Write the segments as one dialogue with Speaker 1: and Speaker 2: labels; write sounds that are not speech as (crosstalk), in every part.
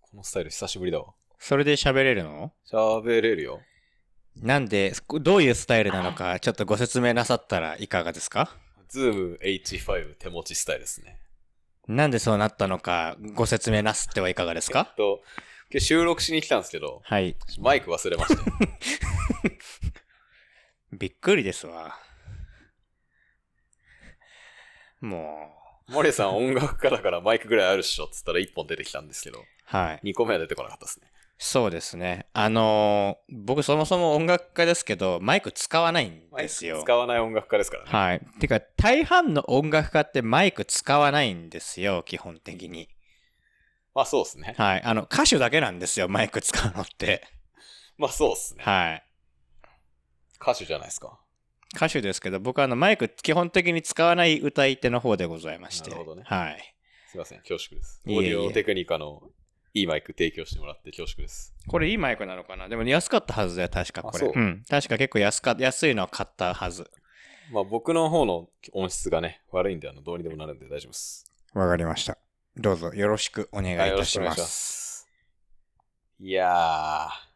Speaker 1: このスタイル久しぶりだわ。
Speaker 2: それで喋れるの
Speaker 1: 喋れるよ。
Speaker 2: なんで、どういうスタイルなのか、ちょっとご説明なさったらいかがですか
Speaker 1: ズーム H5 手持ちスタイルですね。
Speaker 2: なんでそうなったのか、ご説明なすってはいかがですか
Speaker 1: と、今日収録しに来たんですけど、
Speaker 2: はい。
Speaker 1: マイク忘れま (laughs) した。
Speaker 2: びっくりですわ。も
Speaker 1: モレさん音楽家だからマイクぐらいあるっしょっつったら1本出てきたんですけど、
Speaker 2: う、はい。
Speaker 1: 2個目は出てこなかったですね。
Speaker 2: そうですね。あのー僕そもそも音楽家ですけど、マイク使わないん
Speaker 1: マイ
Speaker 2: で
Speaker 1: ク
Speaker 2: すよ。
Speaker 1: 使わない音楽家ですから
Speaker 2: (laughs)
Speaker 1: ね。
Speaker 2: はい。てか、大半の音楽家ってマイク使わないんですよ、基本的に。
Speaker 1: まあそうですね。
Speaker 2: はい。あの、歌手だけなんですよ、マイク使うのって。
Speaker 1: まあそうですね。
Speaker 2: はい。
Speaker 1: 歌手じゃないですか。
Speaker 2: 歌手ですけど、僕はあの、マイク基本的に使わない歌い手の方でございまして。
Speaker 1: なるほどね
Speaker 2: はい。
Speaker 1: すいません、恐縮です。オ
Speaker 2: いえい
Speaker 1: ーデ
Speaker 2: え
Speaker 1: ィオテクニカのいいマイク提供してもらって恐縮です。
Speaker 2: これいいマイクなのかなでも安かったはずだよ、確か
Speaker 1: あ
Speaker 2: これ。。
Speaker 1: そうん
Speaker 2: 確か結構安か、安いのを買ったはず。
Speaker 1: まあ僕の方の音質がね、悪いんであのどうにでもなるんで大丈夫です。
Speaker 2: わかりました。どうぞよろしくお願いいたし
Speaker 1: はよろくお願
Speaker 2: ま。
Speaker 1: いしますす。いやー。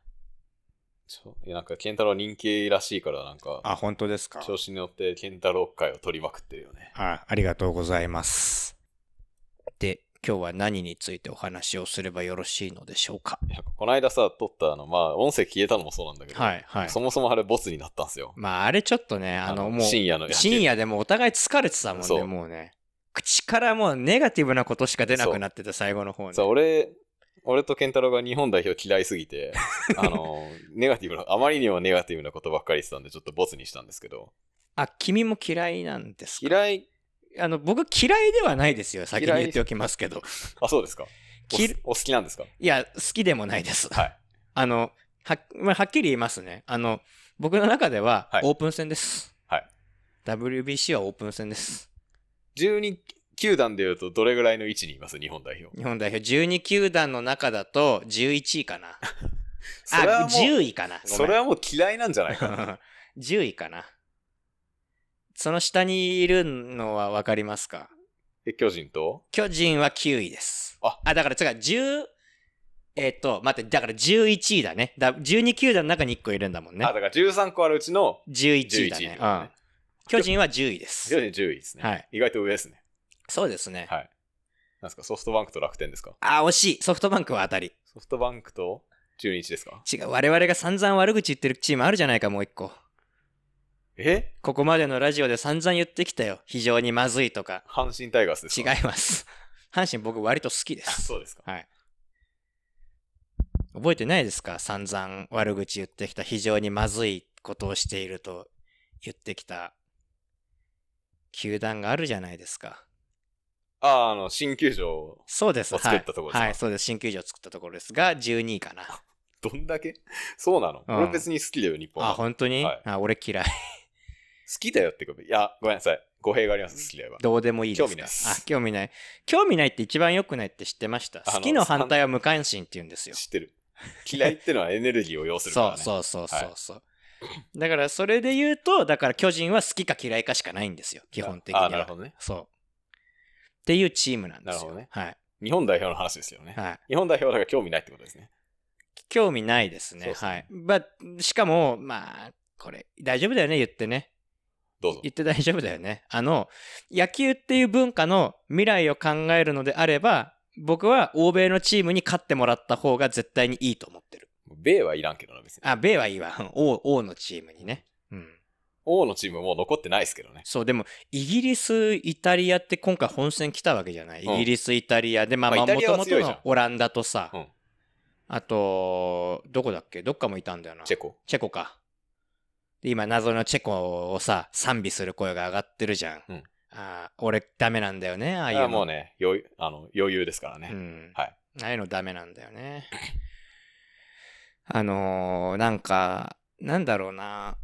Speaker 1: ちょいやなんか、ケンタロウ人気らしいから、なんか、
Speaker 2: あ、本当ですか
Speaker 1: 調子に乗ってケンタロウ会を取りまくってるよね。
Speaker 2: あありがとうございます。で、今日は何についてお話をすればよろしいのでしょうか
Speaker 1: なんかこの間さ、撮ったあの、まあ、音声消えたのもそうなんだけど、
Speaker 2: はいはい。
Speaker 1: そもそもあれボツになったんですよ。
Speaker 2: まあ、あれちょっとね、あの、もう、
Speaker 1: 深夜のやつ
Speaker 2: 深夜でもうお互い疲れてたもん
Speaker 1: そ
Speaker 2: ね、
Speaker 1: う
Speaker 2: もうね。口からもうネガティブなことしか出なくなってた最後の方に。
Speaker 1: さ、俺、俺とケンタロウが日本代表嫌いすぎ
Speaker 2: (laughs)
Speaker 1: て、あの、ネガティブな、あまりにもネガティブなことばっかり言ってたんで、ちょっとボツにしたんですけど、
Speaker 2: あ、君も嫌いなんですか
Speaker 1: 嫌い、
Speaker 2: あの、僕嫌いではないですよ。先に
Speaker 1: 嫌い
Speaker 2: 言っておきますけど。
Speaker 1: あ、そうですか。お
Speaker 2: き
Speaker 1: お好きなんですか
Speaker 2: いや、好きでもないです。
Speaker 1: はい。
Speaker 2: あの、は,、まあ、はっきり言いますね。あの、僕の中では
Speaker 1: はい
Speaker 2: オープン戦です。
Speaker 1: はい。
Speaker 2: WBC はオープン戦です。
Speaker 1: 12球団でいうとどれぐらいの位置にいます日本代表。
Speaker 2: 日本代表12球団の中だと11位かな。
Speaker 1: (laughs) それは
Speaker 2: あ、
Speaker 1: もう、
Speaker 2: 10位かな。ごめん
Speaker 1: それはもう嫌いなんじ
Speaker 2: (laughs)
Speaker 1: ゃないかな。
Speaker 2: 10位かな。その下にいるのは分かりますか
Speaker 1: え巨人
Speaker 2: (laughs)
Speaker 1: と
Speaker 2: 巨人は9位です。
Speaker 1: あ
Speaker 2: だから違う、10、えっ、と、待って、だから11位だね。だ12球団の中に1個いるんだもんね
Speaker 1: あ、。だから13個あるうちの
Speaker 2: 11
Speaker 1: 11
Speaker 2: 位
Speaker 1: 位
Speaker 2: だ
Speaker 1: だ
Speaker 2: ね。
Speaker 1: ね
Speaker 2: うん、巨人は10位です
Speaker 1: 巨。人10位ですね。
Speaker 2: はい
Speaker 1: 意外と上ですね。
Speaker 2: そうですね。
Speaker 1: はい。なんですかソフトバンクと楽天ですか
Speaker 2: あ、惜しい。ソフトバンクは当たり。
Speaker 1: ソフトバンクと中日ですか
Speaker 2: 違う、我々が散々悪口言ってるチームあるじゃないか、もう一個。
Speaker 1: え
Speaker 2: ここまでのラジオで散々言ってきたよ。非常にまずいとか。
Speaker 1: 阪神タイガースです
Speaker 2: 違い
Speaker 1: か
Speaker 2: ます。阪神僕割と好きで
Speaker 1: あ
Speaker 2: す
Speaker 1: そ。うですか。
Speaker 2: はい。覚えてないですか散々悪口言ってきた、非常にまずいことをしていると言ってきた、球団があるじゃないですか。
Speaker 1: あ、あの、新球場、
Speaker 2: そうです。
Speaker 1: を作ったところです
Speaker 2: はい。
Speaker 1: か
Speaker 2: はい、そうです。新球場を作ったところですが、12位かな。
Speaker 1: どんだけ (laughs) そうなの、
Speaker 2: うん
Speaker 1: 俺別に好きだよ、日本
Speaker 2: あ、
Speaker 1: は。好
Speaker 2: 本当に、
Speaker 1: はい
Speaker 2: あ、俺嫌い。
Speaker 1: きだよってこと。いや、ごめんなさい。語弊があります、好きだよは。
Speaker 2: どうでもいいです
Speaker 1: 興
Speaker 2: か
Speaker 1: 味ないです
Speaker 2: あ、興味ない。興味ないって一番良くないって知ってました。
Speaker 1: あの
Speaker 2: 好きの反対は無関心って言うんですよ。
Speaker 1: 知ってる。嫌いってのはエネルギーを要するから
Speaker 2: そう
Speaker 1: ね。
Speaker 2: そうそうそうそう。だからそれで言うと、だから巨人は好きか嫌いかしかないんですよ、基本的には。
Speaker 1: あ、なるほどね。
Speaker 2: そう。っていうチームなんですよ。
Speaker 1: なるほどね
Speaker 2: はい。
Speaker 1: 日本代表の話ですよね。
Speaker 2: はい。
Speaker 1: 日本代表はだから興味ないってことですね。
Speaker 2: 興味ないですね。
Speaker 1: そうそう
Speaker 2: はい。まあ、しかも、まあ、これ、大丈夫だよね、言ってね。
Speaker 1: どうぞ
Speaker 2: 言。って大丈夫だよね。あの、野球っていう文化の未来を考えるのであれば、僕は欧米のチームに勝ってもらった方が絶対にいいと思ってる。
Speaker 1: 米はいらんけどな、別に。
Speaker 2: あ、米はいいわ。うん王、王のチームにね。うん。
Speaker 1: 王のチームもう残ってないですけどね。
Speaker 2: そう、でも、イギリス、イタリアって今回本戦来たわけじゃない、
Speaker 1: うん
Speaker 2: イギリス、イタリアで、まあ、
Speaker 1: まあ
Speaker 2: まあ、
Speaker 1: イタ
Speaker 2: も
Speaker 1: リア
Speaker 2: と
Speaker 1: は
Speaker 2: もと
Speaker 1: 強いじゃん
Speaker 2: のオランダとさ、
Speaker 1: うん
Speaker 2: あと、どこだっけどっかもいたんだよな。
Speaker 1: チェコ。
Speaker 2: チェコか。で今、謎のチェコをさ、賛美する声が上がってるじゃん。
Speaker 1: うん
Speaker 2: ああ、俺、ダメなんだよね、ああいう
Speaker 1: あ
Speaker 2: の。
Speaker 1: もうね、余裕あの余裕ですからね。
Speaker 2: うん。
Speaker 1: はい
Speaker 2: ああいうのダメなんだよね。あのーなんか、なんだろうな。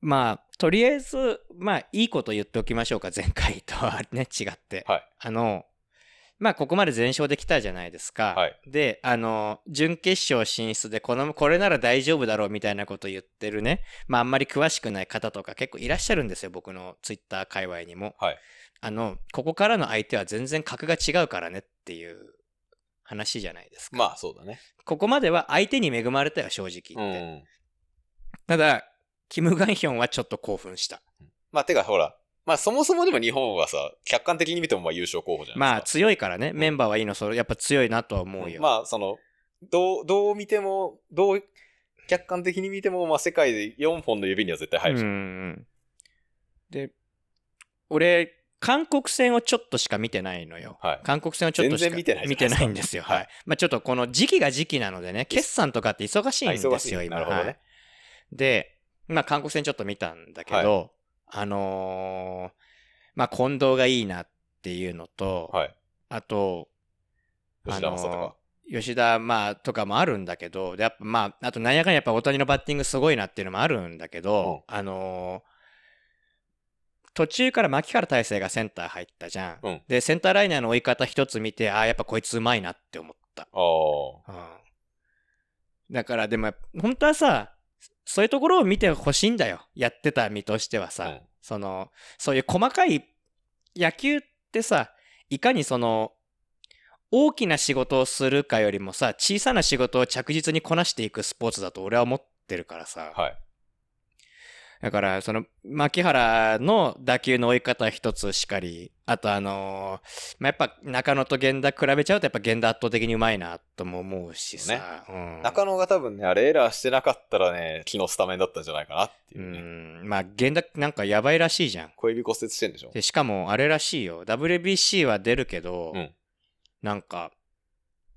Speaker 2: まあ、とりあえず、まあ、いいこと言っておきましょうか、前回とはね、違って。
Speaker 1: はい。
Speaker 2: あの、まあ、ここまで全勝できたじゃないですか。
Speaker 1: はい
Speaker 2: で、あの、準決勝進出で、この、これなら大丈夫だろうみたいなこと言ってるね。まあ、あんまり詳しくない方とか結構いらっしゃるんですよ、僕のツイッター界隈にも。
Speaker 1: はい。
Speaker 2: あの、ここからの相手は全然格が違うからねっていう話じゃないですか。
Speaker 1: まあ、そうだね。
Speaker 2: ここまでは相手に恵まれたよ、正直
Speaker 1: う
Speaker 2: 言って。
Speaker 1: ん。
Speaker 2: ただ、キム・ガンヒョンはちょっと興奮した。
Speaker 1: まあ、てか、ほら、まあ、そもそもでも日本はさ、客観的に見てもまあ優勝候補じゃな
Speaker 2: ま
Speaker 1: い
Speaker 2: あ
Speaker 1: です
Speaker 2: 強いからね、
Speaker 1: ん
Speaker 2: メンバーはいいの、それやっぱ強いなとは思うよ。
Speaker 1: まあ、その、どう、どう見ても、どう、客観的に見ても、まあ、世界で4本の指には絶対入る
Speaker 2: う
Speaker 1: じ
Speaker 2: ん
Speaker 1: ゃ。
Speaker 2: うんん。で、俺、韓国戦をちょっとしか見てないのよ。
Speaker 1: はい
Speaker 2: 韓国戦をちょっとし
Speaker 1: 全
Speaker 2: か
Speaker 1: 然見てないじゃないです
Speaker 2: 見
Speaker 1: か
Speaker 2: てないんですよ。は。
Speaker 1: はい
Speaker 2: まあちょっとこの時期が時期なのでね、決算とかって忙しいんです
Speaker 1: あ忙しい
Speaker 2: よ、今。
Speaker 1: なるほどね
Speaker 2: はいで、まあ韓国戦ちょっと見たんだけど、あのーまあ近藤がいいなっていうのと、
Speaker 1: はい。
Speaker 2: あと、
Speaker 1: 吉田正
Speaker 2: あの
Speaker 1: 尚。
Speaker 2: 吉田、まあ、とかもあるんだけど、でやっぱまあ、あと、なんやかんややっぱ大谷のバッティングすごいなっていうのもあるんだけど、あのー途中から牧原大成がセンター入ったじゃん。
Speaker 1: うん
Speaker 2: で、センターライナーの追い方一つ見て、ああ、やっぱこいつうまいなって思った。
Speaker 1: ああ。
Speaker 2: うん。だから、でもやっぱ、本当はさ、そういうところを見てほしいんだよ。やってた身としてはさ、
Speaker 1: うん
Speaker 2: その、そういう細かい野球ってさ、いかにその、大きな仕事をするかよりもさ、小さな仕事を着実にこなしていくスポーツだと俺は思ってるからさ。
Speaker 1: はい。
Speaker 2: だから、その、牧原の打球の追い方一つしかり、あとあのーまあ、やっぱ中野と源田比べちゃうと、やっぱ源田圧倒的にうまいなとも思うしさ。うん、
Speaker 1: 中野が多分ね、あれエラーしてなかったらね、昨日スタメンだったんじゃないかなっていううね。
Speaker 2: ん、まあ、源田なんかやばいらしいじゃん。
Speaker 1: 小指骨折してんでしょ
Speaker 2: で、しかもあれらしいよ。WBC は出るけど、
Speaker 1: うん
Speaker 2: なんか、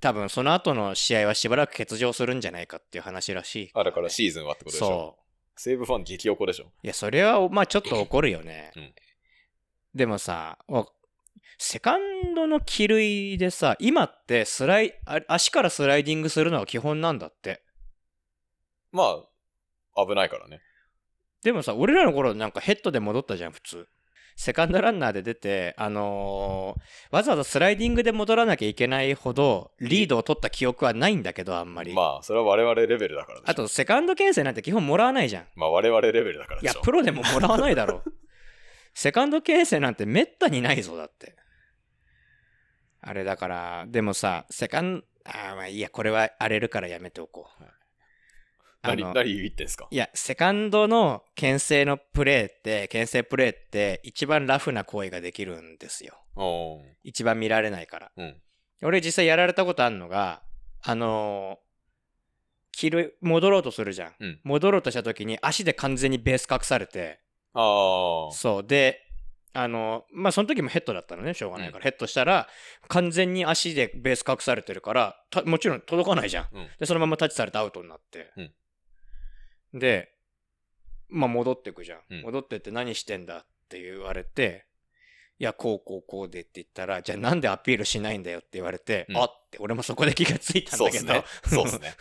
Speaker 2: 多分その後の試合はしばらく欠場するんじゃないかっていう話らしい、
Speaker 1: あ、だからシーズンはってことでしょ
Speaker 2: そう。
Speaker 1: 西武ファン激怒でしょ
Speaker 2: いや、それは、まあちょっと怒るよね。
Speaker 1: うん
Speaker 2: でもさ、わセカンドの気類でさ、今ってスライ、あ足からスライディングするのは基本なんだって。
Speaker 1: まあ、危ないからね。
Speaker 2: でもさ、俺らの頃なんかヘッドで戻ったじゃん、普通。セカンドランナーで出て、あのーわざわざスライディングで戻らなきゃいけないほど、リードを取った記憶はないんだけど、あんまり。
Speaker 1: まあ、それは我々レベルだからでしょ
Speaker 2: あと、セカンド牽制なんて基本もらわないじゃん。
Speaker 1: まあ、我々レベルだから
Speaker 2: い
Speaker 1: で
Speaker 2: や
Speaker 1: しょ、
Speaker 2: プロでももらわないだろう。セカンド形成なんてめったにないぞ、だって。あれだから、でもさ、セカンあーまあいいや、これは荒れるからやめておこう。あ
Speaker 1: 何、
Speaker 2: の、
Speaker 1: 何言ってんすか
Speaker 2: いや、セカンドの牽制のプレーって、牽制プレーって一番ラフな行為ができるんですよ。
Speaker 1: おー
Speaker 2: 一番見られないから。
Speaker 1: うん。
Speaker 2: 俺実際やられたことあるのが、あのー切る、戻ろうとするじゃん。
Speaker 1: うん
Speaker 2: 戻ろうとした時に足で完全にベース隠されて、
Speaker 1: ああ。
Speaker 2: そう。で、あの、まあ、その時もヘッドだったのね、しょうがないから。ヘッドしたら、完全に足でベース隠されてるから、たもちろん届かないじゃん。
Speaker 1: うん
Speaker 2: で、そのままタッチされてアウトになって。で、まあ、戻ってくじゃん。
Speaker 1: うん
Speaker 2: 戻ってって何してんだって言われて、いや、こうこうこうでって言ったら、じゃあなんでアピールしないんだよって言われて、
Speaker 1: うん
Speaker 2: あって、俺もそこで気がついたん
Speaker 1: そう
Speaker 2: だ
Speaker 1: っ
Speaker 2: け
Speaker 1: す
Speaker 2: ど、
Speaker 1: ね。そうっす
Speaker 2: (laughs)
Speaker 1: ね。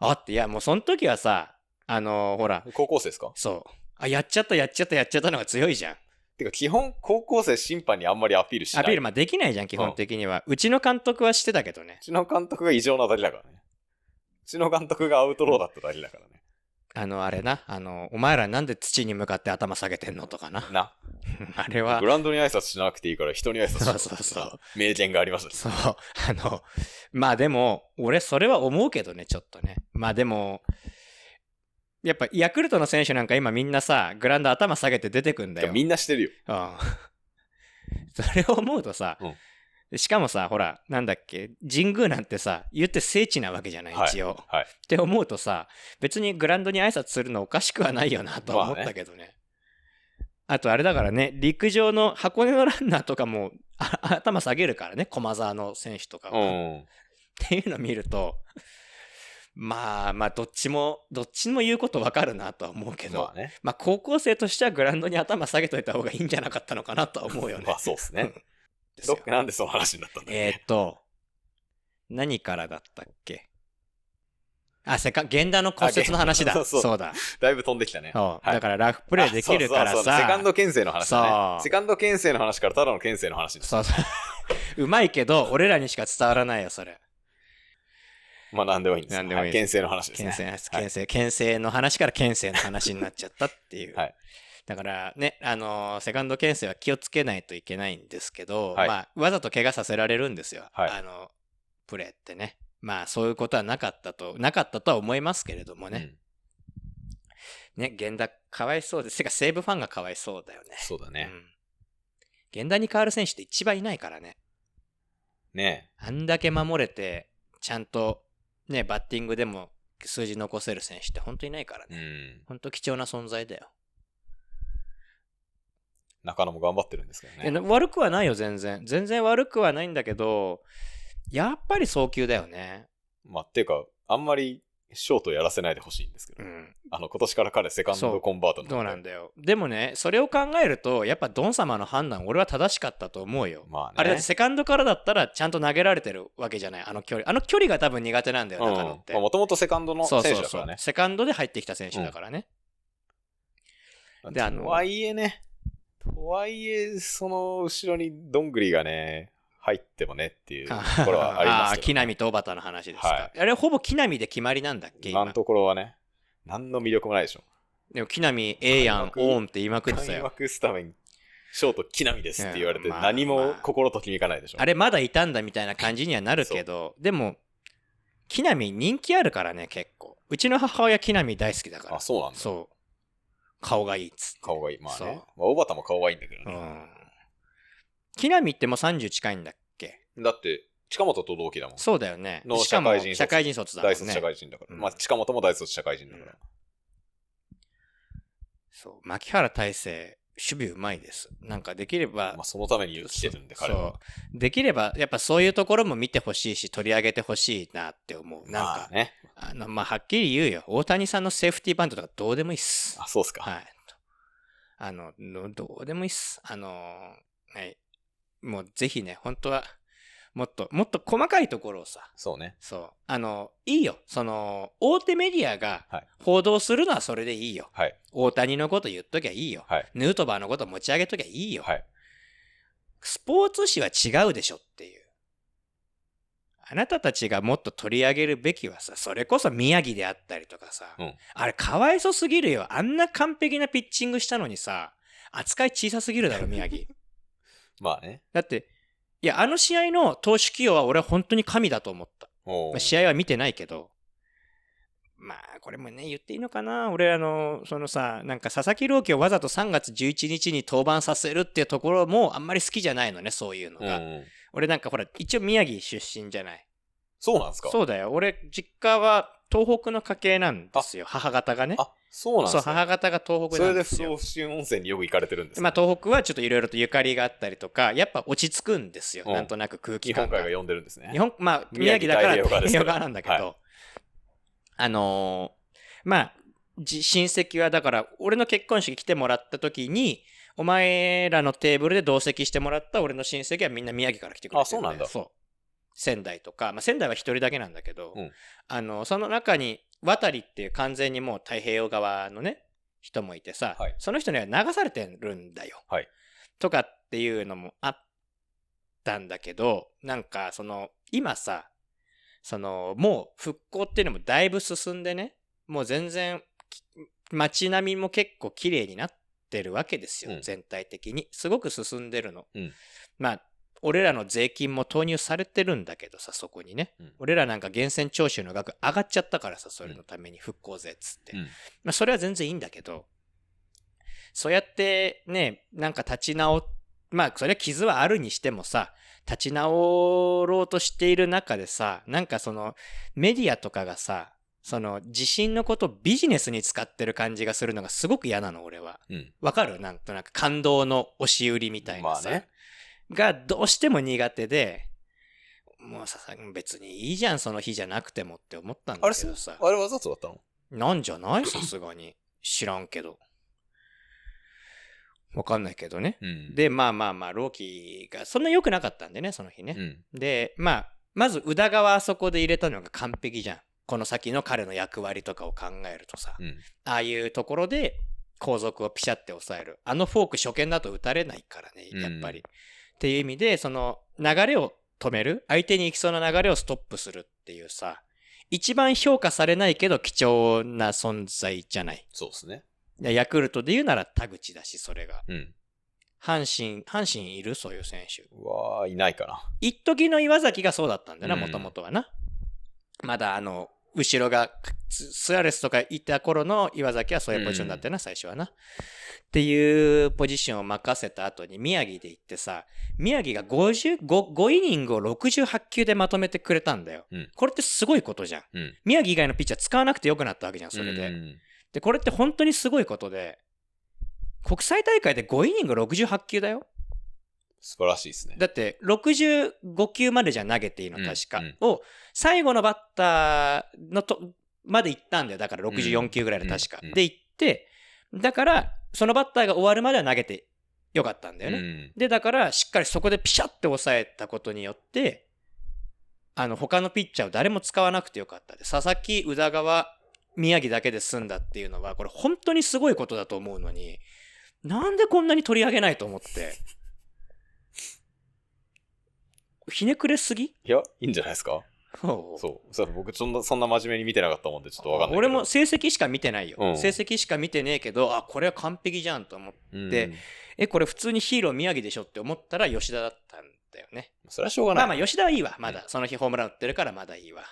Speaker 2: あって、いや、もうその時はさ、あのほら、
Speaker 1: 高校生ですか
Speaker 2: そう。あ、やっちゃった、やっちゃった、やっちゃったのが強いじゃん。
Speaker 1: てか、基本、高校生審判にあんまりアピールしない。
Speaker 2: アピール
Speaker 1: う
Speaker 2: まあできないじゃん、基本的には。うちの監督はしてたけどね。
Speaker 1: ちの監督が異常な当たりだからね。うちの監督がアウトローだっただけだからね。
Speaker 2: あの、あれな、あの、お前らなんで土に向かって頭下げてんのとかな。 (laughs)
Speaker 1: な。
Speaker 2: あれは
Speaker 1: グ、ラウンドに挨拶しなくていいから、人に挨拶しろ
Speaker 2: そうそうそう。
Speaker 1: 名言がありましたね。
Speaker 2: そう、あの、まあでも、俺それは思うけどね、ちょっとね。まあでも、やっぱヤクルトの選手なんか今みんなさ、グラウンド頭下げて出てくんだ
Speaker 1: てか
Speaker 2: よ。
Speaker 1: みんなしてるよ。
Speaker 2: うん (laughs) それを思うとさ、
Speaker 1: うん
Speaker 2: しかもさ、ほら、なんだっけ、神宮なんてさ、言って聖地なわけじゃない、
Speaker 1: はい
Speaker 2: 一応。
Speaker 1: はい
Speaker 2: って思うとさ、別にグラウンドに挨拶するのおかしくはないよなとは思ったけどね。あとあれだからね、陸上の箱根のランナーとかもあ頭下げるからね、駒沢の選手とか
Speaker 1: う
Speaker 2: は、っ
Speaker 1: ん。
Speaker 2: ていうのを見ると、まあまあ、どっちも、どっちも言うことわかるなとは思うけど、
Speaker 1: まあね。
Speaker 2: まあ、高校生としてはグラウンドに頭下げといた方がいいんじゃなかったのかなとは思うよね。
Speaker 1: まあそうっすね。
Speaker 2: で
Speaker 1: (laughs)
Speaker 2: す
Speaker 1: ど
Speaker 2: よ
Speaker 1: っなんでその話になったんだっけ
Speaker 2: えーっと、何からだったっけあ、せっか、源田の骨折の話だ。
Speaker 1: あ源田
Speaker 2: そ
Speaker 1: そうう
Speaker 2: だ。
Speaker 1: だいぶ飛んできたね。
Speaker 2: そう
Speaker 1: はい
Speaker 2: だからラフプレーできるから
Speaker 1: あそうそうそう
Speaker 2: さ。
Speaker 1: セカンド牽制の話だ
Speaker 2: そう
Speaker 1: ね。セカンド牽制の話からただの牽制の話です。
Speaker 2: そうそう。う (laughs) まいけど、俺らにしか伝わらないよ、それ。
Speaker 1: まあなんでもいいんですよ。
Speaker 2: なんでもいい
Speaker 1: は牽制の話です
Speaker 2: 牽
Speaker 1: ね。
Speaker 2: 制の話、牽制、牽制の話から牽制の話になっちゃったっていう。
Speaker 1: はい
Speaker 2: だからね、あのーセカンド牽制は気をつけないといけないんですけど、
Speaker 1: はい
Speaker 2: まあ、わざと怪我させられるんですよ。
Speaker 1: はい
Speaker 2: あのプレーってね。まあそういうことはなかったと、なかったとは思いますけれども
Speaker 1: う
Speaker 2: ね。
Speaker 1: ん
Speaker 2: ね、源田かわいそうです。てか西武ファンがかわいそうだよね。
Speaker 1: そうだね
Speaker 2: う。ん。源田に代わる選手って一番いないからね。
Speaker 1: ね
Speaker 2: あんだけ守れて、ちゃんとね、バッティングでも数字残せる選手って本当いないから
Speaker 1: う
Speaker 2: ね。
Speaker 1: ん。
Speaker 2: 本当貴重な存在だよ。
Speaker 1: 中野も頑張ってるんですけど
Speaker 2: え
Speaker 1: ね。
Speaker 2: な悪くはないよ、全然。全然悪くはないんだけど、やっぱり早球だよね。
Speaker 1: まあ、っていうか、あんまりショートやらせないでほしいんですけど、
Speaker 2: うん。
Speaker 1: あの、今年から彼、セカン
Speaker 2: そ
Speaker 1: ド
Speaker 2: う
Speaker 1: コンバート
Speaker 2: どうなんだよ。でもね、それを考えると、やっぱドン様の判断、俺は正しかったと思うよ。
Speaker 1: まあね。
Speaker 2: あれだってセカンドからだったらちゃんと投げられてるわけじゃない、あの距離。あの距離が多分苦手なんだよ、中野って。
Speaker 1: もともとセカンドの
Speaker 2: そ
Speaker 1: 選
Speaker 2: う
Speaker 1: 手
Speaker 2: そ
Speaker 1: だ
Speaker 2: う
Speaker 1: か
Speaker 2: そう
Speaker 1: らね。
Speaker 2: セカンドで入ってきた選手だからね。うであの
Speaker 1: とはいえね、とはいえ、その後ろにどんぐりがね、入ってもねって
Speaker 2: (laughs)
Speaker 1: いうところはあります
Speaker 2: ー木
Speaker 1: けど、ね。
Speaker 2: 浪と小畑の話ですか。
Speaker 1: は
Speaker 2: あれ、ほぼ木浪で決まりなんだっけ
Speaker 1: 今
Speaker 2: 今
Speaker 1: の。ところはね、何の魅力もないでしょ。
Speaker 2: でも木浪、ええやん、
Speaker 1: 開幕
Speaker 2: オーンって言いまくってた
Speaker 1: 開
Speaker 2: よ。
Speaker 1: 幕スタメン、ショート、木浪ですって言われて、
Speaker 2: うんまあ
Speaker 1: 何
Speaker 2: ま
Speaker 1: も
Speaker 2: あ
Speaker 1: 心ときめかないでしょ。
Speaker 2: あれ、まだいたんだみたいな感じにはなるけど、でも、木浪人気あるからね、結構。うちの母親、木浪大好きだから
Speaker 1: あ、。そうなんだ。
Speaker 2: そう。顔がいいっつって。
Speaker 1: 顔がいい。まあ
Speaker 2: そ
Speaker 1: ね。
Speaker 2: う
Speaker 1: まあ、小畑も顔がいいんだけど
Speaker 2: う
Speaker 1: ね。
Speaker 2: ん。木浪ってもう30近いんだっけ
Speaker 1: だって、近本と同期だもん。
Speaker 2: そうだよね。
Speaker 1: の
Speaker 2: しかも
Speaker 1: 社会人卒
Speaker 2: 社会人卒だもん
Speaker 1: 大
Speaker 2: ね。
Speaker 1: 卒社会人だから。
Speaker 2: うん
Speaker 1: まあ、近本も大卒社会人だから。
Speaker 2: そう。牧原大成、守備うまいです。なんかできれば
Speaker 1: まあ、、そのために来てるんで、彼は。
Speaker 2: そう。できれば、やっぱそういうところも見てほしいし、取り上げてほしいなって思う。なん
Speaker 1: ま
Speaker 2: か
Speaker 1: あ、ね。
Speaker 2: あの、まあ、はっきり言うよ。大谷さんのセーフティーバントとかどうでもいいっす。
Speaker 1: あ、そうっすか。
Speaker 2: はい。あの、のどうでもいいっす。あのーはい。もうぜひね、本当は、もっと、もっと細かいところをさ、
Speaker 1: そうね。
Speaker 2: そう。あの、いいよ。その、大手メディアが
Speaker 1: はい
Speaker 2: 報道するのはそれでいいよ。
Speaker 1: はい。
Speaker 2: 大谷のこと言っときゃいいよ。
Speaker 1: はい。
Speaker 2: ヌートバーのこと持ち上げときゃいいよ。
Speaker 1: はい。
Speaker 2: スポーツ紙は違うでしょっていう。あなたたちがもっと取り上げるべきはさ、それこそ宮城であったりとかさ、
Speaker 1: うん
Speaker 2: あれかわいそすぎるよ。あんな完璧なピッチングしたのにさ、扱い小さすぎるだろ、
Speaker 1: (laughs)
Speaker 2: 宮城。
Speaker 1: まあね。
Speaker 2: だって、いや、あの試合の投手起用は俺は本当に神だと思った。
Speaker 1: お
Speaker 2: まあ
Speaker 1: ー
Speaker 2: 試合は見てないけど、まあ、これもね、言っていいのかな、俺、あの、そのさ、なんか佐々木朗希をわざと3月11日に登板させるっていうところもあんまり好きじゃないのね、そういうの
Speaker 1: うんう
Speaker 2: が。
Speaker 1: ん。
Speaker 2: 俺、なんかほら、一応宮城出身じゃない。
Speaker 1: そうなんですか
Speaker 2: そうだよ、俺、実家は東北の家系なんですよ、母方がね。
Speaker 1: あ、そうなん
Speaker 2: そ
Speaker 1: で
Speaker 2: う、
Speaker 1: すか
Speaker 2: 母方が東北
Speaker 1: そ
Speaker 2: な
Speaker 1: れ
Speaker 2: ん
Speaker 1: で
Speaker 2: で
Speaker 1: 不
Speaker 2: す
Speaker 1: 老
Speaker 2: よ。
Speaker 1: 不死温泉によく行かれてるんですね
Speaker 2: まあ、東北はちょっといろいろとゆかりがあったりとか、やっぱ落ち着くんですよ、
Speaker 1: うん
Speaker 2: なんとなく空気
Speaker 1: 日
Speaker 2: 感
Speaker 1: 本
Speaker 2: が
Speaker 1: 海が。呼んでるんですね。
Speaker 2: 日本、まあ、宮
Speaker 1: 宮
Speaker 2: 城
Speaker 1: 城
Speaker 2: だから
Speaker 1: 太平洋側ですけど
Speaker 2: 太平洋側なんだけど、
Speaker 1: は
Speaker 2: あのーまあ、じ親戚はだから、俺の結婚式来てもらった時に、お前らのテーブルで同席してもらった俺の親戚はみんな宮城から来てくれてる
Speaker 1: あそうなんだ
Speaker 2: そう。仙台とか、まあ、仙台は一人だけなんだけど、
Speaker 1: うん
Speaker 2: あの、その中に、渡りっていう完全にもう太平洋側のね、人もいてさ、
Speaker 1: はい
Speaker 2: その人には流されてるんだよ。
Speaker 1: はい
Speaker 2: とかっていうのもあったんだけど、なんかその、今さ、その、もう復興っていうのもだいぶ進んでね、もう全然、き街並みも結構綺麗になってるわけですよ、
Speaker 1: うん
Speaker 2: 全体的に。すごく進んでるの。
Speaker 1: うん
Speaker 2: まあ、俺らの税金も投入されてるんだけどさ、そこにね。
Speaker 1: うん
Speaker 2: 俺らなんか源泉徴収の額上がっちゃったからさ、それのために復興税っつって。
Speaker 1: うん
Speaker 2: まあ、それは全然いいんだけど、そうやってね、なんか立ち直っ、まあ、それは傷はあるにしてもさ、立ち直ろうとしている中でさ、なんかその、メディアとかがさ、その、地震のことをビジネスに使ってる感じがするのがすごく嫌なの、俺は。
Speaker 1: うん。
Speaker 2: わかるなんとなく感動の押し売りみたいなさ、
Speaker 1: まあね
Speaker 2: がどうしても苦手で、もうさ、別にいいじゃん、その日じゃなくてもって思ったん
Speaker 1: あ
Speaker 2: だ
Speaker 1: れ
Speaker 2: け
Speaker 1: そう
Speaker 2: どさ。
Speaker 1: あれわざとだったの
Speaker 2: なんじゃないさすがに。知らんけど。わかんないけどね。
Speaker 1: うん、
Speaker 2: で、まあまあまあ、ローキがそんな良くなかったんでね、その日ね。
Speaker 1: うん。
Speaker 2: で、まあ、まず宇田川あそこで入れたのが完璧じゃん。この先の彼の役割とかを考えるとさ、
Speaker 1: うん。
Speaker 2: ああいうところで後続をピシャって抑える。あのフォーク初見だと打たれないからね、やっぱり。
Speaker 1: う
Speaker 2: っていう意味で、その流れを止める、相手に行きそうな流れをストップするっていうさ、一番評価されないけど貴重な存在じゃない。
Speaker 1: そうですね。
Speaker 2: いやヤクルトで言うなら田口だし、それが。
Speaker 1: うん。
Speaker 2: 阪神、阪神いるそういう選手。
Speaker 1: うわー、いないかな。
Speaker 2: 一時の岩崎がそうだったんだな、
Speaker 1: うん
Speaker 2: もともとはな。まだあの、後ろがススアレスとかいた頃の岩崎はそういうポジションだったよな、最初はな。っていうポジションを任せた後に宮城で行ってさ、宮城が55 5イニングを68球でまとめてくれたんだよ。
Speaker 1: うん
Speaker 2: これってすごいことじゃん。
Speaker 1: うん
Speaker 2: 宮城以外のピッチャー使わなくてよくなったわけじゃん、それで。
Speaker 1: うん
Speaker 2: で、これって本当にすごいことで、国際大会で5イニング68球だよ。
Speaker 1: 素晴らしいですね。
Speaker 2: だって65球までじゃ投げていいの
Speaker 1: うん
Speaker 2: 確か、
Speaker 1: うん
Speaker 2: を最後のバッターのとまで行ったんだよだから64球ぐらいで確か、
Speaker 1: うんうん
Speaker 2: で行ってだからそのバッターが終わるまでは投げてよかったんだよね、
Speaker 1: うん
Speaker 2: でだからしっかりそこでピシャって抑えたことによってあの他のピッチャーを誰も使わなくてよかったで佐々木宇田川宮城だけで済んだっていうのはこれ本当にすごいことだと思うのになんでこんなに取り上げないと思ってひねくれすぎ
Speaker 1: いや、いいんじゃないですか
Speaker 2: そう
Speaker 1: そう。そう僕そんな、そんな真面目に見てなかったもんで、ちょっとわかんないけど。
Speaker 2: 俺も成績しか見てないよ、
Speaker 1: うん
Speaker 2: 成績しか見てねえけどあこれは完璧じゃんと思って
Speaker 1: うん
Speaker 2: でえこれ普通にヒーロー宮城でしょって思ったら吉田だったんだよね
Speaker 1: それはしょうがな
Speaker 2: ま
Speaker 1: い。
Speaker 2: あまあ、吉田はいいわ、まだ
Speaker 1: う。
Speaker 2: その日ホームラン打ってるからまだいいわ。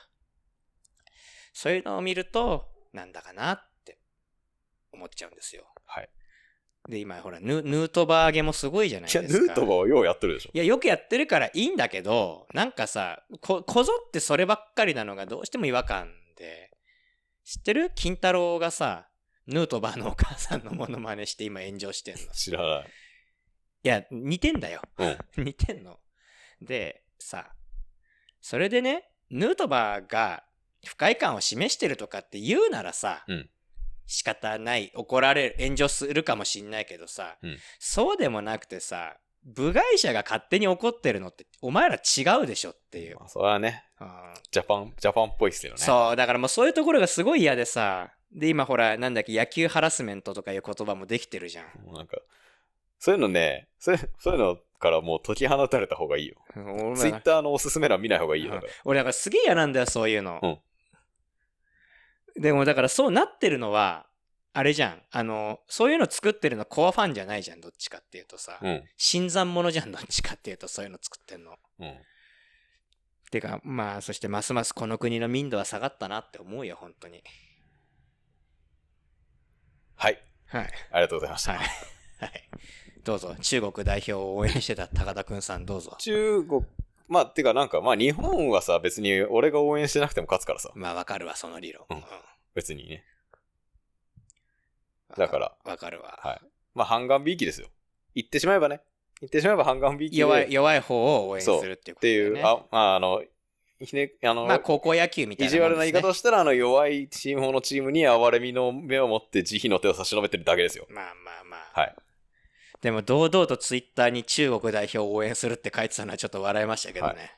Speaker 2: そういうのを見ると、なんだかなって思っちゃうんですよ。
Speaker 1: はい。
Speaker 2: で、今、ほらヌ、ヌートバー上げもすごいじゃない
Speaker 1: いや、
Speaker 2: で
Speaker 1: ヌ
Speaker 2: すか。
Speaker 1: ートバーはようやってるでしょ。
Speaker 2: いや、よくやってるからいいんだけど、なんかさ、こ、こぞってそればっかりなのがどうしても違和感で、知ってる金太郎がさ、ヌートバーのお母さんのモノマネして今炎上してん
Speaker 1: (laughs)
Speaker 2: の。い
Speaker 1: 知らない。
Speaker 2: や、似てんだよ。
Speaker 1: うん。
Speaker 2: (laughs) 似てんの。で、さ、それでね、ヌートバーが不快感を示してるとかって言うならさ、
Speaker 1: うん
Speaker 2: 仕方ない、怒られる、炎上するかもしんないけどさ、
Speaker 1: うん
Speaker 2: そうでもなくてさ、部外者が勝手に怒ってるのって、お前ら違うでしょっていう。
Speaker 1: まあ、それはね、
Speaker 2: うん
Speaker 1: ジャパン、ジャパンっぽいっすよね。
Speaker 2: そう、だからもうそういうところがすごい嫌でさ、で、今ほら、なんだっけ、野球ハラスメントとかいう言葉もできてるじゃん。
Speaker 1: もうなんか、そういうのね、そういうそういうのからもう解き放たれた方がいいよ。
Speaker 2: 俺
Speaker 1: ツイッターのおすすめ欄見ない方がいいよ。だから
Speaker 2: 俺だからすげえ嫌なんだよそういうの、でもだからそうなってるのはあれじゃんあのそういうの作ってるのコアファンじゃないじゃんどっちかっていうとさ、
Speaker 1: うん。
Speaker 2: 新参者じゃんどっちかっていうとそういうの作ってんの
Speaker 1: うん。
Speaker 2: てかまあそしてますますこの国の民度は下がったなって思うよ本当に
Speaker 1: はい。
Speaker 2: はい
Speaker 1: ありがとうございました。
Speaker 2: はい、はい、どうぞ中国代表を応援してた (laughs) 高田くんさんどうぞ
Speaker 1: 中国、まあ、てかなんか、まあ、日本はさ、別に俺が応援してなくても勝つからさ、
Speaker 2: まあわかるわその理論、
Speaker 1: うん別にね。
Speaker 2: うん
Speaker 1: だから
Speaker 2: わかるわ、
Speaker 1: はいまあ、半眼びいきですよ。言ってしまえばね。言ってしまえば半眼びいきで
Speaker 2: 弱
Speaker 1: っ
Speaker 2: い弱い方を応援するっていう
Speaker 1: て
Speaker 2: ことだ
Speaker 1: い
Speaker 2: よ
Speaker 1: う、
Speaker 2: ね
Speaker 1: あ、まあ、あの、ひね、あの、
Speaker 2: まあ高校野球みたい
Speaker 1: 意
Speaker 2: な、
Speaker 1: 地悪な言い方をしたら、あの、弱いチームのチームに哀れみの目を持って慈悲の手を差し伸べてるだけですよ。
Speaker 2: まあまあまあ。
Speaker 1: はい。
Speaker 2: でも堂々とツイッターに中国代表を応援するって書いてたのはちょっと笑いましたけどね。
Speaker 1: は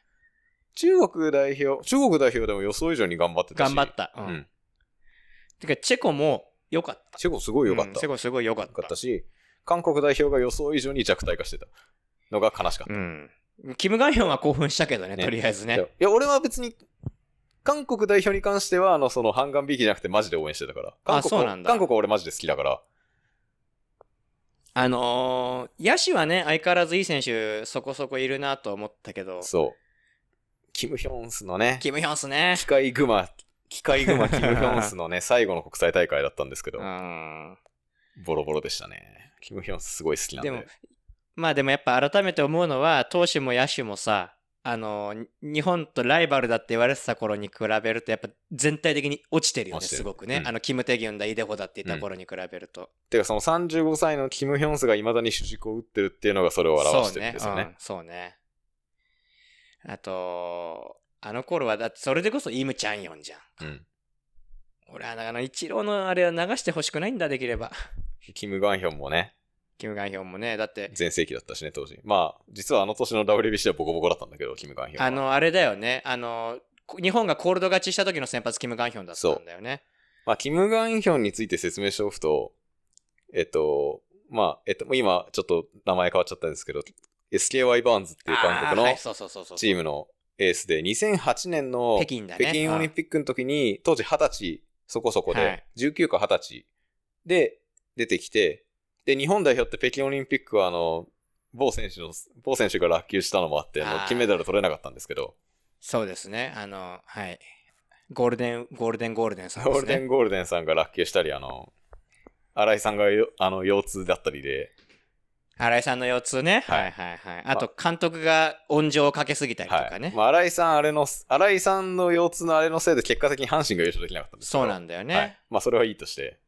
Speaker 1: 中国代表、中国代表でも予想以上に頑張ってたし。
Speaker 2: 頑張った。う。
Speaker 1: うんん。
Speaker 2: てか、チェコも良かった。
Speaker 1: 中国すごい良かっ
Speaker 2: うん
Speaker 1: た。
Speaker 2: チェ
Speaker 1: 良
Speaker 2: コすごい良かった。
Speaker 1: かったし、韓国代表が予想以上に弱体化してたのが悲しかった。
Speaker 2: うん。キム・ガンヒョンは興奮したけどね、
Speaker 1: ね
Speaker 2: とりあえずね
Speaker 1: いや。いや、俺は別に、韓国代表に関しては、あの、その、半眼びいきじゃなくてマジで応援してたから。韓国
Speaker 2: そうなんだ
Speaker 1: 韓国は俺マジで好きだから。
Speaker 2: あのー、野手はね、相変わらずいい選手そこそこいるなと思ったけど、
Speaker 1: そう。キム・ヒョンスのね、
Speaker 2: キム・ヒョンっすね。
Speaker 1: 機械グマ、機械グ
Speaker 2: (laughs)
Speaker 1: マキム・ヒョンスのね、最後の国際大会だったんですけど
Speaker 2: う、ん。
Speaker 1: ボロボロでしたね。キム・ヒョンスすごい好きなんで。
Speaker 2: でも、まあでもやっぱ改めて思うのは、投手も野手もさ、あの、に日本とライバルだって言われてた頃に比べると、やっぱ全体的に落ちてるよね、
Speaker 1: 落ちてる
Speaker 2: すごくね。
Speaker 1: うん
Speaker 2: あの、キム・テギュンだ、イデホだって言った頃に比べると。
Speaker 1: てかその35歳のキム・ヒョンスが未だに主軸を打ってるっていうのがそれを表してるんです
Speaker 2: そう
Speaker 1: よ
Speaker 2: ね、
Speaker 1: ね。
Speaker 2: うんそうね。あと、あの頃は、だってそれでこそイム・チャンヨンじゃん。
Speaker 1: うん
Speaker 2: 俺は、あの、イチローのあれは流してほしくないんだ、できれば。 (laughs)
Speaker 1: キム・ガンヒョンもね、
Speaker 2: キム・ガンヒョンもね、だって、
Speaker 1: 全盛期だったしね、当時。まあ、実はあの年の WBC はボコボコだったんだけど、キム・ガンヒョンは。
Speaker 2: あの、あれだよね、あの、こ日本がコールド勝ちした時の先発、キム・ガンヒョンだったんだよね。
Speaker 1: まあ、キム・ガンヒョンについて説明しておくと、えっと、まあ、えっと、もう今、ちょっと名前変わっちゃったんですけど、SKY バーンズっていう韓国
Speaker 2: あーは
Speaker 1: の
Speaker 2: いそうそうそうそう
Speaker 1: チームのエースで、2008年の
Speaker 2: 北京だね
Speaker 1: 北京オリンピックの時に、当時20歳そこそこ
Speaker 2: は
Speaker 1: で
Speaker 2: い、
Speaker 1: 19か20歳で出てきて、で、日本代表って北京オリンピックはあの、某選手の、某選手が落球したのもあって、あ
Speaker 2: あ
Speaker 1: の
Speaker 2: ー
Speaker 1: 金メダル取れなかったんですけど、
Speaker 2: そうですね。あの、はい。ゴールデン、ゴールデンゴールデンさんですね。
Speaker 1: ゴールデンゴールデンさんが落球したり、あの、新井さんがよあの腰痛だったりで、
Speaker 2: 新井さんの腰痛ね。
Speaker 1: は
Speaker 2: はいいはいはい。あと、監督が温情をかけすぎたりとかね。
Speaker 1: はいまあ、新井さん、あれの、新井さんの腰痛のあれのせいで結果的に阪神が優勝できなかったんですけど
Speaker 2: そうなんだよね。
Speaker 1: はいまあ、それはいいとして。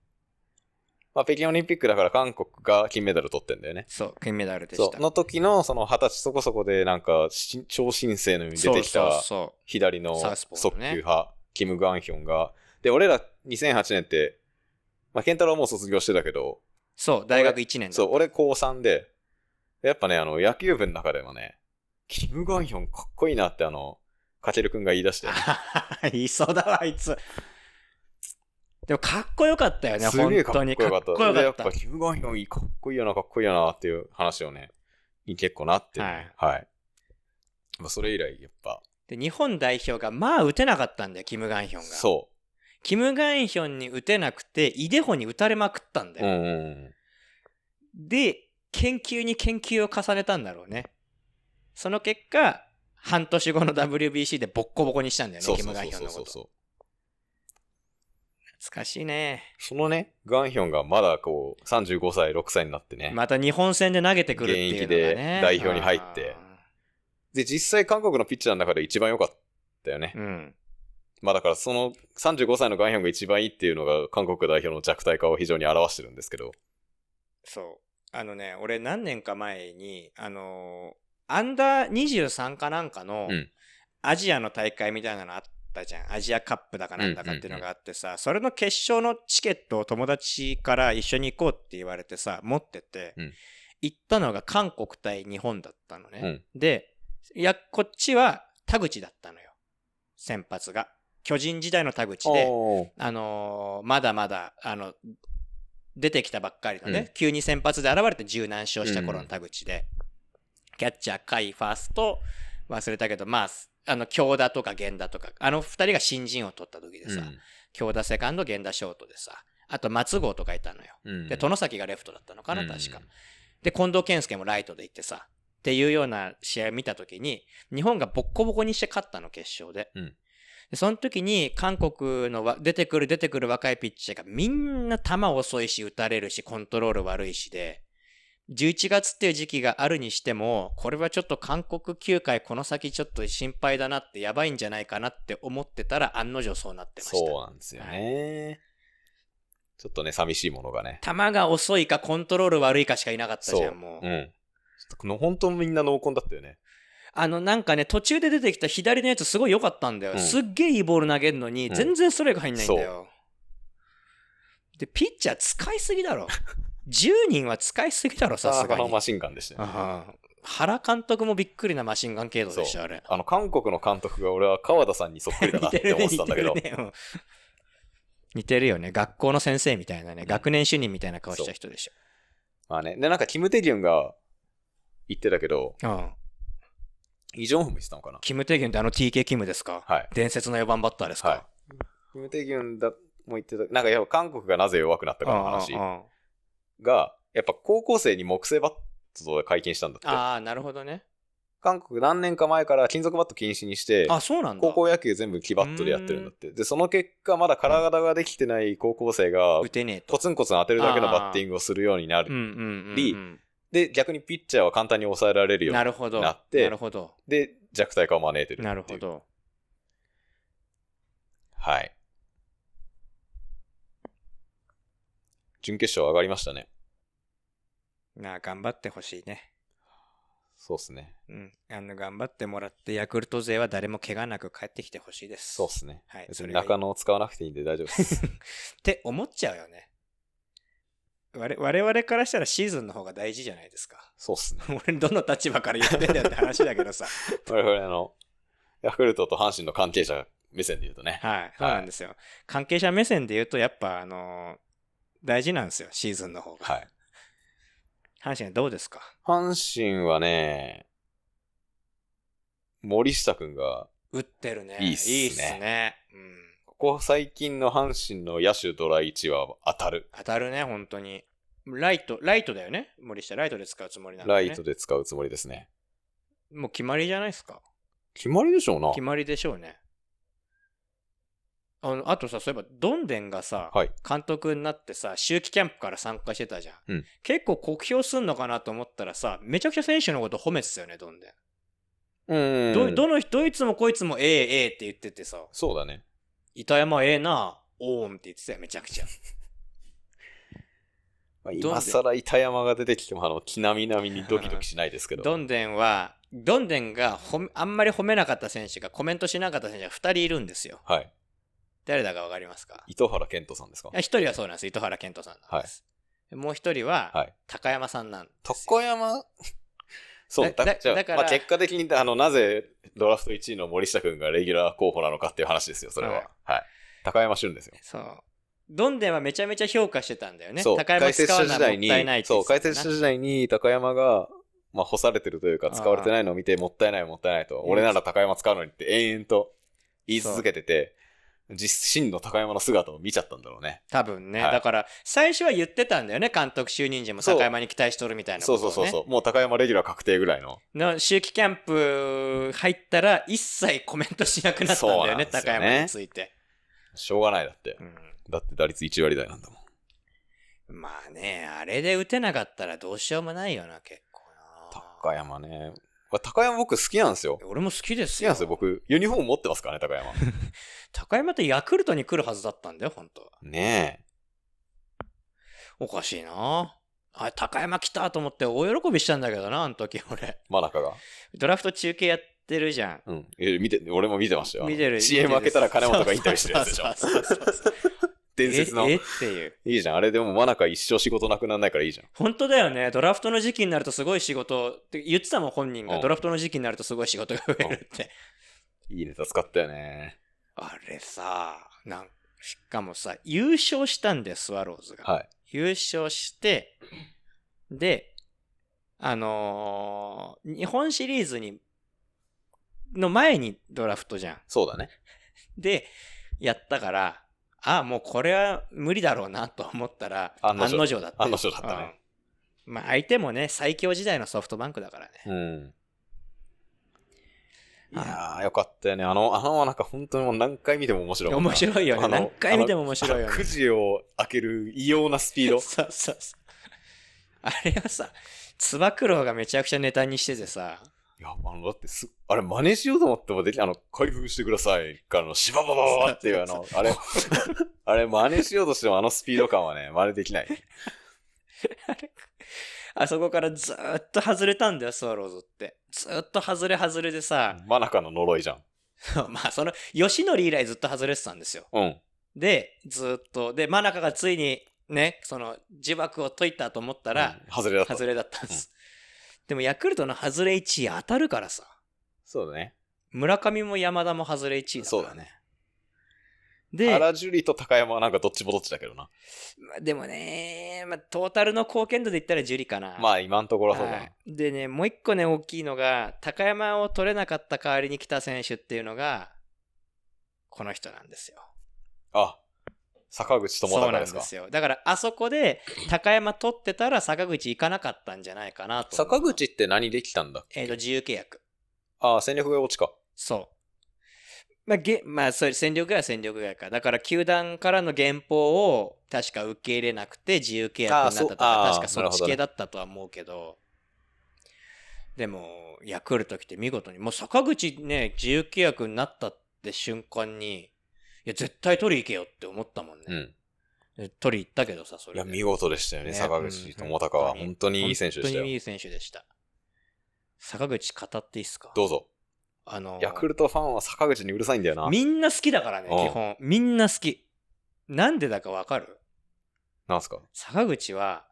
Speaker 1: まあ、北京オリンピックだから韓国が金メダル取ってんだよね。
Speaker 2: そう、金メダルでし
Speaker 1: そ
Speaker 2: た。
Speaker 1: う。の時の、その二十歳そこそこで、なんか、し超新星のように出てき
Speaker 2: そうそう
Speaker 1: た
Speaker 2: そ
Speaker 1: 左の
Speaker 2: サウスポー
Speaker 1: 速
Speaker 2: の
Speaker 1: 球
Speaker 2: ね
Speaker 1: 派、キム・グアンヒョンが。で、俺ら2008年って、まあ、ケンタロウもう卒業してたけど、
Speaker 2: う。そう、大学1年だ (laughs)
Speaker 1: そう、俺高3で、やっぱね、あの、野球部の中でもね、キム・グアンヒョンかっこいいなって、あの、かけるくんが言い出して、
Speaker 2: いそうだわ、あいつ。でも、かっこよかったよね、
Speaker 1: すげえか
Speaker 2: 本
Speaker 1: っ
Speaker 2: 当
Speaker 1: こ
Speaker 2: に。
Speaker 1: よ
Speaker 2: かっ
Speaker 1: かった。
Speaker 2: こよ
Speaker 1: で、
Speaker 2: か
Speaker 1: や
Speaker 2: っ
Speaker 1: ったぱ。キム・ガンヒョンいいかっこいいよな、かっこいいよなっていう話をね、結構なって、ね、はい。まあ、それ以来、やっぱ、
Speaker 2: で、日本代表が、まあ、打てなかったんだよ、キム・ガンヒョンが。
Speaker 1: そ
Speaker 2: キム・ガンヒョンに打てなくて、イデホに打たれまくったんだ
Speaker 1: う。うん
Speaker 2: よ。
Speaker 1: うんうん。
Speaker 2: で、研究に研究を重ねたんだろうね。その結果、半年後の WBC でボッコボコにしたんだよ
Speaker 1: そ
Speaker 2: ね、
Speaker 1: う
Speaker 2: キ
Speaker 1: そ
Speaker 2: ム・
Speaker 1: う
Speaker 2: ガンヒョン
Speaker 1: そう
Speaker 2: のこ
Speaker 1: そう
Speaker 2: と。
Speaker 1: そう。
Speaker 2: 懐かしいね。
Speaker 1: そのね、ガンヒョンがまだこう、35歳、6歳になってね。
Speaker 2: また日本戦で投げてくるっていうのがね。
Speaker 1: 現役で代表に入ってで、実際韓国のピッチャーの中で一番良かったよね。
Speaker 2: うん。うん。
Speaker 1: まあだからその35歳のガンヒョンが一番いいっていうのが韓国代表の弱体化を非常に表してるんですけど。
Speaker 2: そう。あのね、俺何年か前に、あのーアンダー23かなんかの
Speaker 1: うん
Speaker 2: アジアの大会みたいなのあったじゃん。アジアカップだかなんだかっていうのがあってさ、それの決勝のチケットを友達から一緒に行こうって言われてさ、持ってて
Speaker 1: うん、
Speaker 2: 行ったのが韓国対日本だったのね。で、いや、こっちは田口だったのよ。先発が。巨人時代の田口で。
Speaker 1: おー
Speaker 2: あのーまだまだ、あの、出てきたばっかりのね、
Speaker 1: うん
Speaker 2: 急に先発で現れて十何勝した頃の田口で、キャッチャー、甲斐、ファースト、忘れたけど、まあ、あの、京田とか源田とか、あの二人が新人を取った時でさ、京田セカンド、源田ショートでさ、あと松郷とかいたのよ。
Speaker 1: うん。
Speaker 2: で、殿崎がレフトだったのかな、
Speaker 1: うん
Speaker 2: 確か。で、近藤健介もライトで行ってさ、っていうような試合見たときに、日本がボッコボコにして勝ったの、決勝で。
Speaker 1: うん
Speaker 2: でその時に、韓国のわ出てくる出てくる若いピッチャーがみんな球遅いし、打たれるし、コントロール悪いしで、11月っていう時期があるにしても、これはちょっと韓国球界この先ちょっと心配だなって、やばいんじゃないかなって思ってたら、案の定そうなってました。
Speaker 1: そうなんですよね。ちょっとね、寂しいものがね。
Speaker 2: 球が遅いかコントロール悪いかしかいなかったじゃん、もう。
Speaker 1: うん。ちょっとこの本当みんな濃厚だったよね。
Speaker 2: あのなんかね途中で出てきた左のやつすごい良かったんだよ、
Speaker 1: うん
Speaker 2: すっげえいいボール投げるのに、
Speaker 1: うん
Speaker 2: 全然ストレート入んないんだよでピッチャー使いすぎだろ10人は使いすぎだろさ
Speaker 1: さ
Speaker 2: す
Speaker 1: す
Speaker 2: が
Speaker 1: が
Speaker 2: に
Speaker 1: のマシンガンでしたよね。
Speaker 2: ああ原監督もびっくりなマシンガン系度でし
Speaker 1: そう
Speaker 2: たあれ
Speaker 1: あの、韓国の監督が俺は川田さんにそっくりだな
Speaker 2: (laughs) 似
Speaker 1: ってて
Speaker 2: る
Speaker 1: 思
Speaker 2: ね
Speaker 1: ってた
Speaker 2: 似
Speaker 1: んだ
Speaker 2: て
Speaker 1: けど (laughs)
Speaker 2: る。ね、うん似てるよね学校の先生みたいなね学年主任みたいな顔した人でし
Speaker 1: まあね。で、なんかキム・テギュンが言ってたけど、
Speaker 2: ょ、うん、
Speaker 1: イ・ジョンフも言ってたのかな。
Speaker 2: キム・テギュンってあの TK キムですか、
Speaker 1: はい。
Speaker 2: 伝説の4番バッターですか、
Speaker 1: はいキム・テギュンだも言ってた、なんかやっぱ韓国がなぜ弱くなったかの話
Speaker 2: うんうんうん
Speaker 1: が、やっぱ高校生に木製バットを解禁したんだって。
Speaker 2: ああなるほどね
Speaker 1: 韓国何年か前から金属バット禁止にして、
Speaker 2: あそうなんだ
Speaker 1: 高校野球全部木バットでやってるんだって。で、その結果、まだ体ができてない高校生が
Speaker 2: 打、てねえと
Speaker 1: コツンコツン当てるだけのバッティングをするようにな
Speaker 2: うん
Speaker 1: る。
Speaker 2: うんうんうん
Speaker 1: りで、逆にピッチャーは簡単に抑えられるよう
Speaker 2: な
Speaker 1: に
Speaker 2: るほど。
Speaker 1: なって
Speaker 2: なるほど。
Speaker 1: で、弱体化を招いてるっていう。
Speaker 2: なるほど。
Speaker 1: はい。準決勝上がりましたね。
Speaker 2: なあ、頑張ってほしいね。
Speaker 1: そうっすね。
Speaker 2: うん。あの、頑張ってもらって、ヤクルト勢は誰も怪我なく帰ってきてほしいです。
Speaker 1: そうっ
Speaker 2: っ
Speaker 1: すね。
Speaker 2: はい
Speaker 1: 別
Speaker 2: そ
Speaker 1: に
Speaker 2: れがいい
Speaker 1: 中野を使わなくていいんで大丈夫です。
Speaker 2: て思っちゃうよね。我我々からしたらシーズンの方が大事じゃないです
Speaker 1: (laughs)
Speaker 2: か。(laughs)
Speaker 1: そうっすね。
Speaker 2: 俺どの立場から言ってんだよって話だ
Speaker 1: (laughs)
Speaker 2: けどさ。
Speaker 1: 我々あの、ヤクルトと阪神の関係者目線で言うとね。
Speaker 2: はい。そうなんですよ。関係者目線で言うと、やっぱ、あのー大事なんですよ、シーズンの方が。
Speaker 1: はい。
Speaker 2: 阪神はどうですか
Speaker 1: 阪神はね、森下くんが、
Speaker 2: 打ってるね。
Speaker 1: いいっすね
Speaker 2: いいっすね。うん。
Speaker 1: ここ最近の阪神の野手ドラ1は当たる。
Speaker 2: 当たるね、本当に。ライト、ライトだよね森下、ライトで使うつもりなんだ
Speaker 1: ラ
Speaker 2: よね。
Speaker 1: イトで使うつもりですね。
Speaker 2: もう決まりじゃないですか。
Speaker 1: 決まりでしょうな
Speaker 2: 決。まりでしょうね。あのあとさ、そういえば、どんでんがさ、
Speaker 1: はい
Speaker 2: 監督になってさ、秋季キャンプから参加してたじゃん。
Speaker 1: うん
Speaker 2: 結構酷評すんのかなと思ったらさ、めちゃくちゃ選手のこと褒めてたよね、どんでん。
Speaker 1: うーん。
Speaker 2: どどの人、どいつもこいつもええええって言っててさ、
Speaker 1: そうだね。
Speaker 2: 板山ええな、オーンって言ってたよ、めちゃくちゃ。
Speaker 1: まあ、
Speaker 2: んでん
Speaker 1: 今更板山が出てきても、あの、木並み並みにドキドキしないですけど。
Speaker 2: どんでんは、どんでんが褒めあんまり褒めなかった選手が、コメントしなかった選手が2人いるんですよ。
Speaker 1: はい。
Speaker 2: 誰だかわかりますか
Speaker 1: 糸原健人さんですか
Speaker 2: あ一人はそうなんです。糸原健人さんなんです。もう一人
Speaker 1: は、
Speaker 2: はい高山さんなんですよ。
Speaker 1: 高
Speaker 2: (laughs)
Speaker 1: 山そう、
Speaker 2: だ
Speaker 1: だじゃあ
Speaker 2: だから
Speaker 1: まあ、結果的に、あの、なぜドラフト1位の森下君がレギュラー候補なのかっていう話ですよ、それは。
Speaker 2: は
Speaker 1: はいい。高山俊ですよ。
Speaker 2: そう。どんでんはめちゃめちゃ評価してたんだよね。
Speaker 1: そう、
Speaker 2: 高山使うのはもったいないって
Speaker 1: そう、
Speaker 2: 言ってた
Speaker 1: 解
Speaker 2: な
Speaker 1: 説者時代に高山が、まあ、干されてるというか、使われてないのを見て、もったいない、もったいないと、
Speaker 2: うん
Speaker 1: 俺なら高山使うのにって延々と言い続けてて、実真の高山の姿を見ちゃったんだろうね。
Speaker 2: 多分ね。
Speaker 1: はい
Speaker 2: だから、最初は言ってたんだよね。監督就任時も
Speaker 1: そう
Speaker 2: 高山に期待しとるみたいな
Speaker 1: そ
Speaker 2: こ
Speaker 1: う
Speaker 2: とを
Speaker 1: そう
Speaker 2: ね。
Speaker 1: そうそう、もう高山レギュラー確定ぐらいの。
Speaker 2: の、秋季キャンプ入ったら、一切コメントしなくなったんだよ
Speaker 1: そうな
Speaker 2: ね。
Speaker 1: んですよね
Speaker 2: 高山について。
Speaker 1: しょうがないだって。だって打率1割台なんだもん。
Speaker 2: うんまあね、あれで打てなかったらどうしようもないよな、結構な。
Speaker 1: 高山ね。まあ高山僕好きなんですよ。好
Speaker 2: 俺も好きです
Speaker 1: きなん
Speaker 2: よ。
Speaker 1: ですよ、僕。ユニフォーム持ってますからね、
Speaker 2: (laughs)
Speaker 1: 高山。
Speaker 2: 高山ってヤクルトに来るはずだったんだよ、本当は
Speaker 1: ね
Speaker 2: おかしいな。あ、高山来たと思って大喜びしたんだけどな、あの時俺
Speaker 1: え。。真中が。
Speaker 2: ドラフト中継やってるじゃん。
Speaker 1: うん。え見て、俺も見てましたよ。
Speaker 2: 見てる。
Speaker 1: CM 開けたら金本がインタビューしてるやつでしょ。
Speaker 2: そうそうそうそう
Speaker 1: 伝説の。
Speaker 2: ええ
Speaker 1: い
Speaker 2: っていう。
Speaker 1: いじゃん。あれでも真中一生仕事なくならないからいいじゃん。
Speaker 2: 本当だよね。ドラフトの時期になるとすごい仕事って言ってたもん、本人が。
Speaker 1: うん
Speaker 2: ドラフトの時期になるとすごい仕事が増えるって。
Speaker 1: いいネタ使ったよね。
Speaker 2: あれさ、なんしかもさ、優勝したんだよ、スワローズが。
Speaker 1: はい。
Speaker 2: 優勝して、で、あのー日本シリーズに、の前にドラフトじゃん。
Speaker 1: そうだね。
Speaker 2: で、やったから、ああ、もうこれは無理だろうなと思ったら、案
Speaker 1: 案
Speaker 2: の
Speaker 1: の
Speaker 2: 定
Speaker 1: 定
Speaker 2: だった。
Speaker 1: 案の定だったね
Speaker 2: うん。まあ相手もね、最強時代のソフトバンクだからね。
Speaker 1: うん。い
Speaker 2: はい
Speaker 1: やー、よかったよね。あの、あのはなんか本当にもう何回見ても面白いもんな。
Speaker 2: 面白いよ
Speaker 1: あ
Speaker 2: ね。
Speaker 1: の
Speaker 2: 何回見ても面白いよ
Speaker 1: あのく
Speaker 2: ね。
Speaker 1: じを開ける異様なスピード。
Speaker 2: (laughs) そうそうそう。あれはさ、つば九郎がめちゃくちゃネタにしててさ、
Speaker 1: いや、あの、だってす、あれ、真似しようと思ってもでき、あの、開封してくださいからの、しばばばばばっていう、あの、あれ、あれ、真似しようとしても、あのスピード感はね、真似できない。
Speaker 2: あそこからずーっと外れたんだよ、スワローズって。ずーっと外れ外れでさ、
Speaker 1: 真中の呪いじゃん。
Speaker 2: まあその、吉典以来ずっと外れてたんですよ。
Speaker 1: うん。
Speaker 2: で、ずーっと、で、真中がついにね、その呪縛を解いたと思ったら、
Speaker 1: うん、外れだった。
Speaker 2: 外れだったんです。でも、ヤクルトの外れ1位当たるからさ、
Speaker 1: そうだね。
Speaker 2: 村上も山田も外れ1位だか
Speaker 1: そ
Speaker 2: ら
Speaker 1: うだね。
Speaker 2: で、
Speaker 1: 原樹里と高山はなんかどっちもどっちだけどな。
Speaker 2: まあでもね、まあ、トータルの貢献度で言ったら樹里かな。
Speaker 1: まあ、今のところはそうだな。
Speaker 2: はいでね、もう一個ね、大きいのが、高山を取れなかった代わりに来た選手っていうのが、この人なんですよ。
Speaker 1: あ、坂口智
Speaker 2: そう
Speaker 1: 隆
Speaker 2: な
Speaker 1: で
Speaker 2: ん
Speaker 1: す
Speaker 2: で
Speaker 1: か。
Speaker 2: すよ。だから、あそこで高山取ってたら坂口行かなかったんじゃないかなと。
Speaker 1: 坂口って何できたんだ
Speaker 2: えっ、と、自由契約。
Speaker 1: あー、戦力外落ちか。
Speaker 2: そう。まあ、げまあ、それ戦力外は戦力外か。だから、球団からの原報を確か受け入れなくて自由契約にな
Speaker 1: あ
Speaker 2: っ
Speaker 1: ー
Speaker 2: た
Speaker 1: そう
Speaker 2: とか、
Speaker 1: あー
Speaker 2: 確かそ
Speaker 1: なる
Speaker 2: っ
Speaker 1: ほ
Speaker 2: ち
Speaker 1: どね
Speaker 2: 系だったとは思うけど、でも、ヤクルト来て見事に、もう坂口ね、自由契約になったって瞬間に、いや、絶対取り行けよって思ったもん
Speaker 1: う
Speaker 2: ね。
Speaker 1: ん。
Speaker 2: 取り行ったけどさ、そ
Speaker 1: い
Speaker 2: れ
Speaker 1: や、
Speaker 2: で。
Speaker 1: 見事でしたよね、
Speaker 2: ね
Speaker 1: 坂口智隆は。
Speaker 2: うん
Speaker 1: 本当にいい選手でした
Speaker 2: 本当にい
Speaker 1: よ。
Speaker 2: い選手でした。坂口語っていいっすか
Speaker 1: どうぞ。
Speaker 2: あのー
Speaker 1: ヤクルトファンは坂口にうるさいんだよな。
Speaker 2: みんな好きだからね、
Speaker 1: うん
Speaker 2: 基本。みんな好き。なんでだかわかる
Speaker 1: なんすか
Speaker 2: 坂口は、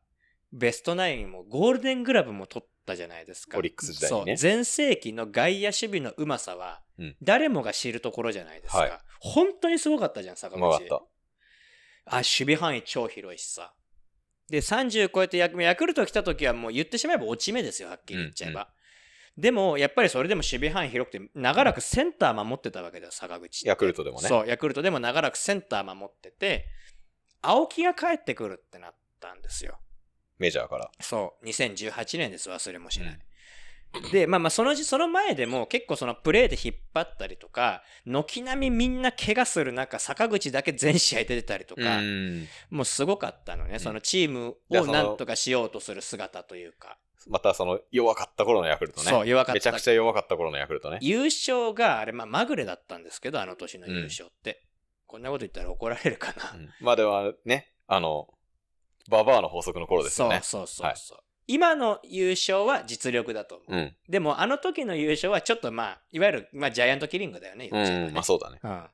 Speaker 2: ベストナインにもゴールデングラブも取ったじゃないですか。
Speaker 1: オリックス時代にね
Speaker 2: そう。全盛期の外野守備のうまさは
Speaker 1: うん、
Speaker 2: 誰もが知るところじゃないですか。
Speaker 1: はい
Speaker 2: 本当にすごかったじゃん、坂
Speaker 1: う
Speaker 2: 口。
Speaker 1: まかった。
Speaker 2: あ、守備範囲超広いしさ。で、30超えてヤクヤクルト来た時はもう言ってしまえば落ち目ですよ、はっきり言っちゃえば。でも、やっぱりそれでも守備範囲広くて、長らくセンター守ってたわけだよ、坂口って。
Speaker 1: ヤクルトでもね。
Speaker 2: そう、ヤクルトでも長らくセンター守ってて、青木が帰ってくるってなったんですよ。
Speaker 1: メジャーから。
Speaker 2: そう、2018年です、忘れもしない。で、まあまあ、そのうち、その前でも結構そのプレーで引っ張ったりとか、軒並みみんな怪我する中、坂口だけ全試合出てたりとか、
Speaker 1: うん
Speaker 2: もうすごかったのね、
Speaker 1: ん
Speaker 2: そのチーム
Speaker 1: いや
Speaker 2: を
Speaker 1: その
Speaker 2: なんとかしようとする姿というか、
Speaker 1: またその弱かった頃のヤクルトね。
Speaker 2: そう、弱かった。
Speaker 1: めちゃくちゃ弱かった頃のヤクルトね。
Speaker 2: 優勝が、あれ、まあ、まぐれだったんですけど、あの年の優勝って。こんなこと言ったら怒られるかな。
Speaker 1: うんまあでもね、あの、ババアの法則の頃ですよね。
Speaker 2: そうそうそうそう、今の優勝は実力だと思う。
Speaker 1: うん。
Speaker 2: でも、あの時の優勝はちょっとまあ、いわゆる、まあ、ジャイアントキリングだよね、言っちゃえばね
Speaker 1: うん。まあそうだね。
Speaker 2: うん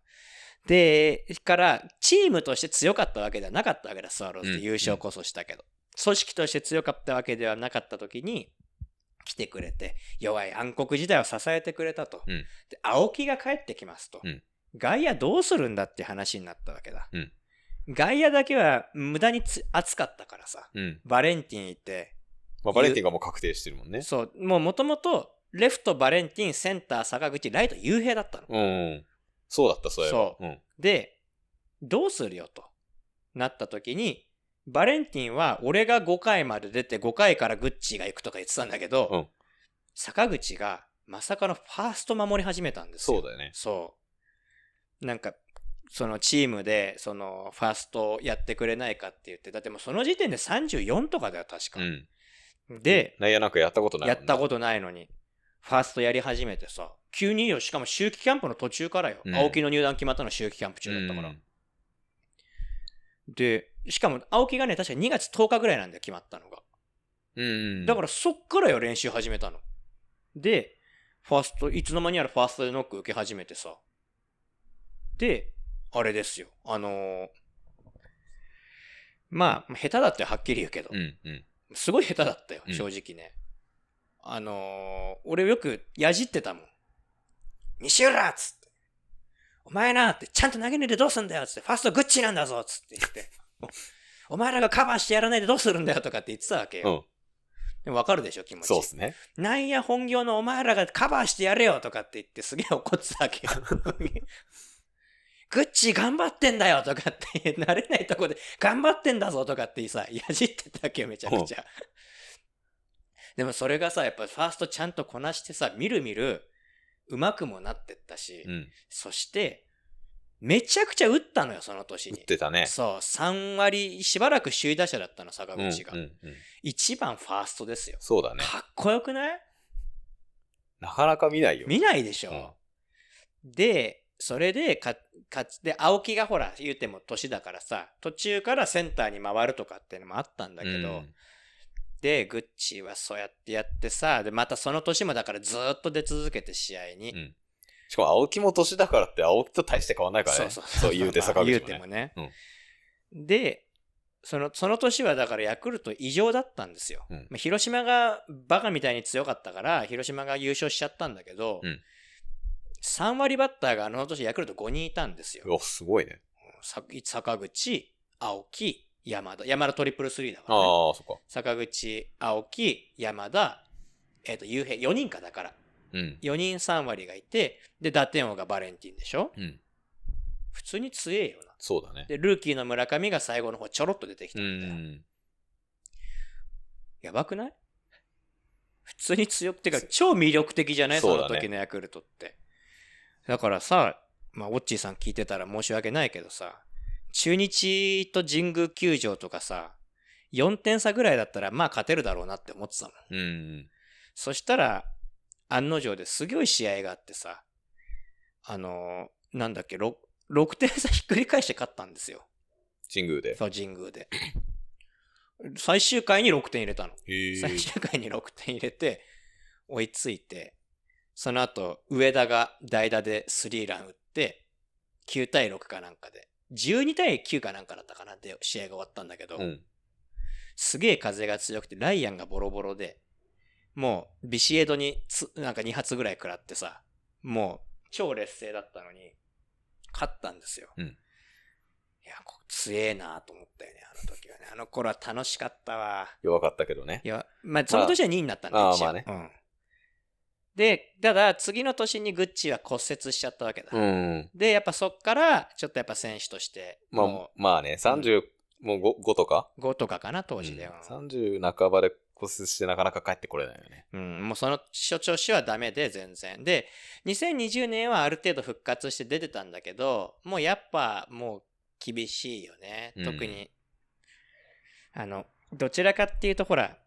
Speaker 2: で、から、チームとして強かったわけではなかったわけだ、スワローズ
Speaker 1: う
Speaker 2: で
Speaker 1: ん
Speaker 2: 優勝こそしたけど。組織として強かったわけではなかった時に、来てくれて、弱い暗黒時代を支えてくれたと。
Speaker 1: うん
Speaker 2: で、青木が帰ってきますと。
Speaker 1: うん
Speaker 2: 外野どうするんだって話になったわけだ。
Speaker 1: うん
Speaker 2: 外野だけは無駄につ熱かったからさ。
Speaker 1: うん。
Speaker 2: バレンティンいて、
Speaker 1: まあバレンティンがもう確定してるもんね。
Speaker 2: そう、もうもともと、レフトバレンティン、センター坂口、ライト幽閉だったの。
Speaker 1: うんうん。そうだった、そういえば。。
Speaker 2: そう
Speaker 1: ん。
Speaker 2: で、どうするよとなった時に、バレンティンは俺が5回まで出て5回からグッチーが行くとか言ってたんだけど、
Speaker 1: うん
Speaker 2: 坂口がまさかのファースト守り始めたんですよ。
Speaker 1: そうだよね。
Speaker 2: そう。なんか、そのチームで、そのファーストやってくれないかって言って、だってもうその時点で34とかだよ、確か
Speaker 1: う。ん。
Speaker 2: で、
Speaker 1: 内野なんかやったことない
Speaker 2: やった
Speaker 1: と。
Speaker 2: ことないのに、ファーストやり始めてさ、急によ、しかも秋季キャンプの途中からよ、
Speaker 1: うん
Speaker 2: 青木の入団決まったの秋季キャンプ中だったから。で、しかも青木がね、確か2月10日ぐらいなんだよ、決まったのが。
Speaker 1: うん。うん。
Speaker 2: だからそっからよ、練習始めたの。で、ファースト、いつの間にやらファーストでノック受け始めてさ。で、あれですよ、あのーまあ、下手だってはっきり言うけど、
Speaker 1: うん。うん。
Speaker 2: すごい下手だったよ、
Speaker 1: うん
Speaker 2: 正直ね。あのー俺よくやじってたもん。西浦っつって。お前なって、ちゃんと投げねえでどうすんだよっつって、ファーストグッチなんだぞっつって言
Speaker 1: (laughs)
Speaker 2: って。おお前らがカバーしてやらないでどうするんだよとかって言ってたわけ
Speaker 1: う
Speaker 2: よ。
Speaker 1: ん。
Speaker 2: でもわかるでしょ、気持ち。
Speaker 1: そうっすね。
Speaker 2: なんや本業のお前らがカバーしてやれよとかって言ってすげえ怒ってた
Speaker 1: (laughs)
Speaker 2: わけよ。グッチ頑張ってんだよとかって、慣れないとこで頑張ってんだぞとかってさ、やじってたわけよ、めちゃくちゃ。でもそれがさ、やっぱファーストちゃんとこなしてさ、みるみる上手くもなってったし、
Speaker 1: うん。
Speaker 2: そして、めちゃくちゃ打ったのよ、その年
Speaker 1: 打っ
Speaker 2: に。
Speaker 1: てたね。
Speaker 2: そう、3割、しばらく首位打者だったの、坂
Speaker 1: うん。うん。う
Speaker 2: 口が。
Speaker 1: ん。
Speaker 2: 一番ファーストですよ。
Speaker 1: そうだね。
Speaker 2: かっこよくない
Speaker 1: なかなか見ないよ。
Speaker 2: 見ないでし
Speaker 1: うん
Speaker 2: ょ。で、それでか、かつ、で、青木がほら、言うても年だからさ、途中からセンターに回るとかっていうのもあったんだけ
Speaker 1: う
Speaker 2: ど、
Speaker 1: ん
Speaker 2: で、グッチはそうやってやってさ、で、またその年もだからずーっと出続けて試合に。
Speaker 1: うんしかも青木も年だからって青木と大して変わんないから
Speaker 2: そ
Speaker 1: ね。
Speaker 2: うそう
Speaker 1: そう、言うて坂口もね。
Speaker 2: 言うてもね。で、その、その年はだからヤクルト異常だったんですよ。
Speaker 1: うん
Speaker 2: まあ広島がバカみたいに強かったから、広島が優勝しちゃったんだけど、
Speaker 1: うん
Speaker 2: 3割バッターがあの年ヤクルト5人いたんですよ。
Speaker 1: お、すごいね。
Speaker 2: さ坂口、青木、山田。山田トリプルスリーだか
Speaker 1: ああ
Speaker 2: ら、ね。、
Speaker 1: そっか。
Speaker 2: 坂口、青木、山田、えっ、と、雄平、4人かだから。
Speaker 1: うん。
Speaker 2: 4人3割がいて、で、打点王がバレンティンでしょ
Speaker 1: うん。
Speaker 2: 普通に強えよな。
Speaker 1: そうだね。
Speaker 2: で、ルーキーの村上が最後の方ちょろっと出てきた
Speaker 1: うん
Speaker 2: だよ。
Speaker 1: ん。
Speaker 2: やばくない普通に強くてか、超魅力的じゃない
Speaker 1: そ
Speaker 2: そう
Speaker 1: だ
Speaker 2: の
Speaker 1: ね
Speaker 2: 時のヤクルトって。だからさ、まあ、オッチーさん聞いてたら申し訳ないけどさ、中日と神宮球場とかさ、4点差ぐらいだったら、まあ勝てるだろうなって思ってたもん。
Speaker 1: うん。
Speaker 2: そしたら、案の定ですごい試合があってさ、あのーなんだっけ、6, 6点差ひっくり返して勝ったんですよ。
Speaker 1: 神宮で。
Speaker 2: そう、神宮で。最終回に6点入れたの。
Speaker 1: へえ。
Speaker 2: 最終回に6点入れて、追いついて、その後、上田が代打でスリーラン打って、9対6かなんかで、12対9かなんかだったかなって試合が終わったんだけど、
Speaker 1: うん。
Speaker 2: すげえ風が強くて、ライアンがボロボロで、もう、ビシエドにつ、なんか2発ぐらい食らってさ、もう、超劣勢だったのに、勝ったんですよ。
Speaker 1: うん
Speaker 2: いや、こ強えなと思ったよね、あの時はね。あの頃は楽しかったわ。
Speaker 1: 弱かったけどね
Speaker 2: い。や、まあ、その年は2位になったんだ
Speaker 1: ああ
Speaker 2: 一応
Speaker 1: まあね
Speaker 2: うん。で、ただ、次の年にグッチは骨折しちゃったわけだ。
Speaker 1: うん。
Speaker 2: で、やっぱそっから、ちょっとやっぱ選手として、
Speaker 1: まあ
Speaker 2: も、
Speaker 1: まあね、30、もう 5, 5とか
Speaker 2: 5とかかな、当時では。
Speaker 1: うん30半ばで骨折してなかなか帰ってこれないよね。
Speaker 2: うん、もうその所調子はダメで全然。で、2020年はある程度復活して出てたんだけど、もうやっぱもう厳しいよね
Speaker 1: う。ん
Speaker 2: 特に、あの、どちらかっていうとほら、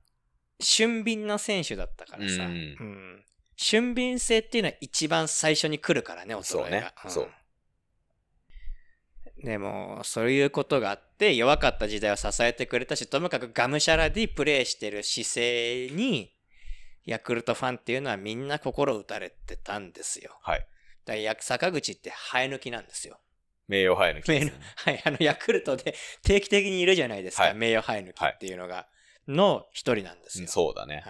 Speaker 2: 俊敏な選手だったからさ、
Speaker 1: うん
Speaker 2: ん俊敏性っていうのは一番最初に来るからね、お
Speaker 1: そうねそう
Speaker 2: でも、そういうことがあって、弱かった時代を支えてくれたし、ともかくがむしゃらでプレーしてる姿勢に、ヤクルトファンっていうのはみんな心打たれてたんですよ。
Speaker 1: はい。
Speaker 2: だからや、坂口って生え抜きなんですよ。 (laughs)
Speaker 1: 名誉杯の気
Speaker 2: 名
Speaker 1: です
Speaker 2: 誉、はい、あの、ヤクルトで定期的にいるじゃないですか、
Speaker 1: はい
Speaker 2: 名誉生え抜きっていうのが、の一人なんです
Speaker 1: う
Speaker 2: よ。
Speaker 1: んそうだね。
Speaker 2: はい。も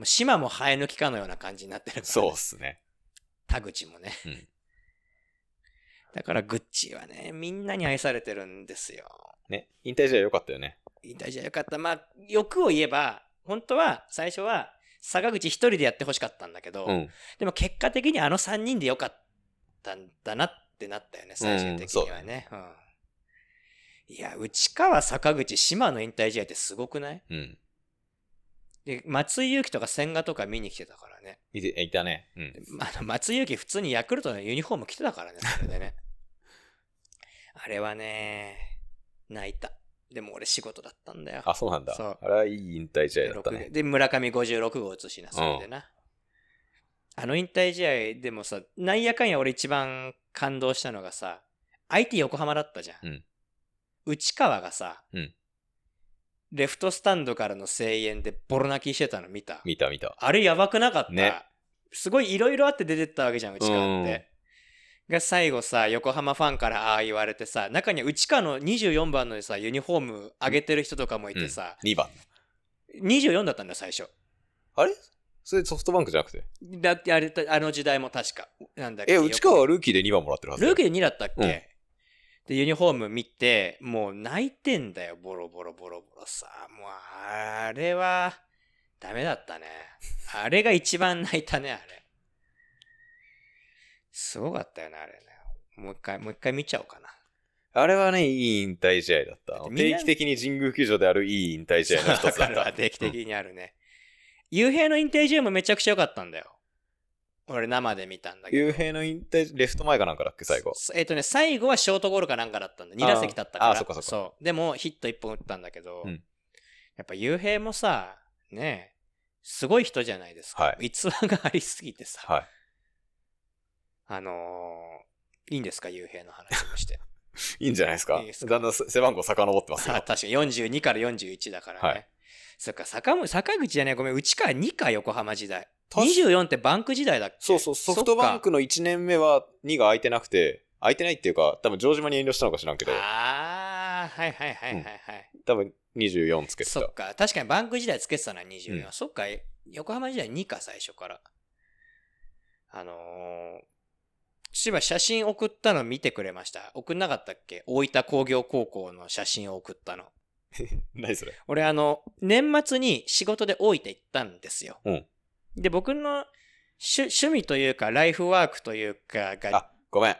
Speaker 2: う島も生え抜きかのような感じになってるからね
Speaker 1: そうっすね。
Speaker 2: 田口もね。
Speaker 1: うん
Speaker 2: だから、グッチはね、みんなに愛されてるんですよ。
Speaker 1: ね。引退試合良かったよね。
Speaker 2: 引退じゃよかった。まあ、欲を言えば、本当は最初は坂口一人でやってほしかったんだけど、
Speaker 1: うん。
Speaker 2: でも結果的にあの3人でよかったんだなってなったよね、最終的にはね。うんいや、内川、坂口、島の引退試合ってすごくない
Speaker 1: うん。
Speaker 2: で松井裕樹とか千賀とか見に来てたからね。
Speaker 1: いていたね。うん。
Speaker 2: あの松井裕樹普通にヤクルトのユニフォーム着てたからね、それでね。 (laughs) あれはね、泣いた。でも俺仕事だったんだよ。
Speaker 1: あ、そうなんだ。
Speaker 2: そう
Speaker 1: あれはいい引退試合だった
Speaker 2: 六
Speaker 1: ね。
Speaker 2: で、村上56号打つしな、それでな。あの引退試合でもさ、なんやかんや俺一番感動したのがさ、相手横浜だったじゃん。
Speaker 1: うん
Speaker 2: 内川がさ、
Speaker 1: うん
Speaker 2: レフトスタンドからの声援でボロ泣きしてたの見た。
Speaker 1: 見た見た。
Speaker 2: あれやばくなかった。
Speaker 1: ね
Speaker 2: すごいいろいろあって出てったわけじゃん、内川って。が最後さ、横浜ファンからああ言われてさ、中には内川の24番のさ、ユニフォーム上げてる人とかもいてさ、
Speaker 1: 2番。
Speaker 2: 24だったんだよ、最初。
Speaker 1: あれそれソフトバンクじゃなくて。
Speaker 2: だってあれた、あの時代も確か。なんだっけ
Speaker 1: え、内川はルーキーで2番もらってるはず
Speaker 2: ルーキ
Speaker 1: ー
Speaker 2: ーで2だったっけ、
Speaker 1: うん
Speaker 2: で、ユニフォーム見て、もう泣いてんだよ、ボロボロボロボロさ。もう、あれは、ダメだったね。あれが一番泣いたね、あれ。すごかったよね、あれね。もう一回、もう一回見ちゃおうかな。
Speaker 1: あれはね、いい引退試合だった。
Speaker 2: ってみん
Speaker 1: 定
Speaker 2: な
Speaker 1: 期的に神宮球場であるいい引退試合の一つだ
Speaker 2: わか
Speaker 1: っ
Speaker 2: (laughs) るわ
Speaker 1: た。
Speaker 2: 定期的にあるね。雄平の引退試合もめちゃくちゃ良かったんだよ。俺生で見たんだけど。
Speaker 1: 雄平の引退、レフト前かなんかだっけ、最後。
Speaker 2: そえっ、とね、最後はショートゴロかなんかだったんだ。2打席だったから。
Speaker 1: あーそっかそっか
Speaker 2: う。でも、ヒット1本打ったんだけど、
Speaker 1: うん
Speaker 2: やっぱ、雄平もさ、ねえ、すごい人じゃないですか。
Speaker 1: は
Speaker 2: 逸話がありすぎてさ、
Speaker 1: はい。
Speaker 2: あのーいいんですか、雄平の話
Speaker 1: (laughs)
Speaker 2: もして。
Speaker 1: いいんじゃないですか
Speaker 2: いいですか
Speaker 1: だんだんせ背番号遡ってます
Speaker 2: あ
Speaker 1: よ
Speaker 2: 確。か42から41だからね。
Speaker 1: はい
Speaker 2: そっか、坂本坂口じゃない、ごめん、内川2か、横浜時代。
Speaker 1: 確か
Speaker 2: 24ってバンク時代だっけ
Speaker 1: そうそう、ソフトバンクの1年目は2が空いてなくて、空いてないっていうか、多分城島に遠慮したのか知らんけ
Speaker 2: そ
Speaker 1: ど
Speaker 2: っか、ああ、はいはいはいはいはい。
Speaker 1: 多分24つけて
Speaker 2: そ
Speaker 1: た
Speaker 2: っ。か。確かにバンク時代つけてたな、24。
Speaker 1: うん
Speaker 2: そっか。横浜時代2か、最初から。あのー、芝写真送ったの見てくれました。送んなかったっけ大分工業高校の写真を送ったの。
Speaker 1: 何それ
Speaker 2: 俺、あの、年末に仕事で大分行ったんですよ。
Speaker 1: うん
Speaker 2: で、僕の趣趣味というか、ライフワークというかが、
Speaker 1: あ、ごめん。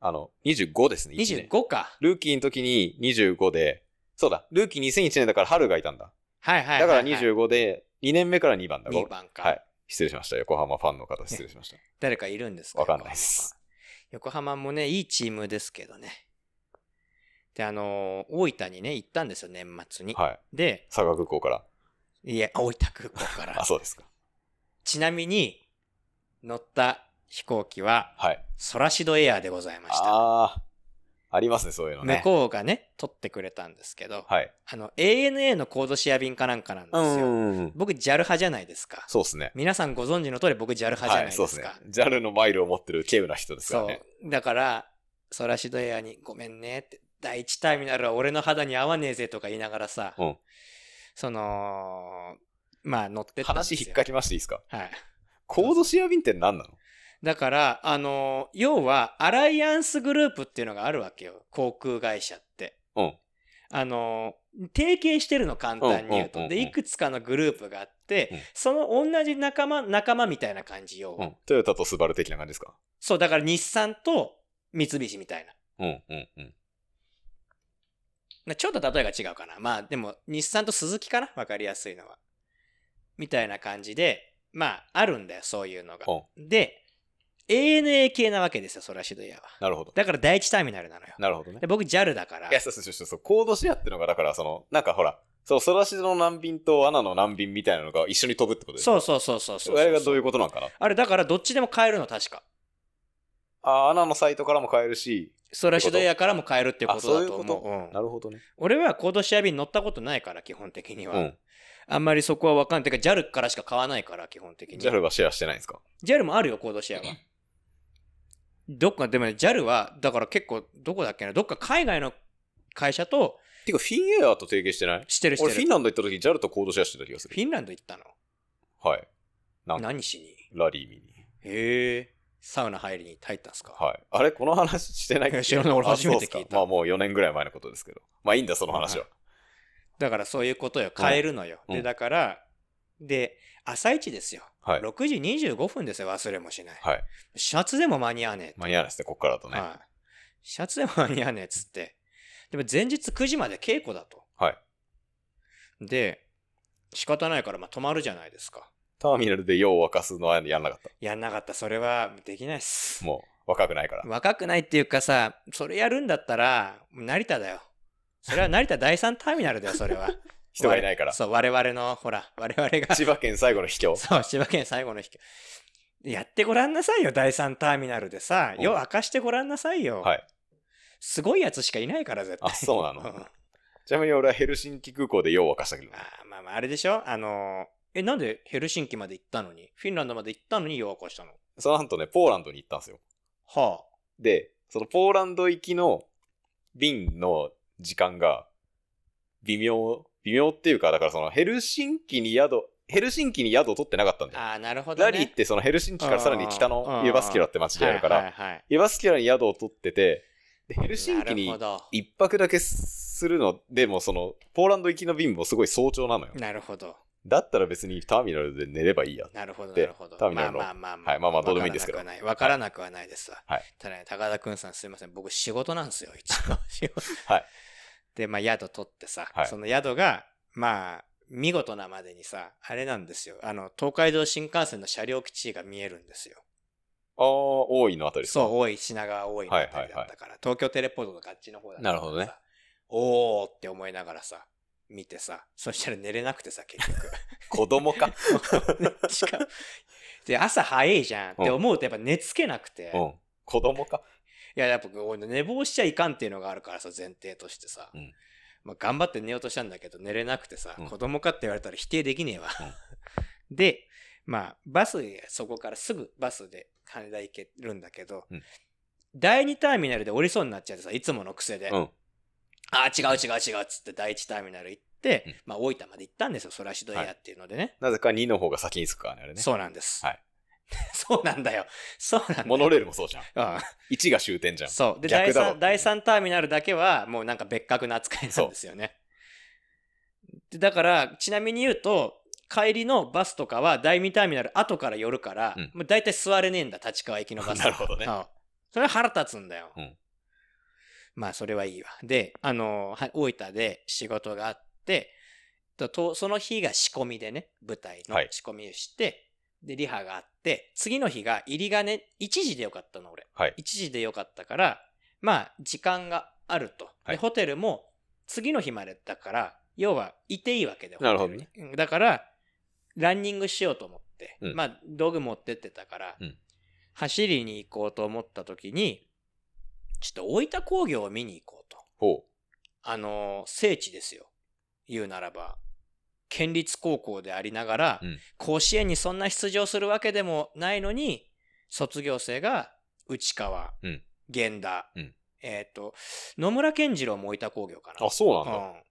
Speaker 1: あの、25ですね、1年。
Speaker 2: 25か。
Speaker 1: ルーキーの時に25で、そうだ、ルーキー2001年だから春がいたんだ。
Speaker 2: はいはいはい、
Speaker 1: だから
Speaker 2: 25。
Speaker 1: 25で、2年目から2番だ。
Speaker 2: 2番か。
Speaker 1: はい。失礼しました。横浜ファンの方失礼しました。
Speaker 2: 誰かいるんですか
Speaker 1: わかんないっす。
Speaker 2: 横浜もね、いいチームですけどね。で、あのー大分にね、行ったんですよ、年末に。
Speaker 1: はい。
Speaker 2: で、
Speaker 1: 佐賀空港から。
Speaker 2: いえ、大分空港から
Speaker 1: あ、。そうですか。
Speaker 2: ちなみに、乗った飛行機は、
Speaker 1: はい。
Speaker 2: ソラシドエアでございました。
Speaker 1: ああ、ありますね、そういうのね。
Speaker 2: 向こうがね、取ってくれたんですけど、
Speaker 1: はい。
Speaker 2: あの、ANA のコードシェア便かなんかなんで
Speaker 1: う
Speaker 2: すよ。
Speaker 1: ん。
Speaker 2: 僕、JAL 派じゃないですか。
Speaker 1: そうですね。
Speaker 2: 皆さんご存知の通り、僕、JAL 派じゃない
Speaker 1: は
Speaker 2: で
Speaker 1: い、
Speaker 2: す
Speaker 1: そ
Speaker 2: か。
Speaker 1: うですね。JAL のマイルを持ってる稀有な人ですからね。
Speaker 2: そう。だから、ソラシドエアにごめんねって、第一ターミナルは俺の肌に合わねえぜとか言いながらさ、
Speaker 1: うん
Speaker 2: その、まあ乗ってったんです
Speaker 1: 話
Speaker 2: よ。
Speaker 1: 引っかきましていいですか
Speaker 2: はい。
Speaker 1: コードシェア便って何なの
Speaker 2: だから、あのー要は、アライアンスグループっていうのがあるわけよ。航空会社って。
Speaker 1: うん
Speaker 2: あのー提携してるの、簡単に言うと。
Speaker 1: うんうんうんうん
Speaker 2: で、いくつかのグループがあって、
Speaker 1: うん
Speaker 2: その同じ仲間、仲間みたいな感じ、要
Speaker 1: う
Speaker 2: は。
Speaker 1: ん。トヨタとスバル的な感じですか
Speaker 2: そう、だから日産と三菱みたいな。
Speaker 1: うんうんうん。
Speaker 2: まあちょっと例えが違うかな。まあでも、日産と鈴木かなわかりやすいのは。みたいな感じで、まああるんだよ、そういうのが
Speaker 1: ほ。
Speaker 2: で、ANA 系なわけですよ、ソラシドエアは。
Speaker 1: なるほど。
Speaker 2: だから第一ターミナルなのよ。
Speaker 1: なるほどね
Speaker 2: で。僕 JAL だから
Speaker 1: い、や、そうそうそうそうそう、コードシェアってのが、だから、その、なんかほら、そう、ソラシドの難便とアナの難便みたいなのが一緒に飛ぶってことです
Speaker 2: そうそうそうそうそうそ
Speaker 1: あ
Speaker 2: う。
Speaker 1: れがどういうことなんかな
Speaker 2: あれだからどっちでも買えるの、確か。
Speaker 1: あ、アナのサイトからも買えるし、
Speaker 2: ソラシドエアからも買えるっていうことだと
Speaker 1: あそうい
Speaker 2: 思
Speaker 1: う
Speaker 2: う
Speaker 1: こ
Speaker 2: うん。
Speaker 1: なるほどね。
Speaker 2: 俺はコードシェア便乗ったことないから、基本的には。
Speaker 1: うん。
Speaker 2: あんまりそこはわかんない。てか JAL からしか買わないから、基本的に。
Speaker 1: JAL はシェアしてないんですか
Speaker 2: JAL もあるよ、コードシェアは。どっか、でもね、JAL は、だから結構、どこだっけな、どっか海外の会社と
Speaker 1: てか、フィンエアと提携してない
Speaker 2: してるして
Speaker 1: 俺、
Speaker 2: る。
Speaker 1: フィンランド行った時に JAL とコードシェアしてた気がす
Speaker 2: フ
Speaker 1: る。
Speaker 2: ィンランド行ったの
Speaker 1: はい。なんか
Speaker 2: 何しに
Speaker 1: ラリー見に。
Speaker 2: へえ。サウナ入りに入ったんすか
Speaker 1: はい。あれ、この話してないっ
Speaker 2: いや
Speaker 1: け
Speaker 2: (laughs) 知らない俺
Speaker 1: あ
Speaker 2: 初め
Speaker 1: そうっ
Speaker 2: て
Speaker 1: すか
Speaker 2: 聞いた
Speaker 1: まあ、もう4年ぐらい前のことですけど。まあ、いいんだ、その話は。
Speaker 2: だからそういうことよ。買えるのよ。
Speaker 1: うん
Speaker 2: で、だから、で、朝一ですよ。
Speaker 1: はい。
Speaker 2: 6時25分ですよ。忘れもしない。
Speaker 1: はい。
Speaker 2: シャツでも間に合わねえって。
Speaker 1: 間に合わないですね、こっからだとね。
Speaker 2: はい。シャツでも間に合わねえっつって。でも前日9時まで稽古だと。
Speaker 1: はい。
Speaker 2: で、仕方ないから、まあ、泊まるじゃないですか。
Speaker 1: ターミナルで用を沸かすのはやんなかっ
Speaker 2: やんなかった。それはできないっす
Speaker 1: た。。もう、若くないから。
Speaker 2: 若くないっていうかさ、それやるんだったら、成田だよ。それは成田第3ターミナルだよ、それは。
Speaker 1: (laughs) 人がいないから。
Speaker 2: そう、我々の、ほら、我々
Speaker 1: (laughs)
Speaker 2: が、
Speaker 1: 千葉県最後の秘境。
Speaker 2: (laughs) そう、千葉県最後の秘境。やってごらんなさいよ、第3ターミナルでさ。
Speaker 1: うん
Speaker 2: よ、明かしてごらんなさいよ。
Speaker 1: はい。
Speaker 2: すごいやつしかいないから、絶対。
Speaker 1: あ、そうな
Speaker 2: う
Speaker 1: の。
Speaker 2: ん
Speaker 1: ちなみに俺はヘルシンキ空港で用を沸かしたけどね。
Speaker 2: あーまあまあ、あれでしょあのー、え、なんでヘルシンキまで行ったのに、フィンランドまで行ったのに夜明かしたの
Speaker 1: その後ね、ポーランドに行ったんですよ。
Speaker 2: は
Speaker 1: で、そのポーランド行きの便の時間が微妙、微妙っていうか、だからそのヘルシンキに宿、ヘルシンキに宿を取ってなかったんだよ。
Speaker 2: あ。ああ、なるほど、
Speaker 1: ラ
Speaker 2: ね。
Speaker 1: リーってそのヘルシンキからさらに北の
Speaker 2: うん
Speaker 1: ユバスキュラって街でやるから、
Speaker 2: はいはいはい
Speaker 1: ユバスキュラに宿を取ってて、でヘルシンキ
Speaker 2: な
Speaker 1: に
Speaker 2: るほど。
Speaker 1: 一泊だけするのでもそのポーランド行きの便もすごい早朝なのよ。
Speaker 2: なるほど。
Speaker 1: だったら別にターミナルで寝ればいいや。
Speaker 2: なるほど。な
Speaker 1: で
Speaker 2: るほど。
Speaker 1: ターミナルの
Speaker 2: まあまあまあ、
Speaker 1: はいまあまあどうでもいいんですけど
Speaker 2: わからなくはないわからなくはないですわ。
Speaker 1: はい
Speaker 2: ただね、高田くんさんすいません。僕仕事なんですよ、一応。仕事
Speaker 1: はい。
Speaker 2: で、まあ宿取ってさ、
Speaker 1: はい
Speaker 2: その宿が、まあ、見事なまでにさ、あれなんですよ。あの、東海道新幹線の車両基地が見えるんですよ。
Speaker 1: ああ、大井のあたりですか
Speaker 2: そう、多い、品川多いのあたりだったから、
Speaker 1: はいはい
Speaker 2: 東京テレポートとかあっちの方だったから
Speaker 1: なるほどね
Speaker 2: さ。おーって思いながらさ、見てさ、そしたら寝れなくてさ、結局。 (laughs)
Speaker 1: 子供か。
Speaker 2: しかもで、朝早いじゃんって思うとやっぱ寝つけなくて、
Speaker 1: う
Speaker 2: い
Speaker 1: ん。子供か。
Speaker 2: や、やっぱこう寝坊しちゃいかんっていうのがあるからさ、前提としてさ、
Speaker 1: うん
Speaker 2: まあ、頑張って寝ようとしたんだけど、寝れなくてさ、
Speaker 1: うん
Speaker 2: 子供かって言われたら否定できねえわ。 (laughs) で、まあ、バスで、そこからすぐバスで羽田行けるんだけど、
Speaker 1: うん
Speaker 2: 第2ターミナルで降りそうになっちゃってさ、いつもの癖で、
Speaker 1: うん。
Speaker 2: ああ、違う違う違うっつって第1ターミナル行って、
Speaker 1: うん
Speaker 2: まあ、大分まで行ったんですよ、ソラシドエアっていうのでね。
Speaker 1: なぜか2の方が先に着くからね、あれね。
Speaker 2: そうなんです。
Speaker 1: はい
Speaker 2: (laughs) そうなんだよ。そうなんだよ。
Speaker 1: モノレールもそうじゃん。
Speaker 2: うん
Speaker 1: 1が終点じゃん。
Speaker 2: そう。で、第
Speaker 1: 逆だろ
Speaker 2: 3、第三ターミナルだけは、もうなんか別格な扱いなんですよね。でだから、ちなみに言うと、帰りのバスとかは第2ターミナル後から寄るから、
Speaker 1: うん
Speaker 2: もう大体座れねえんだ、立川行きのバスとか。
Speaker 1: (laughs) なるほどね。
Speaker 2: うんそれは腹立つんだよ。
Speaker 1: うん
Speaker 2: まあ、それはいいわ。で、あのー、は大分で仕事があって、ととその日が仕込みでね、舞台の
Speaker 1: はい
Speaker 2: 仕込みをして、で、リハがあって、次の日が入りがね、1時でよかったの、俺。
Speaker 1: はい
Speaker 2: 1時でよかったから、まあ、時間があると。
Speaker 1: は
Speaker 2: で、
Speaker 1: い
Speaker 2: ホテルも次の日までだから、要は、いていいわけで。
Speaker 1: なるほどね
Speaker 2: ホテルにうんだから、ランニングしようと思って、
Speaker 1: うん
Speaker 2: まあ、道具持ってってたから、
Speaker 1: うん
Speaker 2: 走りに行こうと思った時に、ちょっと大分工業を見に行こうと。
Speaker 1: ほ
Speaker 2: あのー聖地ですよ。言うならば。県立高校でありながら、
Speaker 1: うん
Speaker 2: 甲子園にそんな出場するわけでもないのに、卒業生が内川、
Speaker 1: うん
Speaker 2: 源田、
Speaker 1: うん
Speaker 2: えっ、と、野村健次郎も大分工業か
Speaker 1: う。
Speaker 2: な。
Speaker 1: あ、そうなんだ。
Speaker 2: うん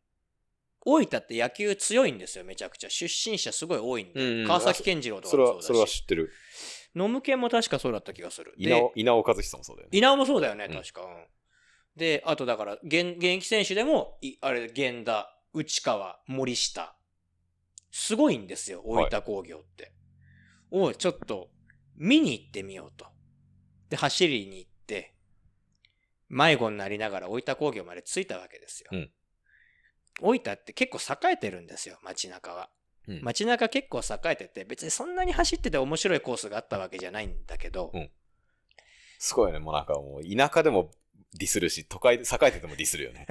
Speaker 2: 大分って野球強いんですよ、めちゃくちゃ。出身者すごい多いんで。
Speaker 1: うんうん
Speaker 2: 川崎健次郎とか
Speaker 1: それは、
Speaker 2: もそ
Speaker 1: そうれ
Speaker 2: だ
Speaker 1: は
Speaker 2: し。
Speaker 1: 知ってる。
Speaker 2: 野村健も確かそうだった気がする。で
Speaker 1: 稲尾、稲尾和久もそうだよね。
Speaker 2: 稲尾もそうだよね、
Speaker 1: うん
Speaker 2: 確か。うんで、あとだから、現現役選手でも、いあれ、源田、内川、森下。すごいんですよ、
Speaker 1: は
Speaker 2: 大
Speaker 1: い
Speaker 2: 分工業って。を、ちょっと、見に行ってみようと。で、走りに行って、迷子になりながら大分工業まで着いたわけですよ。
Speaker 1: うん
Speaker 2: 大分って結構栄えてるんですよ、街中は。
Speaker 1: うん
Speaker 2: 街中結構栄えてて、別にそんなに走ってて面白いコースがあったわけじゃないんだけど、
Speaker 1: うんすごいよね。もうなんかもう、田舎でもディスるし、都会で栄えててもディスる
Speaker 2: (laughs)
Speaker 1: よね。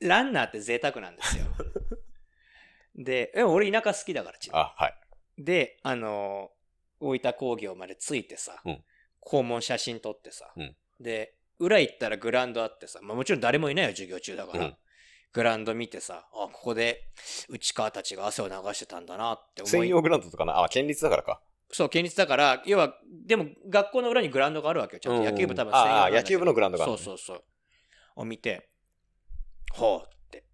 Speaker 2: ランナーって贅沢な
Speaker 1: (laughs)
Speaker 2: んですよ。で、え俺田舎好きだから、ちな
Speaker 1: あ、はい。
Speaker 2: みにで、あのー大分工業まで着いてさ、
Speaker 1: うん
Speaker 2: 校門写真撮ってさ、
Speaker 1: うん
Speaker 2: で、裏行ったらグラウンドあってさ、まあもちろん誰もいないよ、授業中だから。
Speaker 1: うん
Speaker 2: グラウンド見てさ、あ、ここで内川たちが汗を流してたんだなって思
Speaker 1: 専
Speaker 2: い
Speaker 1: 用グラウンドとかな。あ、県立だからか。
Speaker 2: そう、県立だから、要は、でも学校の裏にグラウンドがあるわけよ。ちゃんと野球部多分
Speaker 1: うんうんうんああ
Speaker 2: なんだけど
Speaker 1: 野球部のグラウンドがあるのね
Speaker 2: そうそうそう。を見て、ほうって、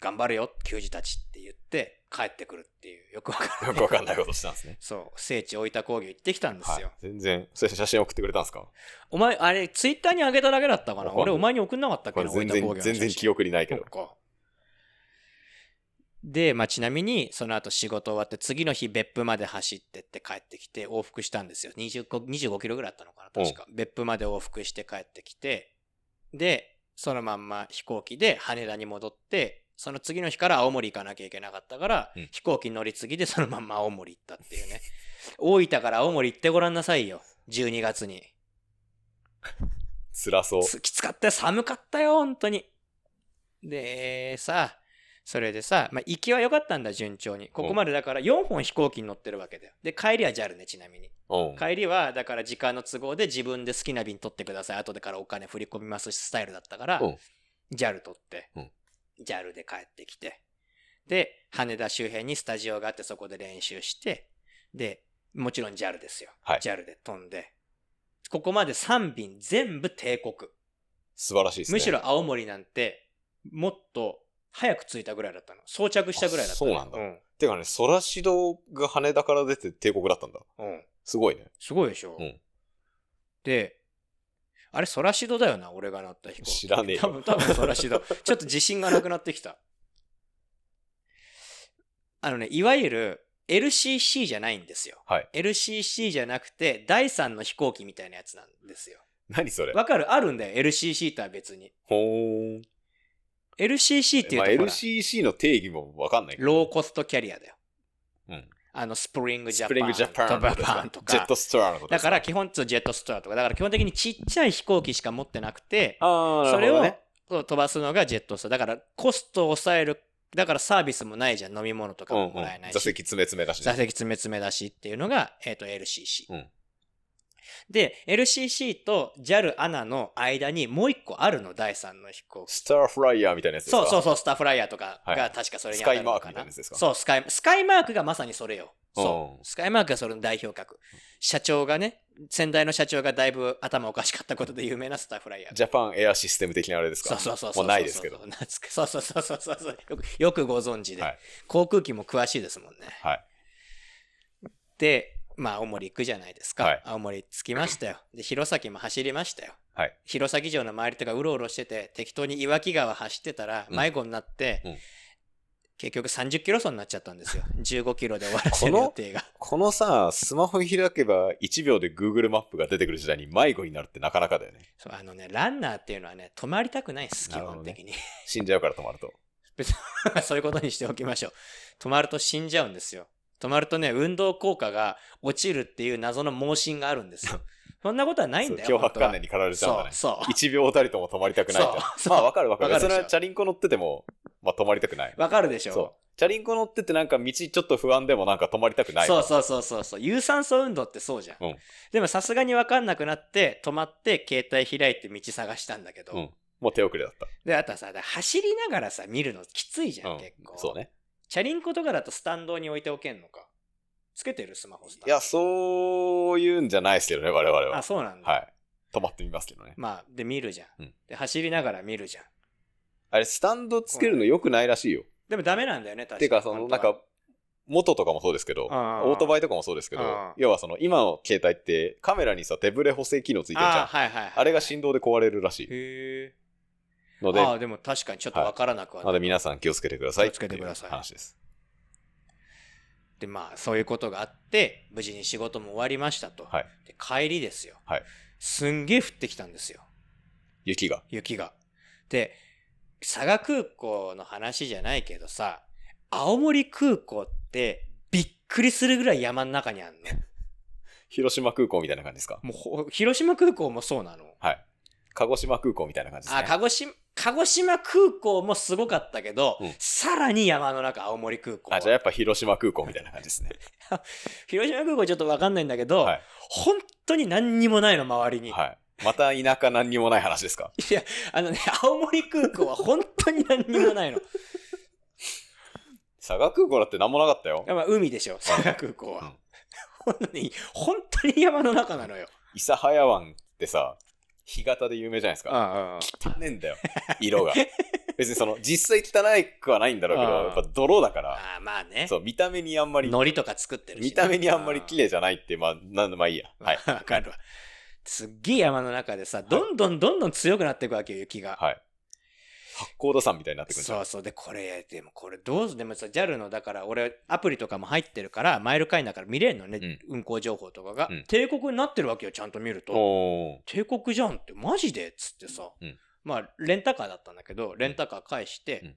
Speaker 2: 頑張れよ、球児たちって言って、帰ってくるっていう、よくわか
Speaker 1: よ
Speaker 2: んない。
Speaker 1: くわかんないことしたんですね。
Speaker 2: そう、聖地大分工業行ってきたん (laughs) です
Speaker 1: はい
Speaker 2: よ。。
Speaker 1: 全然、それ写真送ってくれたんですか
Speaker 2: お前、あれ、ツイッターに上げただけだったか
Speaker 1: わ
Speaker 2: な
Speaker 1: かんない
Speaker 2: 俺、お前に送んなかったっ
Speaker 1: これ
Speaker 2: けな、
Speaker 1: 全
Speaker 2: 大分工業
Speaker 1: 然、
Speaker 2: の
Speaker 1: 全然
Speaker 2: 写真
Speaker 1: 記憶にないけ
Speaker 2: そっ
Speaker 1: ど。
Speaker 2: か。で、まあ、ちなみに、その後仕事終わって、次の日別府まで走ってって帰ってきて、往復したんですよ。20こ25キロぐらいあったのかな、確か。別府まで往復して帰ってきて、で、そのまんま飛行機で羽田に戻って、その次の日から青森行かなきゃいけなかったから、
Speaker 1: うん
Speaker 2: 飛行機乗り継ぎでそのまんま青森行ったっていうね。大分から青森行ってごらんなさいよ。12月に。
Speaker 1: 辛そう。
Speaker 2: つきつかったよ寒かったよ本当にでさそれでさ、まあ、行きは良かったんだ順調にここまでだから4本飛行機に乗ってるわけだよで帰りは JAL ねちなみに
Speaker 1: うん。
Speaker 2: 帰りはだから時間の都合で自分で好きな便取ってください後でからお金振り込みますスタイルだったから
Speaker 1: うん
Speaker 2: JAL 取って
Speaker 1: うん
Speaker 2: JAL で帰ってきてで羽田周辺にスタジオがあってそこで練習してでもちろん JAL ですよ
Speaker 1: はい
Speaker 2: JAL で飛んでここまで3便全部帝国
Speaker 1: 素晴らしいですね。
Speaker 2: むしろ青森なんてもっと早く着いたぐらいだったの装着したぐらいだったの
Speaker 1: あそうなんだ
Speaker 2: うん、
Speaker 1: てかね、ソラシドが羽田から出て帝国だったんだ。
Speaker 2: うん
Speaker 1: すごいね。
Speaker 2: すごいでしょ、
Speaker 1: うん
Speaker 2: であれソラシドだよな俺がなった飛行機
Speaker 1: 知らねえよ
Speaker 2: 多分多分ソラシドちょっと自信がなくなってきたあのねいわゆる LCC じゃないんですよ、
Speaker 1: はい
Speaker 2: LCC じゃなくて第3の飛行機みたいなやつなんですよ
Speaker 1: 何それ
Speaker 2: わかるあるんだよ LCC とは別に
Speaker 1: ほーん。
Speaker 2: LCC っていう
Speaker 1: まあ、
Speaker 2: とほら、
Speaker 1: LCC の定義もわかんないけど。
Speaker 2: ローコストキャリアだよ
Speaker 1: うん。
Speaker 2: あの、スプリングジャ
Speaker 1: ス
Speaker 2: パ
Speaker 1: プ
Speaker 2: ン
Speaker 1: リングジャパン
Speaker 2: と
Speaker 1: のこと
Speaker 2: か
Speaker 1: ですか
Speaker 2: と
Speaker 1: ジェッ
Speaker 2: か
Speaker 1: ト。ストアのことで
Speaker 2: だ
Speaker 1: す
Speaker 2: から基本、そうジェットストアとか、だから基本的にちっちゃい飛行機しか持ってなくて、
Speaker 1: ああ、
Speaker 2: それを
Speaker 1: ね。
Speaker 2: そう飛ばすのがジェットストア。だからコストを抑える、だからサービスもないじゃん、飲み物とか
Speaker 1: うん
Speaker 2: ももらえ
Speaker 1: う。
Speaker 2: なんい
Speaker 1: 座
Speaker 2: し。
Speaker 1: 席詰め詰めだし
Speaker 2: 座
Speaker 1: ね。
Speaker 2: 席詰め詰めだしっていうのが、えっ、と、LCC。
Speaker 1: うん
Speaker 2: で、LCC と JAL、ANA の間にもう一個あるの、第三の飛行機。
Speaker 1: スターフライヤーみたいなやつですか
Speaker 2: そうそうそう、スターフライヤーとか
Speaker 1: は
Speaker 2: が
Speaker 1: い
Speaker 2: 確かそれに当たる
Speaker 1: スカイ
Speaker 2: の
Speaker 1: マークみたいなやつですか
Speaker 2: そう、スカイ、スカイマークがまさにそれよ。そうう。
Speaker 1: ん
Speaker 2: スカイマークがそれの代表格。社長がね、先代の社長がだいぶ頭おかしかったことで有名なスターフライヤー。
Speaker 1: ジャパンエアシステム的なあれですか
Speaker 2: そうそうそうそう。
Speaker 1: もうないですけど。
Speaker 2: 懐か。そうそうそうそうそうそうよく。よくご存知で、
Speaker 1: はい
Speaker 2: 航空機も詳しいですもんね。
Speaker 1: はい。
Speaker 2: で、まあ、青森行くじゃないですか。
Speaker 1: はい
Speaker 2: 青森着きましたよ。で、弘前も走りましたよ。
Speaker 1: はい
Speaker 2: 弘前城の周りとかうろうろしてて、適当に岩木川走ってたら、
Speaker 1: うん
Speaker 2: 迷子になって、
Speaker 1: うん
Speaker 2: 結局30キロ走になっちゃったん
Speaker 1: (laughs)
Speaker 2: ですよ。15キロで終わらせる
Speaker 1: この
Speaker 2: 予定が。
Speaker 1: このさ、スマホ開けば1秒で Google マップが出てくる時代に迷子になるってなかなかだよね。
Speaker 2: そうあのね、ランナーっていうのはね、止まりたくないんです、基
Speaker 1: なるほ
Speaker 2: 本
Speaker 1: どね
Speaker 2: 的に。
Speaker 1: 死んじゃうから止まると。
Speaker 2: そういうことに (laughs) しておきましょう。止まると死んじゃうんですよ。止まるとね、運動効果が落ちるっていう謎の盲信があるんですよ。そんなことはないんだよ。
Speaker 1: そう脅迫観念
Speaker 2: に
Speaker 1: に駆られちゃうんだね。
Speaker 2: そう、 (laughs) そう。
Speaker 1: 1秒たりとも止まりたくない (laughs) みたいな
Speaker 2: そう
Speaker 1: まあわかるわかる。
Speaker 2: わか
Speaker 1: そ
Speaker 2: るでしょ
Speaker 1: れはチャリンコ乗ってても、まあ止まりたくない。
Speaker 2: わかるでしょ
Speaker 1: そう。チャリンコ乗っててなんか道ちょっと不安でもなんか止まりたくない。
Speaker 2: そうそうそうそうそう有酸素運動ってそうじゃん、
Speaker 1: うん
Speaker 2: でもさすがに分かんなくなって止まって携帯開いて道探したんだけど、
Speaker 1: うん。もう手遅れだっ
Speaker 2: であとはさ走りながらさ見るのきついじ
Speaker 1: た。
Speaker 2: ゃん、
Speaker 1: うん
Speaker 2: 結構。
Speaker 1: そうね。
Speaker 2: チャリンコとかだとスタンドに置いておけんのかつけてるスマホスタンド
Speaker 1: いや、そういうんじゃないですけどね、我々は
Speaker 2: あ。そうなんだ、
Speaker 1: はい。止まってみますけどね。
Speaker 2: まあで見るじゃ
Speaker 1: う
Speaker 2: ん、
Speaker 1: ん
Speaker 2: で走りながら見るじゃん
Speaker 1: あれ、スタンドつけるの良くないらしいよ。
Speaker 2: でもダメなんだよね確か
Speaker 1: てか、その、なんか、元とかもそうですけど、オ
Speaker 2: ああ
Speaker 1: ートバイとかもそうですけど
Speaker 2: ああ、
Speaker 1: 要はその、今の携帯ってカメラにさ、手ブレ補正機能ついてるじゃ
Speaker 2: あ
Speaker 1: ん。
Speaker 2: はいはい、はい、
Speaker 1: あれが振動で壊れるらしい
Speaker 2: へ
Speaker 1: の
Speaker 2: え
Speaker 1: で、
Speaker 2: ああでも確かにちょっと分からなくはな
Speaker 1: ないので皆さん気をつけてください。
Speaker 2: 気をつけてください
Speaker 1: 話です。
Speaker 2: でまあそういうことがあって無事に仕事も終わりましたと、
Speaker 1: はい
Speaker 2: で帰りですよ、
Speaker 1: はい
Speaker 2: すんげえ降ってきたんですよ
Speaker 1: 雪が。
Speaker 2: 雪がで佐賀空港の話じゃないけどさ、青森空港ってびっくりするぐらい山の中にあんの。
Speaker 1: 広島空港みたいな感じですか
Speaker 2: もうほ広島空港もそうなの。
Speaker 1: はい。鹿児島空港みたいな感じです
Speaker 2: あ、
Speaker 1: ね。
Speaker 2: 鹿児島、鹿児島空港もすごかったけど、
Speaker 1: うん
Speaker 2: さらに山の中、青森空港。
Speaker 1: あじゃあやっぱ広島空港みたいな感じです
Speaker 2: (laughs)
Speaker 1: ね。
Speaker 2: 広島空港ちょっとわかんないんだけど、
Speaker 1: はい
Speaker 2: 本当に何にもないの、周りに。
Speaker 1: はい。 (laughs) また田舎何にもない話ですか
Speaker 2: いや、あのね、青森空港は本当に何にもない
Speaker 1: (laughs)
Speaker 2: の。
Speaker 1: 佐賀空港だって何もなかったよ。
Speaker 2: まあ、海でしょ、佐賀空港は。本当に、本当に山の中なのよ。
Speaker 1: 諫早湾ってさ、干潟で有名じゃないですか。
Speaker 2: あ
Speaker 1: 汚ねえんだよ。色
Speaker 2: (laughs)
Speaker 1: が。別にその、実際汚いくはないんだろうけど、
Speaker 2: ああ
Speaker 1: やっぱ泥だから、
Speaker 2: あー、まあね。
Speaker 1: そう、見た目にあんまり、
Speaker 2: 海苔とか作ってるしね、
Speaker 1: 見た目にあんまり綺麗じゃないって、まあ、なんでまあいいや。
Speaker 2: あー。
Speaker 1: はい。
Speaker 2: わかるわ。すっげえ山の中でさ、どんどんどんどん強くなっていくわけよ、雪が。
Speaker 1: はい。八甲田山みたいになってくるんじゃん
Speaker 2: そうそう。で、これ、でもこれ、どうぞ、でもさ、JAL の、だから、俺、アプリとかも入ってるから、マイル会員だから見れるのね、
Speaker 1: うん
Speaker 2: 運行情報とかが。
Speaker 1: うん
Speaker 2: 帝国になってるわけよ、ちゃんと見ると。
Speaker 1: おー
Speaker 2: 帝国じゃんってマジでっつってさ、
Speaker 1: うん
Speaker 2: まあレンタカーだったんだけどレンタカー返して、
Speaker 1: うん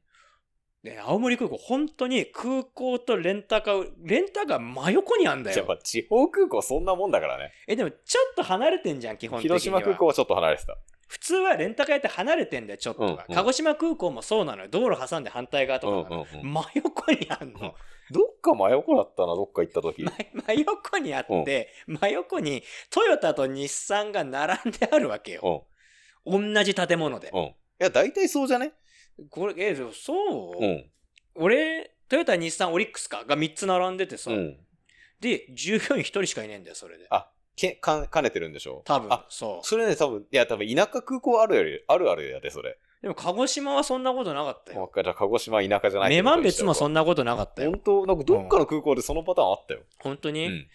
Speaker 2: で青森空港本当に空港とレンタカーレンタカー真横にあんだ
Speaker 1: やっ
Speaker 2: よ
Speaker 1: ぱ地方空港そんなもんだからね。
Speaker 2: えでもちょっと離れてんじゃん基本的には
Speaker 1: 広島空港はちょっと離れてた。
Speaker 2: 普通はレンタカーやって離れてんだよちょっとは、
Speaker 1: うんうん
Speaker 2: 鹿児島空港もそうなのよ道路挟んで反対側と
Speaker 1: うん
Speaker 2: か
Speaker 1: うん
Speaker 2: なのよ、
Speaker 1: うん。
Speaker 2: 真横にあんの、
Speaker 1: どっか真横だったな、どっか行った時。
Speaker 2: 真真横にあって、真横にトヨタと日産が並んであるわけよ、
Speaker 1: う
Speaker 2: 同じ建物で
Speaker 1: ん。うん。いや、大体そうじゃね
Speaker 2: これえでもそう、
Speaker 1: うん。
Speaker 2: 俺、トヨタ、日産、オリックスかが3つ並んでてさ、
Speaker 1: うん。
Speaker 2: で、従業員1人しかいねえんだよ、それで。
Speaker 1: あけ、か、兼ねてるんでしょ
Speaker 2: 多分
Speaker 1: あ、
Speaker 2: そ
Speaker 1: それね、多分、いや、多分、田舎空港あるより、あるあるやで、それ。
Speaker 2: う。でも、鹿児島はそんなことなかった
Speaker 1: もう
Speaker 2: よ。
Speaker 1: 一回、じゃあ鹿児島田舎じゃない
Speaker 2: 女満別もそ
Speaker 1: なん
Speaker 2: なことなかったよ
Speaker 1: 本。当なんか、どっかの空港でそのパターンあったよ。
Speaker 2: 本当
Speaker 1: う
Speaker 2: に、
Speaker 1: ん。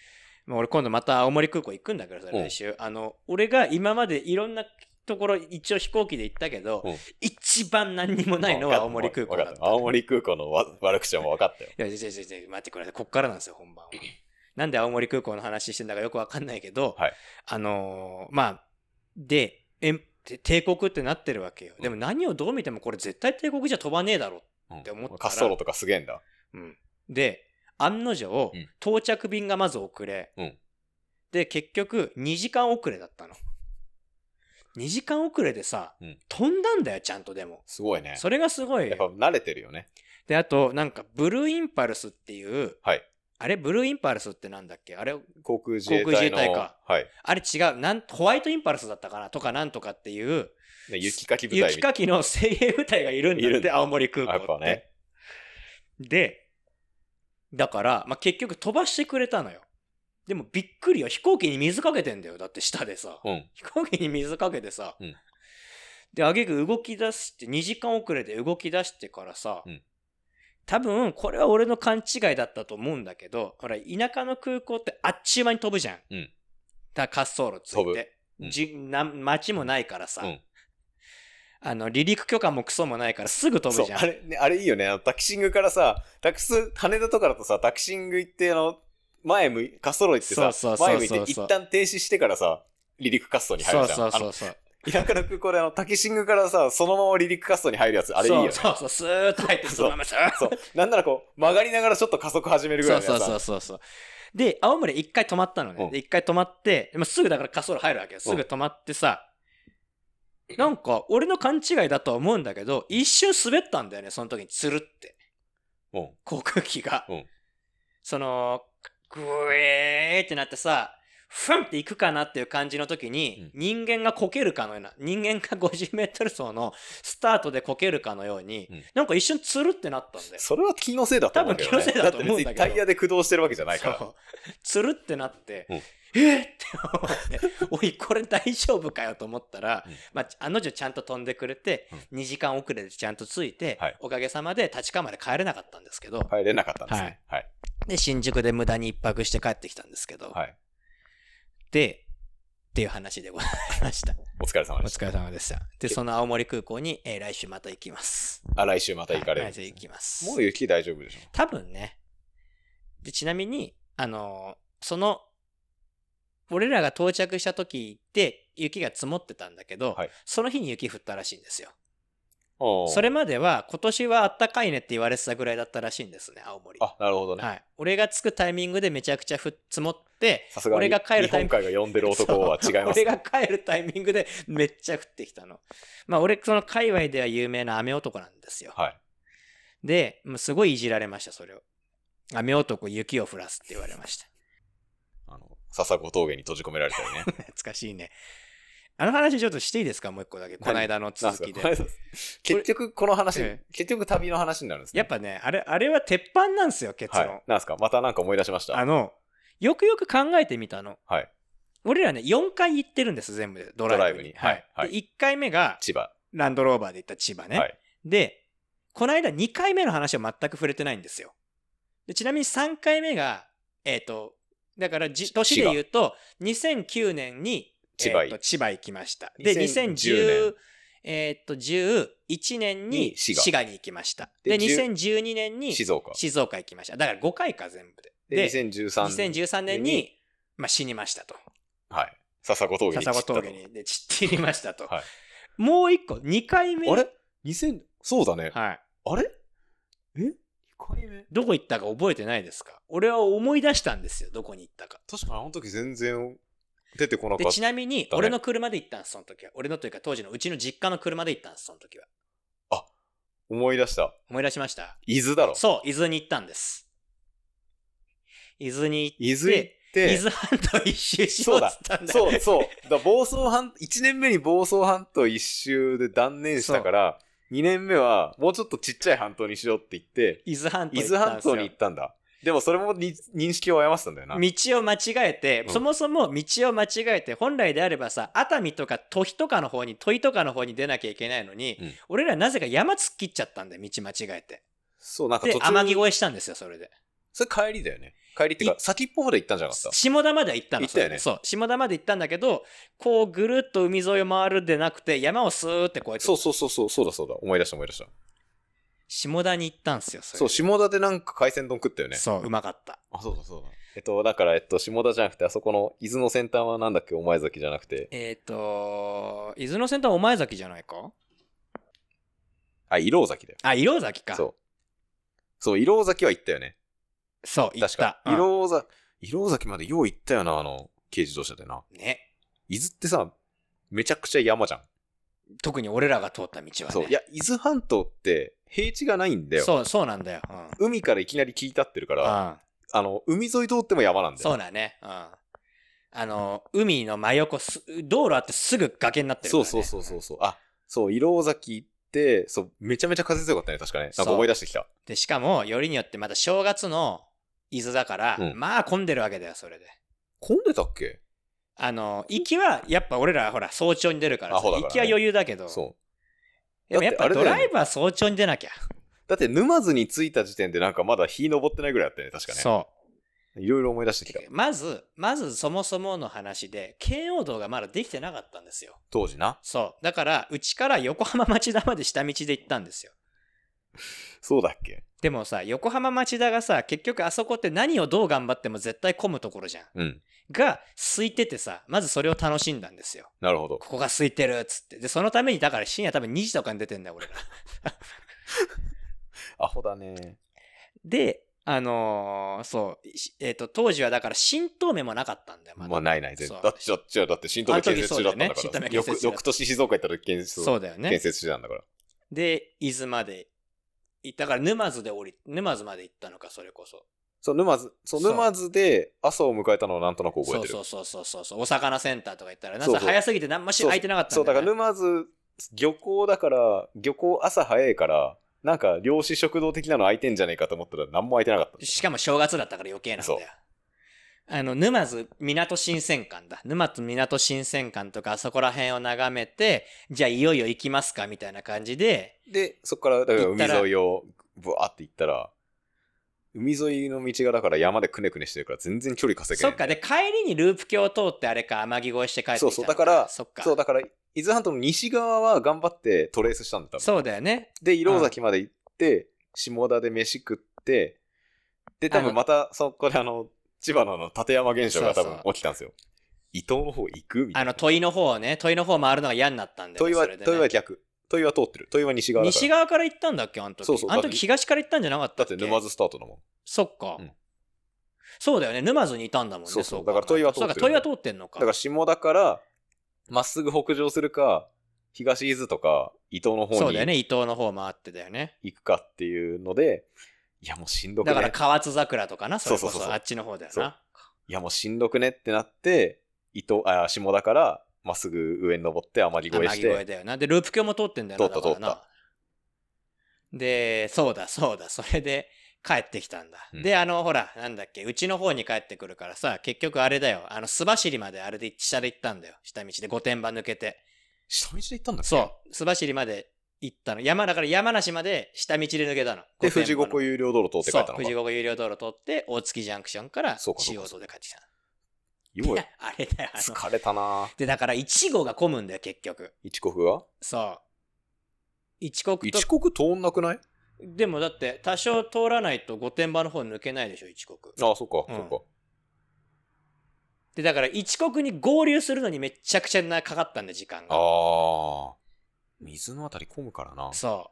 Speaker 2: まあ俺、今度また青森空港行くんだけどさ、
Speaker 1: うん
Speaker 2: 来週。あの、俺が今までいろんなところ、一応飛行機で行ったけど、
Speaker 1: うん
Speaker 2: 一番何にもないのは青森空港だ
Speaker 1: わか
Speaker 2: っ。
Speaker 1: ったた。青森空港のわ悪口はもう分かったよ。
Speaker 2: いや、違う違う違う、待ってください。こっからなんですよ、
Speaker 1: (clears throat)
Speaker 2: 本番は。なんで青森空港の話してんだかよくわかんないけど、
Speaker 1: はい
Speaker 2: あのーまあ、で、えんて帝国ってなってるわけよ。でも何をどう見てもこれ絶対帝国じゃ飛ばねえだろ。
Speaker 1: うん
Speaker 2: て思ったら
Speaker 1: 滑走路とかすげえんだ。
Speaker 2: うん、で、案の定、
Speaker 1: うん
Speaker 2: 到着便がまず遅れ。
Speaker 1: うん
Speaker 2: で、結局、2時間遅れだったの。2時間遅れでさ、
Speaker 1: うん
Speaker 2: 飛んだんだよ、ちゃんとでも。
Speaker 1: すごいね。
Speaker 2: それがすごい
Speaker 1: や
Speaker 2: よ
Speaker 1: っぱ。慣れてるよね。
Speaker 2: で、あと、なんか、ブルーインパルスっていう、
Speaker 1: はい
Speaker 2: あれ、ブルーインパルスってなんだっけあれ、
Speaker 1: 航空自衛隊の。
Speaker 2: 航空自衛隊か
Speaker 1: はい。
Speaker 2: あれ違う、なん、ホワイトインパルスだったかなとかなんとかっていう、
Speaker 1: で雪かき部隊
Speaker 2: 雪かきの精鋭部隊がいるん
Speaker 1: い
Speaker 2: だっ
Speaker 1: るん
Speaker 2: て、
Speaker 1: だ
Speaker 2: 青森空港って。
Speaker 1: やっぱね
Speaker 2: で、だから、まあ、結局飛ばしてくれたのよ。でもびっくりよ。飛行機に水かけてんだよ。だって下でさ。
Speaker 1: うん。
Speaker 2: 飛行機に水かけてさ、
Speaker 1: うん
Speaker 2: であげく動き出して2時間遅れで動き出してからさ、
Speaker 1: うん
Speaker 2: 多分これは俺の勘違いだったと思うんだけどほら田舎の空港ってあっちゅう間に飛ぶじゃん、
Speaker 1: うん
Speaker 2: だから滑走路つい
Speaker 1: 飛ぶ
Speaker 2: て、
Speaker 1: うん
Speaker 2: じな街もないからさ、
Speaker 1: うん
Speaker 2: あの離陸許可もクソもないからすぐ飛ぶ
Speaker 1: そう
Speaker 2: じゃん
Speaker 1: あれ、ね、あれいいよね。あのタキシングからさ、タクス、羽田とかだとさ、タキシング行って、あの、前向い、滑走路行ってさ、
Speaker 2: そうそうそうそうそう
Speaker 1: 前向いて、一旦停止してからさ、離陸滑走に入
Speaker 2: そ
Speaker 1: る
Speaker 2: う
Speaker 1: じゃん。
Speaker 2: そう
Speaker 1: あ
Speaker 2: そ
Speaker 1: の
Speaker 2: うそう
Speaker 1: 田舎の空港であの、タキシングからさ、そのまま離陸滑走に入るやつ、あれいいよね。
Speaker 2: そうそうそうスーッと入ってそのままスーッ
Speaker 1: そう。なんならこう、曲がりながらちょっと加速始めるぐらいのやつ
Speaker 2: そうそうそうそうそうで青森一回止まったの
Speaker 1: う
Speaker 2: ね
Speaker 1: ん
Speaker 2: で一回止まって、まあ、すぐだから滑走路入るわけよすぐ止まってさ、なんか俺の勘違いだとは思うんだけど一瞬滑ったんだよねその時につるって
Speaker 1: うん
Speaker 2: 航空機が、
Speaker 1: うん
Speaker 2: そのグエーってなってさふんって行くかなっていう感じの時に、人間がこけるかのような人間が 50m 走のスタートでこけるかのように、
Speaker 1: うん
Speaker 2: なんか一瞬つるってなったんだよ
Speaker 1: それは気のせいだと思うけど、ね。
Speaker 2: 多分気のせいだと思うんだけど
Speaker 1: って別にタイヤで駆動してるわけじゃないから。
Speaker 2: そうつるってなって、
Speaker 1: うん
Speaker 2: えっって
Speaker 1: (laughs)
Speaker 2: 思って、おい、これ大丈夫かよと思ったら、
Speaker 1: うん
Speaker 2: まあ、あの女ちゃんと飛んでくれて、2時間遅れでちゃんと着いて、
Speaker 1: はい
Speaker 2: おかげさまで立川まで帰れなかったんですけど、
Speaker 1: 入れなかったんですね。はい。
Speaker 2: で、新宿で無駄に一泊して帰ってきたんですけど、
Speaker 1: はい。
Speaker 2: で、っていう話でございました。
Speaker 1: お疲れ様
Speaker 2: お
Speaker 1: でした。
Speaker 2: 疲れ様でした。で、その青森空港に、えー来週また行きます。
Speaker 1: あ、来週また行かれるん
Speaker 2: はい
Speaker 1: ですね、
Speaker 2: 来週行きます。
Speaker 1: もう雪大丈夫でしょ。
Speaker 2: 多分ね。で、ちなみに、あのーその、俺らが到着した時って雪が積もってたんだけど、
Speaker 1: はい
Speaker 2: その日に雪降ったらしいんですよ。
Speaker 1: あおう
Speaker 2: それまでは今年はあったかいねって言われてたぐらいだったらしいんですね、青森。
Speaker 1: あ、なるほどね。
Speaker 2: はい。俺が着くタイミングでめちゃくちゃふ積もって、
Speaker 1: さすがに
Speaker 2: 俺が帰る
Speaker 1: 日
Speaker 2: タイミ
Speaker 1: 本
Speaker 2: ング
Speaker 1: 海が呼んでる男は違います。
Speaker 2: 俺が帰るタイミングで (laughs) めっちゃ降ってきたの。まあ俺、その界隈では有名な雨男なんですよ。
Speaker 1: はい。
Speaker 2: で、もうすごいいじられました、それを。雨男、雪を降らすって言われました。
Speaker 1: あの、笹子峠に閉じ込められたり
Speaker 2: (laughs)
Speaker 1: ね。
Speaker 2: 懐かしいね。あの話ちょっとしていいですかもう一個だけ。この間の
Speaker 1: なん (laughs)
Speaker 2: 続
Speaker 1: すか
Speaker 2: きで
Speaker 1: こ。れ結局、この話
Speaker 2: え、
Speaker 1: 結局旅の話になるんですね。
Speaker 2: やっぱね、あれ、あれは鉄板なんですよ、結論。
Speaker 1: はい。なんすかまたなんか思い出しました。
Speaker 2: あの、よくよく考えてみたの。
Speaker 1: はい。
Speaker 2: 俺らね、4回行ってるんです、全部で、ドラ
Speaker 1: ド
Speaker 2: イブに。
Speaker 1: ライブにはいはい
Speaker 2: で1回目が、
Speaker 1: 千葉。
Speaker 2: ランドローバーで行った千葉ね。
Speaker 1: はい
Speaker 2: で、この間2回目の話は全く触れてないんですよ。でちなみに3回目が、えっ、と、だからじ、年で言うと、2009年に
Speaker 1: 千葉
Speaker 2: えーと千葉行きました。で、
Speaker 1: 2010
Speaker 2: 2010えっと、11年に
Speaker 1: に滋賀
Speaker 2: 滋賀に行きました。
Speaker 1: で
Speaker 2: で、2012年に
Speaker 1: 静岡。
Speaker 2: 静岡行きました。だから5回か全部で。
Speaker 1: で、
Speaker 2: で、
Speaker 1: 2013年。
Speaker 2: 2013年に、まあ、死にましたと。
Speaker 1: はい。笹子峠に散
Speaker 2: 笹
Speaker 1: った
Speaker 2: 子
Speaker 1: と。
Speaker 2: 峠にで散っていましたと。
Speaker 1: はい
Speaker 2: もう一個、2回目に
Speaker 1: あれ ?2000、そうだね。
Speaker 2: はい。
Speaker 1: あれえ ?2 回目
Speaker 2: どこ行ったか覚えてないですか俺は思い出したんですよ、どこに行ったか。
Speaker 1: 確かにあの時全然出てこなか
Speaker 2: で、
Speaker 1: っ
Speaker 2: ちなみに、
Speaker 1: だね
Speaker 2: 俺の車で行ったんです、その時は。俺のというか、当時のうちの実家の車で行ったんです、その時は。
Speaker 1: た。思い出した。
Speaker 2: 思い出しました
Speaker 1: 伊豆だろ。
Speaker 2: そう、伊豆に行ったんです。伊豆に行って、
Speaker 1: 伊豆行って
Speaker 2: 伊、豆半島一周しようっつったんだよ
Speaker 1: (laughs) そうそう。だから房総半、1年目に房総半島一周で断念したから、2年目はもうちょっとちっちゃい半島にしようって言って、
Speaker 2: 伊豆半島
Speaker 1: 伊
Speaker 2: 行った
Speaker 1: 豆
Speaker 2: ん
Speaker 1: 半
Speaker 2: ですよ
Speaker 1: 島に行ったんだ。でもそれもに認識を誤ってたんだよな。
Speaker 2: 道を間違えて、
Speaker 1: うん
Speaker 2: そもそも道を間違えて本来であればさ熱海とか都比とかの方に都比とかの方に出なきゃいけないのに、
Speaker 1: うん
Speaker 2: 俺らなぜか山突っ切っちゃったんで道間違えて
Speaker 1: そう、なんか
Speaker 2: で
Speaker 1: 途中
Speaker 2: 天
Speaker 1: に。
Speaker 2: 城越えしたんですよそれで
Speaker 1: それ帰りだよね。帰りっていうか、先っぽまで行ったんじゃなかった
Speaker 2: 下田までは行ったの
Speaker 1: 行ったよね
Speaker 2: それでそう下田まで行ったんだけどこうぐるっと海沿いを回るでなくて山をスーって越えて
Speaker 1: そうそうそうそう、そうだそうだ。思い出した思い出した。
Speaker 2: 下田に行ったんですよそれで
Speaker 1: そう、下田でなんか海鮮丼食ったよね。
Speaker 2: そううまかった
Speaker 1: あ、そうだそうだ。えっと、だから、えっと、下田じゃなくて、あそこの伊豆の先端はなんだっけ、お前崎じゃなくて。
Speaker 2: えっ、と伊豆の先端はお前崎じゃないか
Speaker 1: あ、伊郎崎だよ。
Speaker 2: あ色崎か
Speaker 1: そう。そう、伊郎崎は行ったよね。
Speaker 2: そう行っ
Speaker 1: 確か
Speaker 2: た。
Speaker 1: 伊郎崎、伊郎崎までよう行ったよな、あの、軽自動車でな。
Speaker 2: うんね
Speaker 1: 伊豆ってさ、めちゃくちゃ山じゃん。
Speaker 2: 特に俺らが通った道はね
Speaker 1: そう。いや、伊豆半島って平地がないんだよ。
Speaker 2: そう、そうなんだよ。うん。
Speaker 1: 海からいきなり切り立ってるから、あ
Speaker 2: うん
Speaker 1: の、海沿い通っても山なんだよ。
Speaker 2: そうだね。うん。あの、海の真横す、道路あってすぐ崖になってるか
Speaker 1: そ
Speaker 2: ら、
Speaker 1: う
Speaker 2: ね。
Speaker 1: そうそうそうそう。あ、そう、伊郎崎行って、そう、めちゃめちゃ風強かったね、確かね。なんか
Speaker 2: そう
Speaker 1: 思い出してきた。
Speaker 2: で、しかも、よりによってまた正月の伊豆だから、
Speaker 1: うん
Speaker 2: まあ混んでるわけだよ、それで。
Speaker 1: 混んでたっけ
Speaker 2: あの、行きは、やっぱ俺らほら、早朝に出るから
Speaker 1: アホだから
Speaker 2: 行
Speaker 1: ね
Speaker 2: きは余裕だけど。
Speaker 1: そう。
Speaker 2: でもやっぱ
Speaker 1: だってあ
Speaker 2: ド
Speaker 1: れだよ
Speaker 2: ラ
Speaker 1: ね
Speaker 2: イブは早朝に出なきゃ。
Speaker 1: だって沼津に着いた時点でなんかまだ日登ってないぐらいだったよね、確かね。
Speaker 2: そ
Speaker 1: いろいろ思い出してきた
Speaker 2: う。。まず、まずそもそもの話で、圏央道がまだできてなかったんですよ。
Speaker 1: 当時な。
Speaker 2: そう。だから、うちから横浜町田まで下道で行ったんですよ。
Speaker 1: そうだっけ
Speaker 2: でもさ、横浜町田がさ、結局あそこって何をどう頑張っても絶対混むところじゃん。
Speaker 1: うん。
Speaker 2: が、空いててさ、まずそれを楽しんだんですよ。
Speaker 1: なるほど。
Speaker 2: ここが空いてるっつって。で、そのために、だから深夜多分2時とかに出てんだよ、俺ら。
Speaker 1: (laughs) アホだね。
Speaker 2: で、あのーそう、しえっ、と、当時はだから新東名もなかったんだよ、まだ。
Speaker 1: まあないない、全然。
Speaker 2: そう
Speaker 1: だって、じゃじゃあだって新東名建設中だったんだ
Speaker 2: あの時そう
Speaker 1: か
Speaker 2: だ
Speaker 1: ら。
Speaker 2: よね新東名
Speaker 1: 翌
Speaker 2: 建設中だった
Speaker 1: 翌年静岡行った時建設
Speaker 2: そうだよね
Speaker 1: 建。設中なんだから。
Speaker 2: で、伊豆まで行ったから、沼津で降り、沼津まで行ったのか、それこそ。
Speaker 1: そう、沼津、そう、
Speaker 2: そう
Speaker 1: 沼津で朝を迎えたのをなんとなく覚えてる。
Speaker 2: そうそうそうそうそう。お魚センターとか行ったら、な
Speaker 1: そう
Speaker 2: んか
Speaker 1: そう
Speaker 2: 早すぎて何もし
Speaker 1: そう
Speaker 2: 空いてなかった
Speaker 1: そ
Speaker 2: ん
Speaker 1: う、
Speaker 2: だ
Speaker 1: だ
Speaker 2: よ、
Speaker 1: か
Speaker 2: ね。
Speaker 1: ら沼津、漁港だから、漁港朝早いから、なんか漁師食堂的なの空いてんじゃねえかと思ったら何も空いてなかった。
Speaker 2: しかも正月だったから余計なんだよ
Speaker 1: そ。
Speaker 2: あの、沼津港新鮮館だ。沼津港新鮮館とかあそこら辺を眺めて、じゃあいよいよ行きますかみたいな感じで、
Speaker 1: で、そこから、だから
Speaker 2: 行ったら
Speaker 1: 海沿いを、ぶわーって行ったら、海沿いの道がだから山でくねくねしてるから全然距離稼げ
Speaker 2: そ
Speaker 1: ない。
Speaker 2: っか、で、帰りにループ橋を通ってあれか、天城越えして帰ってきたの
Speaker 1: そうそうだから
Speaker 2: そっか。
Speaker 1: そう、だから、伊豆半島の西側は頑張ってトレースしたんだ、多分。
Speaker 2: そうだよね。
Speaker 1: で、色崎まで行って、下田で飯食って、で、多
Speaker 2: あの
Speaker 1: 分また、そこであの、千葉のあの、立山現象が多
Speaker 2: そう
Speaker 1: 分
Speaker 2: そ
Speaker 1: 起きたんですよ。伊東の方行くみた
Speaker 2: あ
Speaker 1: いな。
Speaker 2: の、問いの方ね、問いの方回るのが嫌になったんだよ
Speaker 1: 問
Speaker 2: ね。
Speaker 1: いは、
Speaker 2: それでね
Speaker 1: 問いは逆。問いは通ってる。問いは西側だから。
Speaker 2: 西側から行ったんだっけあの時。
Speaker 1: そうそう
Speaker 2: あの時東から行ったんじゃなかっ
Speaker 1: だ
Speaker 2: たっ
Speaker 1: っ
Speaker 2: け
Speaker 1: て沼津スタートだもん。
Speaker 2: そっか、
Speaker 1: うん
Speaker 2: そうだよね。沼津にいたんだもんね。
Speaker 1: そうそう
Speaker 2: 考
Speaker 1: だ
Speaker 2: え
Speaker 1: から問いは通ってる
Speaker 2: そうか、問いは通ってんのか。
Speaker 1: だから下田から、まっすぐ北上するか、東伊豆とか、伊東の方
Speaker 2: そうだよ
Speaker 1: に
Speaker 2: ね。伊東の方回ってだよね。
Speaker 1: 行くかっていうので、いやもうしんどく
Speaker 2: だから
Speaker 1: ね。
Speaker 2: 河津桜とかな。それこそ
Speaker 1: そうそうそうそう
Speaker 2: あっちの方だよ
Speaker 1: そう
Speaker 2: な。
Speaker 1: いやもうしんどくねってなって、伊東、あ、下田から、まっすぐ上に登って天城
Speaker 2: 天
Speaker 1: 越えし
Speaker 2: 城越え
Speaker 1: て、
Speaker 2: だよな。で、ループ橋も通ってんだよな。
Speaker 1: 通った
Speaker 2: だからな
Speaker 1: 通っ
Speaker 2: で、そうだ、そうだ、それで帰ってきたんだ。
Speaker 1: うん
Speaker 2: で、あの、ほら、なんだっけ、うちの方に帰ってくるからさ、結局あれだよ、あの、須走まであれで下で行ったんだよ。下道で御殿場抜けて。
Speaker 1: 下道で行ったんだっけ
Speaker 2: そう、須走まで行ったの。山、だから山梨まで下道で抜けたの。
Speaker 1: で、富士
Speaker 2: 御
Speaker 1: 五湖
Speaker 2: 殿場の
Speaker 1: 有料道路通って帰
Speaker 2: そ
Speaker 1: っ
Speaker 2: う
Speaker 1: たのか。
Speaker 2: 富士五湖有料道路通って、大月ジャンクションから
Speaker 1: そうかそう
Speaker 2: 中
Speaker 1: か
Speaker 2: 央道で帰ってきた
Speaker 1: よ
Speaker 2: の。
Speaker 1: う
Speaker 2: いやあれだよ、あの。
Speaker 1: 疲れたな
Speaker 2: で、だから、1号が混むんだよ、結局。
Speaker 1: 一国は
Speaker 2: そう。一国と
Speaker 1: 一国通んなくない
Speaker 2: でもだって多少通らないと御殿場の方抜けないでしょ一国
Speaker 1: ああ、そっか、
Speaker 2: うん
Speaker 1: そっか。
Speaker 2: でだから一国に合流するのにめっちゃくちゃなかかったんで時間が
Speaker 1: ああ。水のあたり混むからな。
Speaker 2: そ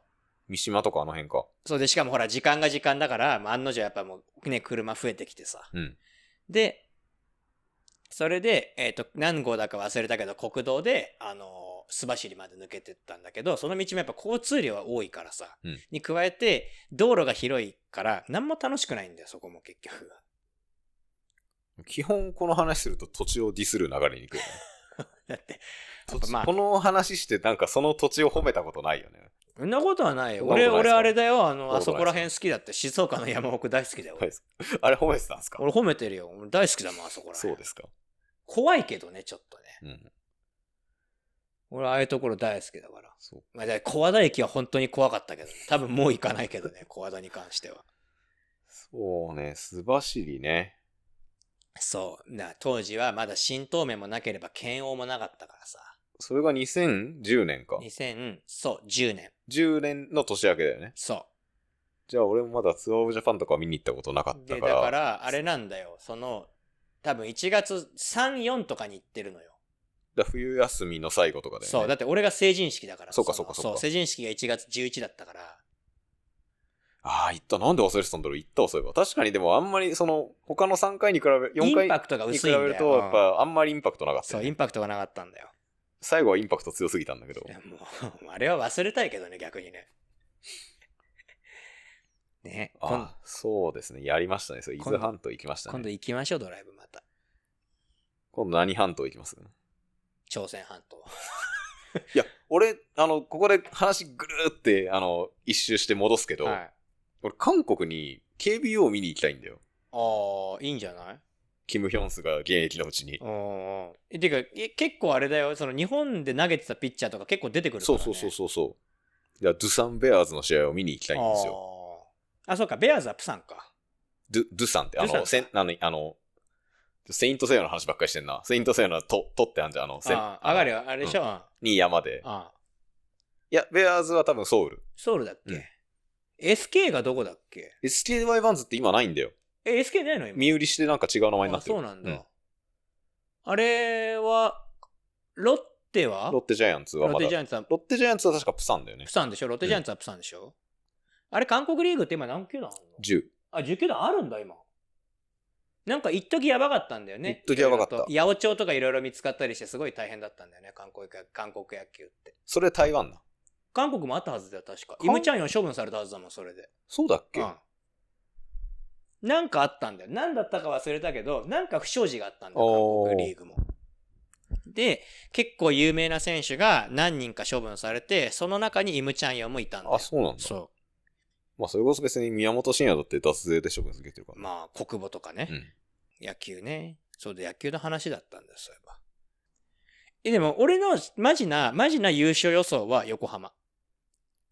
Speaker 1: 三島とかあの辺か。
Speaker 2: うそうでしかもほら時間が時間だから、まあ、案の定やっぱもうね車増えてきてさ
Speaker 1: うん。
Speaker 2: でそれで、えっと何号だか忘れたけど国道で、あのー、須走まで抜けてったんだけどその道もやっぱ交通量は多いからさ、
Speaker 1: うん
Speaker 2: に加えて道路が広いから何も楽しくないんだよそこも結局
Speaker 1: 基本この話すると土地をディスる流れに行くよね。
Speaker 2: (laughs) だって
Speaker 1: 土地
Speaker 2: まあ
Speaker 1: この話してなんかその土地を褒めたことないよね。 (laughs)
Speaker 2: そんなことはない
Speaker 1: そ
Speaker 2: よ。
Speaker 1: んなことないっ
Speaker 2: 俺、
Speaker 1: すか
Speaker 2: 俺あれだよ。あ
Speaker 1: そんなこと
Speaker 2: の、
Speaker 1: ないっ
Speaker 2: あ
Speaker 1: すか
Speaker 2: そこら辺好きだって。静岡の山奥大好きだよ。
Speaker 1: はいあれ褒めてたんですか
Speaker 2: 俺褒めてるよ。俺大好きだもん、あそこら
Speaker 1: そう
Speaker 2: 辺。
Speaker 1: ですか。
Speaker 2: 怖いけどね、ちょっとね。
Speaker 1: うん。
Speaker 2: 俺、ああいうところ大好きだから。
Speaker 1: そう。
Speaker 2: まあ、だから小和田駅は本当に怖かったけど、ね、多分もう行かないけどね、 (laughs) 小和田に関しては。
Speaker 1: そうね、すばしりね。
Speaker 2: そう。な、当時はまだ新東名もなければ県央もなかったからさ。
Speaker 1: それが2010年か。
Speaker 2: 2000、そう、10年。
Speaker 1: 10年の年明けだよね。
Speaker 2: そ
Speaker 1: じゃあ俺もまだツアーオブジャパンとか見に行ったことなか
Speaker 2: う。
Speaker 1: った
Speaker 2: で、
Speaker 1: か
Speaker 2: だ
Speaker 1: ら。
Speaker 2: から、あれなんだよ。その、多分1月3、4とかに行ってるのよ。
Speaker 1: だから冬休みの最後とかだよね。
Speaker 2: そう、だって俺が成人式だから。
Speaker 1: そうか
Speaker 2: の
Speaker 1: そうかそうか
Speaker 2: 成人式が1月11だったから。
Speaker 1: ああ、行った。なんで忘れてたんだろう行ったわ、そういえば。確かにでもあんまり、その、他の3回に比べ、
Speaker 2: イ
Speaker 1: 4
Speaker 2: ンパ
Speaker 1: 回
Speaker 2: クトが
Speaker 1: に比
Speaker 2: 薄い
Speaker 1: べ
Speaker 2: んだよ。
Speaker 1: ると、やっぱあんまりインパクトなか
Speaker 2: うん
Speaker 1: った
Speaker 2: そ
Speaker 1: よ
Speaker 2: う、
Speaker 1: ね、
Speaker 2: インパクトがなかったんだよ。
Speaker 1: 最後はインパクト強すぎたんだけど
Speaker 2: い。やもう、 (laughs) あれは忘れたいけどね、逆にね。 (laughs) ね、こん
Speaker 1: あそうですね。やりましたね。それ伊
Speaker 2: 今度
Speaker 1: 豆半島行きました
Speaker 2: 今度
Speaker 1: ね。
Speaker 2: 行きましょう、ドライブまた。
Speaker 1: 今度何半島行きます
Speaker 2: 朝鮮半島。
Speaker 1: いや、俺、あの、ここで話ぐるーって、あの、一周して戻すけど、
Speaker 2: はい。
Speaker 1: 俺、韓国に KBO を見に行きたいんだよ。
Speaker 2: ああ、いいんじゃない
Speaker 1: キム・ヒョンスが現役のうちに。
Speaker 2: うんうん。えてか、え結構あれだよ、その日本で投げてたピッチャーとか結構出てくるか
Speaker 1: そ
Speaker 2: ら、
Speaker 1: う
Speaker 2: ね。
Speaker 1: そうそうそうそう。いや、ドゥサン・ベアーズの試合を見に行きたいんですよ。
Speaker 2: あーあ、そうか、ベアーズはプサンか。
Speaker 1: ドゥ、ドゥサンって、あ
Speaker 2: ドゥサン
Speaker 1: の、
Speaker 2: か
Speaker 1: せん、あの、あの、セイントセイヤの話ばっかりしてんな。セイントセイヤのと、とってあんじゃん、あの、せん
Speaker 2: あー上がるよ、あれでしょ。うん、あ
Speaker 1: に山で。
Speaker 2: あ
Speaker 1: いや、ベアーズは多分ソウル。
Speaker 2: ソウルだっけ、
Speaker 1: うん
Speaker 2: ?SK がどこだっけ
Speaker 1: SKY バンズって今ないんだよ。
Speaker 2: え、SK ないの今。
Speaker 1: 身売りしてなんか違う名前にな
Speaker 2: あ、
Speaker 1: ってる。
Speaker 2: そうなんだ。
Speaker 1: うん
Speaker 2: あれは、ロッテは
Speaker 1: ロッテジャイアンツは
Speaker 2: ロッ
Speaker 1: まだ
Speaker 2: テジャイアンツは、
Speaker 1: ロッテジャイアンツは確かプサンだよね
Speaker 2: プ。サンでしょロッテジャイアンツはプサンでしょ、あれ、韓国リーグって今何球団あるの
Speaker 1: 10。
Speaker 2: あ、10球団あるんだ、今。なんか、一時やばかったんだよね。
Speaker 1: 一時やばかった
Speaker 2: いろいろと八百長とかいろいろ見つかったりして、すごい大変だったんだよね、韓国や韓国野球って。
Speaker 1: それ台湾だ。
Speaker 2: 韓国もあったはずだよ、確か。
Speaker 1: 韓
Speaker 2: イムチャンヨン処分されたはずだもん、それで。
Speaker 1: そうだっけ、
Speaker 2: うん、なんかあったんだよ。何だったか忘れたけど、なんか不祥事があったんだよ、
Speaker 1: おー
Speaker 2: 韓国リーグも。で、結構有名な選手が何人か処分されて、その中にイムチャンヨンもいたんだよ。
Speaker 1: あ、そうなんだ。
Speaker 2: そ
Speaker 1: まあ、それこそ別に宮本慎也だって脱税で処分受けてるから
Speaker 2: う。
Speaker 1: ね。
Speaker 2: まあ、国母とかね。
Speaker 1: うん。
Speaker 2: 野球ね。そうで、野球の話だったんだよ、そういえば。え、でも、俺のマジな、マジな優勝予想は横浜。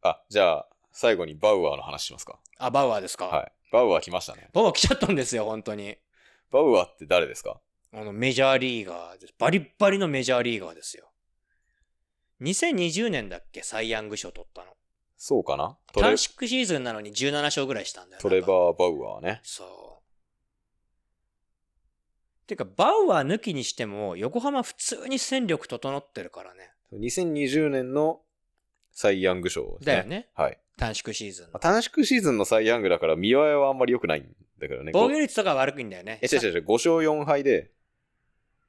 Speaker 1: あ、じゃあ、最後にバウアーの話しますか。
Speaker 2: あ、バウアーですか。
Speaker 1: はい。バウアー来ましたね。
Speaker 2: バウアー来ちゃったんですよ、本当に。
Speaker 1: バウアーって誰ですか
Speaker 2: あのメジャーリーガーです。バリッバリのメジャーリーガーですよ。2020年だっけサイ・ヤング賞取ったの。
Speaker 1: そうかなトレ
Speaker 2: 短縮シーズンなのに17勝ぐらいしたんだよ。
Speaker 1: トレ
Speaker 2: ー。
Speaker 1: バー・バウアーね。
Speaker 2: そう。てか、バウアー抜きにしても、横浜普通に戦力整ってるからね。
Speaker 1: 2020年のサイ・ヤング賞ですね。
Speaker 2: だよね。
Speaker 1: はい。
Speaker 2: 短縮シーズン
Speaker 1: まあ
Speaker 2: の。
Speaker 1: 短縮シーズンのサイ・ヤングだから見栄えはあんまり良くないんだけどね。
Speaker 2: 防御率とか悪くいんだよね
Speaker 1: え、。違う違う違う、5勝4敗で、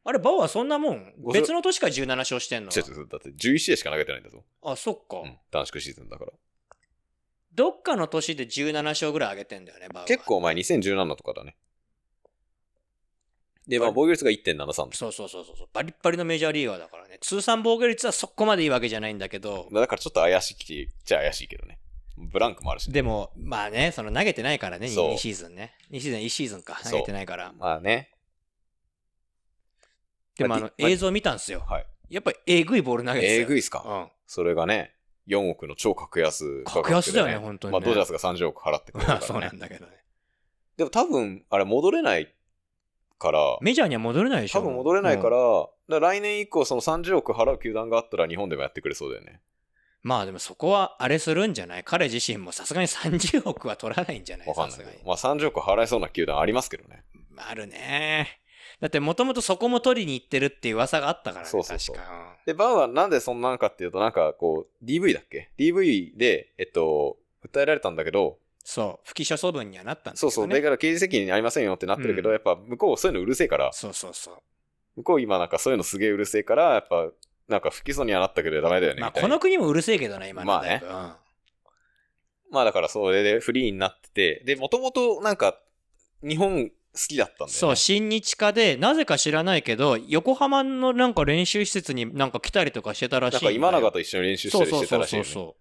Speaker 2: あれ、バウはそんなもん
Speaker 1: ご。
Speaker 2: 別の年から17勝してんの
Speaker 1: 違。う違うだって11試合しか投げてないんだぞ。
Speaker 2: あ、そっか。
Speaker 1: うん短縮シーズンだから。
Speaker 2: どっかの年で17勝ぐらい上げてんだよね、バウは
Speaker 1: 結。構前、2017とかだね。で、まあ、
Speaker 2: あれ
Speaker 1: 防御率が1.73です。
Speaker 2: そうそうそうそうそう。バリッバリのメジャーリーガーだからね。通算防御率はそこまでいいわけじゃないんだけど、
Speaker 1: まあだからちょっと怪しいっちゃ怪しいけどね。ブランクもあるし、ね。
Speaker 2: でも、まあね、その投げてないからね、
Speaker 1: そう
Speaker 2: 2シーズンね。2シーズン、1シーズンか。
Speaker 1: そう
Speaker 2: 投げてないから。
Speaker 1: まあね。
Speaker 2: でも、あ
Speaker 1: ま
Speaker 2: の
Speaker 1: あ、まあ
Speaker 2: 映像見たんすよ。
Speaker 1: はい。
Speaker 2: やっぱり、えぐいボール投げてたよ。
Speaker 1: えぐいっす
Speaker 2: う
Speaker 1: か。
Speaker 2: ん。
Speaker 1: それがね、4億の超格安価格で
Speaker 2: 格安だよね本当にね
Speaker 1: まあ、ドジャースが30億払ってくれるから、
Speaker 2: まあ、
Speaker 1: ね。
Speaker 2: (laughs) そうなんだけどね。
Speaker 1: でも多分、あれ戻れないから、
Speaker 2: メジャーには戻れないでしょ。
Speaker 1: 多分戻れないから、
Speaker 2: うん
Speaker 1: だから来年以降その30億払う球団があったら日本でもやってくれそうだよね。
Speaker 2: まあでもそこはあれするんじゃない彼自身もさすがに30億は取らないんじゃない
Speaker 1: わかんな
Speaker 2: さ
Speaker 1: いけ
Speaker 2: すがに
Speaker 1: ど。まあ30億払えそうな球団ありますけどね。
Speaker 2: あるね。だってもともとそこも取りに行ってるっていう噂があったからね。
Speaker 1: そうそうそう
Speaker 2: 確か。
Speaker 1: で、バウはなんでそんなんかっていうと、なんかこう、DV だっけ ?DV で、えっと、訴えられたんだけど、
Speaker 2: そう。不起訴処分にはなったんだけど、
Speaker 1: そ
Speaker 2: ね。
Speaker 1: うそう、だから刑事責任ありませんよってなってるけど、
Speaker 2: うん
Speaker 1: やっぱ向こうそういうのうるせえから、
Speaker 2: そうそうそう。
Speaker 1: 向こう今なんかそういうのすげえうるせえから、やっぱ、なんか不起訴にはなったけどダメだよね
Speaker 2: まあ
Speaker 1: みたい
Speaker 2: こ
Speaker 1: な。まあ、
Speaker 2: の国もうるせえけどね、今の
Speaker 1: まあね
Speaker 2: だいぶうん
Speaker 1: だからそれでフリーになってて、で、もともとなんか、日本好きだったんだよね。
Speaker 2: そう、新日課で、なぜか知らないけど、横浜のなんか練習施設になんか来たりとかしてたらしい
Speaker 1: なん
Speaker 2: んだよ。
Speaker 1: か今永と一緒に練習したりしてたらしいよ
Speaker 2: そう
Speaker 1: ね。
Speaker 2: そ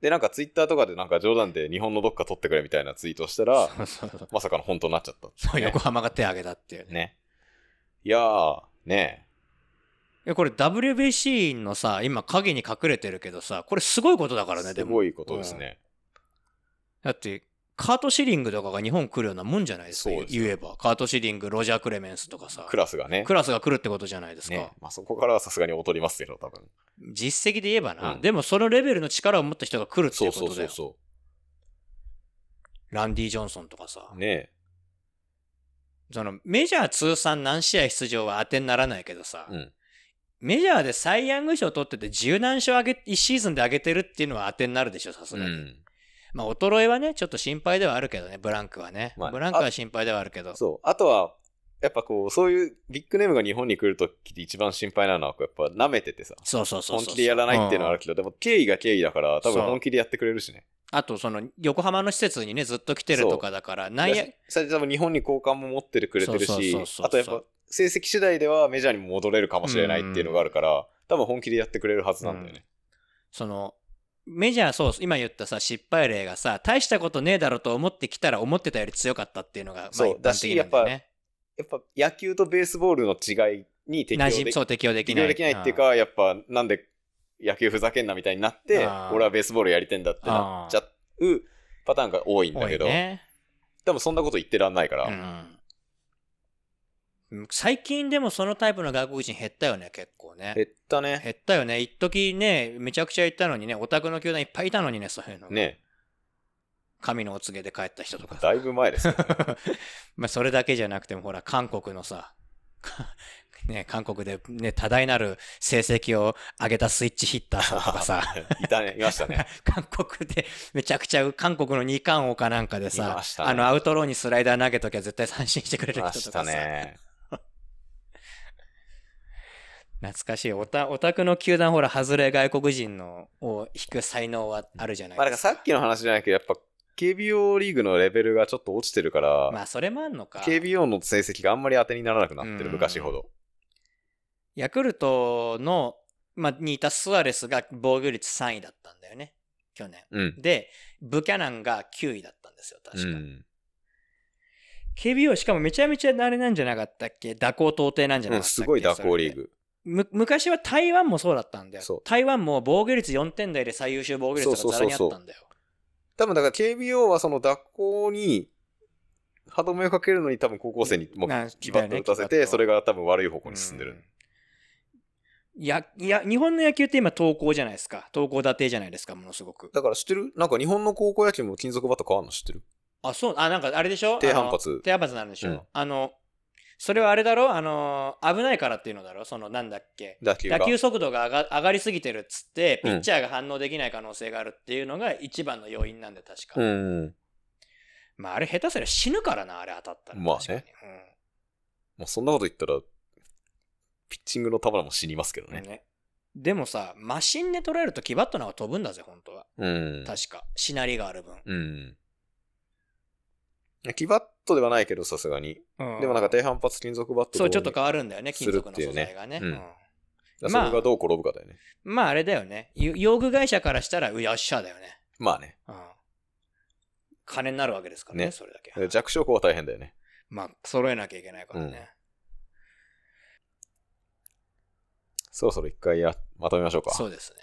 Speaker 1: で、なんかツイッターとかでなんか冗談で日本のどっか取ってくれみたいなツイートした
Speaker 2: う
Speaker 1: ら、
Speaker 2: そうそう。そうそうそう
Speaker 1: まさかの本当になっちゃったってい (laughs)
Speaker 2: そう
Speaker 1: ね、
Speaker 2: 横浜が手挙げたっていうね。
Speaker 1: ね。いやー、ね
Speaker 2: いやこれ WBC のさ今影に隠れてるけどさこれすごいことだからね
Speaker 1: す
Speaker 2: でも
Speaker 1: ごいことです
Speaker 2: うん
Speaker 1: ね。
Speaker 2: だってカートシリングとかが日本来るようなもんじゃないですか
Speaker 1: そうですよ
Speaker 2: 言えばカートシリングロジャー・クレメンスとかさ
Speaker 1: クラスがね。
Speaker 2: クラスが来るってことじゃないですか、
Speaker 1: ねまあ、そこからはさすがに劣りますけど、多分。
Speaker 2: 実績で言えばな、
Speaker 1: うん
Speaker 2: でもそのレベルの力を持った人が来るって
Speaker 1: そ
Speaker 2: いううこ
Speaker 1: そう
Speaker 2: とだ
Speaker 1: そう
Speaker 2: よ
Speaker 1: そ
Speaker 2: ランディ・ジョンソンとかさ、
Speaker 1: う。ね
Speaker 2: そのメジャー通算何試合出場は当てにならないけどさ、
Speaker 1: うん
Speaker 2: メジャーでサイ・ヤング賞取ってて十何勝上げ1シーズンで上げてるっていうのは当てになるでしょさす
Speaker 1: う
Speaker 2: がに、
Speaker 1: ん。
Speaker 2: まあ、衰えはね、ちょっと心配ではあるけどね、ブランクはね。
Speaker 1: まあ
Speaker 2: ブランクは心配ではあるけど。
Speaker 1: そう。あとは、やっぱこう、そういうビッグネームが日本に来るときで一番心配なのは、やっぱ舐めててさ。
Speaker 2: そうそうそうそう。
Speaker 1: 本気でやらないっていうのはある
Speaker 2: ん
Speaker 1: けど、でも敬意が敬意だから、多分
Speaker 2: そう
Speaker 1: 本気でやってくれるしね。
Speaker 2: あと、その、横浜の施設にね、ずっと来てるとかだから、内野
Speaker 1: だし、それで多分日本に好感も持ってるくれてる
Speaker 2: そうそう
Speaker 1: し
Speaker 2: そう、そう
Speaker 1: あとやっぱ成績次第ではメジャーにも戻れるかもしれないっていうのがあるから、多分本気でやってくれるはずなんだよね。
Speaker 2: その、メジャー、そう、今言ったさ、失敗例がさ、大したことねえだろうと思ってきたら、思ってたより強かったっていうのが、まあ、一
Speaker 1: そうだ
Speaker 2: 般
Speaker 1: し
Speaker 2: 的なんだよね。
Speaker 1: やっぱ野球とベースボールの違いに適応
Speaker 2: 馴
Speaker 1: で
Speaker 2: 染
Speaker 1: き
Speaker 2: そう、適用でき
Speaker 1: 適
Speaker 2: ない。
Speaker 1: 応できないっていうか、やっぱなんで野球ふざけんなみたいになって
Speaker 2: あ、ー
Speaker 1: 俺はベースボールやりてんだってなっちゃうパターンが多いん
Speaker 2: うん、
Speaker 1: だ
Speaker 2: 多
Speaker 1: け
Speaker 2: い
Speaker 1: ど、
Speaker 2: ね。
Speaker 1: 多分そんなこと言ってらんないから、
Speaker 2: うん。最近でもそのタイプの外国人減ったよね、結構ね。
Speaker 1: 減ったね。
Speaker 2: 減ったよね。一時ね、めちゃくちゃ行ったのにね、オタクの球団いっぱいいたのにね、そういうの。
Speaker 1: ね
Speaker 2: 神のお告げで帰った人とか。
Speaker 1: だいぶ前ですよ。
Speaker 2: (laughs) まあ、それだけじゃなくても、ほら、韓国のさ、 (laughs) ね、韓国でね、多大なる成績を上げたスイッチヒッターさんとか
Speaker 1: (laughs)
Speaker 2: さ、
Speaker 1: いた
Speaker 2: (laughs)
Speaker 1: ね、いましたね。
Speaker 2: 韓国でめちゃくちゃ、韓国の二冠王かなんかで
Speaker 1: い
Speaker 2: さ、
Speaker 1: ましたね
Speaker 2: あの、アウトローにスライダー投げときは絶対三振してくれ
Speaker 1: い
Speaker 2: る
Speaker 1: ま
Speaker 2: 人
Speaker 1: し
Speaker 2: と
Speaker 1: た
Speaker 2: かさ、
Speaker 1: ね。
Speaker 2: 懐かしい。オタ、オタクの球団、ほら、外れ外国人のを引く才能はあるじゃない
Speaker 1: まあ、なん
Speaker 2: で
Speaker 1: か
Speaker 2: すか。
Speaker 1: さっきの話じゃないけど、やっぱ KBO リーグのレベルがちょっと落ちてるから、
Speaker 2: まあ、それもあんのか。
Speaker 1: KBO の成績があんまり当てにならなくなってる、
Speaker 2: うん
Speaker 1: 昔ほど。
Speaker 2: ヤクルトの、まあ、にいたスアレスが防御率3位だったんだよね、去年。
Speaker 1: うん。
Speaker 2: で、ブキャナンが9位だったんですよ、確
Speaker 1: う
Speaker 2: か。
Speaker 1: ん、
Speaker 2: KBO、しかもめちゃめちゃあれなんじゃなかったっけ蛇行到底なんじゃ
Speaker 1: う
Speaker 2: な
Speaker 1: ん
Speaker 2: かったっけ、
Speaker 1: すごい蛇行リーグ。
Speaker 2: む昔は台湾もそうだったんだ
Speaker 1: そう
Speaker 2: よ。台湾も防御率4点台で最優秀防御率がざらにあったんだよ。
Speaker 1: 多分だから KBO はその蛇行に歯止めをかけるのに多分高校生にもう
Speaker 2: な
Speaker 1: キバッと打たせ
Speaker 2: だよ
Speaker 1: て、
Speaker 2: ね
Speaker 1: それが多分悪い方向に進んでる。
Speaker 2: うんいや、いや、日本の野球って今投稿じゃないですか。投稿立てじゃないですか、ものすごく。
Speaker 1: だから知ってるなんか日本の高校野球も金属バット変わるの知ってる
Speaker 2: あ、そう、あ、なんかあれでしょ
Speaker 1: 低反発
Speaker 2: あの低反発になるんでしょ、
Speaker 1: うん
Speaker 2: あの、それはあれだろあのー危ないからっていうのだろそのなんだっけ
Speaker 1: 打球が。
Speaker 2: 打球速度が上が上がりすぎてるっつって、
Speaker 1: う
Speaker 2: ピ
Speaker 1: ん
Speaker 2: ッチャーが反応できない可能性があるっていうのが一番の要因なんで、確か。
Speaker 1: うん。
Speaker 2: まあ、あれ下手すりゃ死ぬからな、あれ当たったら。
Speaker 1: まあね
Speaker 2: 確かに
Speaker 1: まあ、そんなこと言ったら、ピッチングの球も死にますけど
Speaker 2: うん
Speaker 1: ね。
Speaker 2: ねでもさ、マシンで捉えるとキバットの方が飛ぶんだぜ、本当は。
Speaker 1: うん。
Speaker 2: 確か。しなりがある分。
Speaker 1: うん。いやキバットではないけど、さすがに。
Speaker 2: うん
Speaker 1: でもなんか低反発金属バット
Speaker 2: そう、ちょっと
Speaker 1: ど
Speaker 2: 変わるんだよね、
Speaker 1: す
Speaker 2: 金
Speaker 1: る
Speaker 2: 属
Speaker 1: っ
Speaker 2: の
Speaker 1: ていう
Speaker 2: 素
Speaker 1: ね
Speaker 2: 材がね。
Speaker 1: うん
Speaker 2: うん
Speaker 1: うにそ
Speaker 2: ま
Speaker 1: れ
Speaker 2: あ
Speaker 1: がどう転ぶかだよね。
Speaker 2: まあ、あれだよね。ゆ用具会社からしたら、よっしゃだよね。
Speaker 1: まあね。
Speaker 2: うん金になるわけですからね、
Speaker 1: ね
Speaker 2: それだけ。
Speaker 1: 弱小校は大変だよね。
Speaker 2: まあ、揃えなきゃいけないからね。
Speaker 1: そろそろ一回や、まとめましょうか。
Speaker 2: そうですね。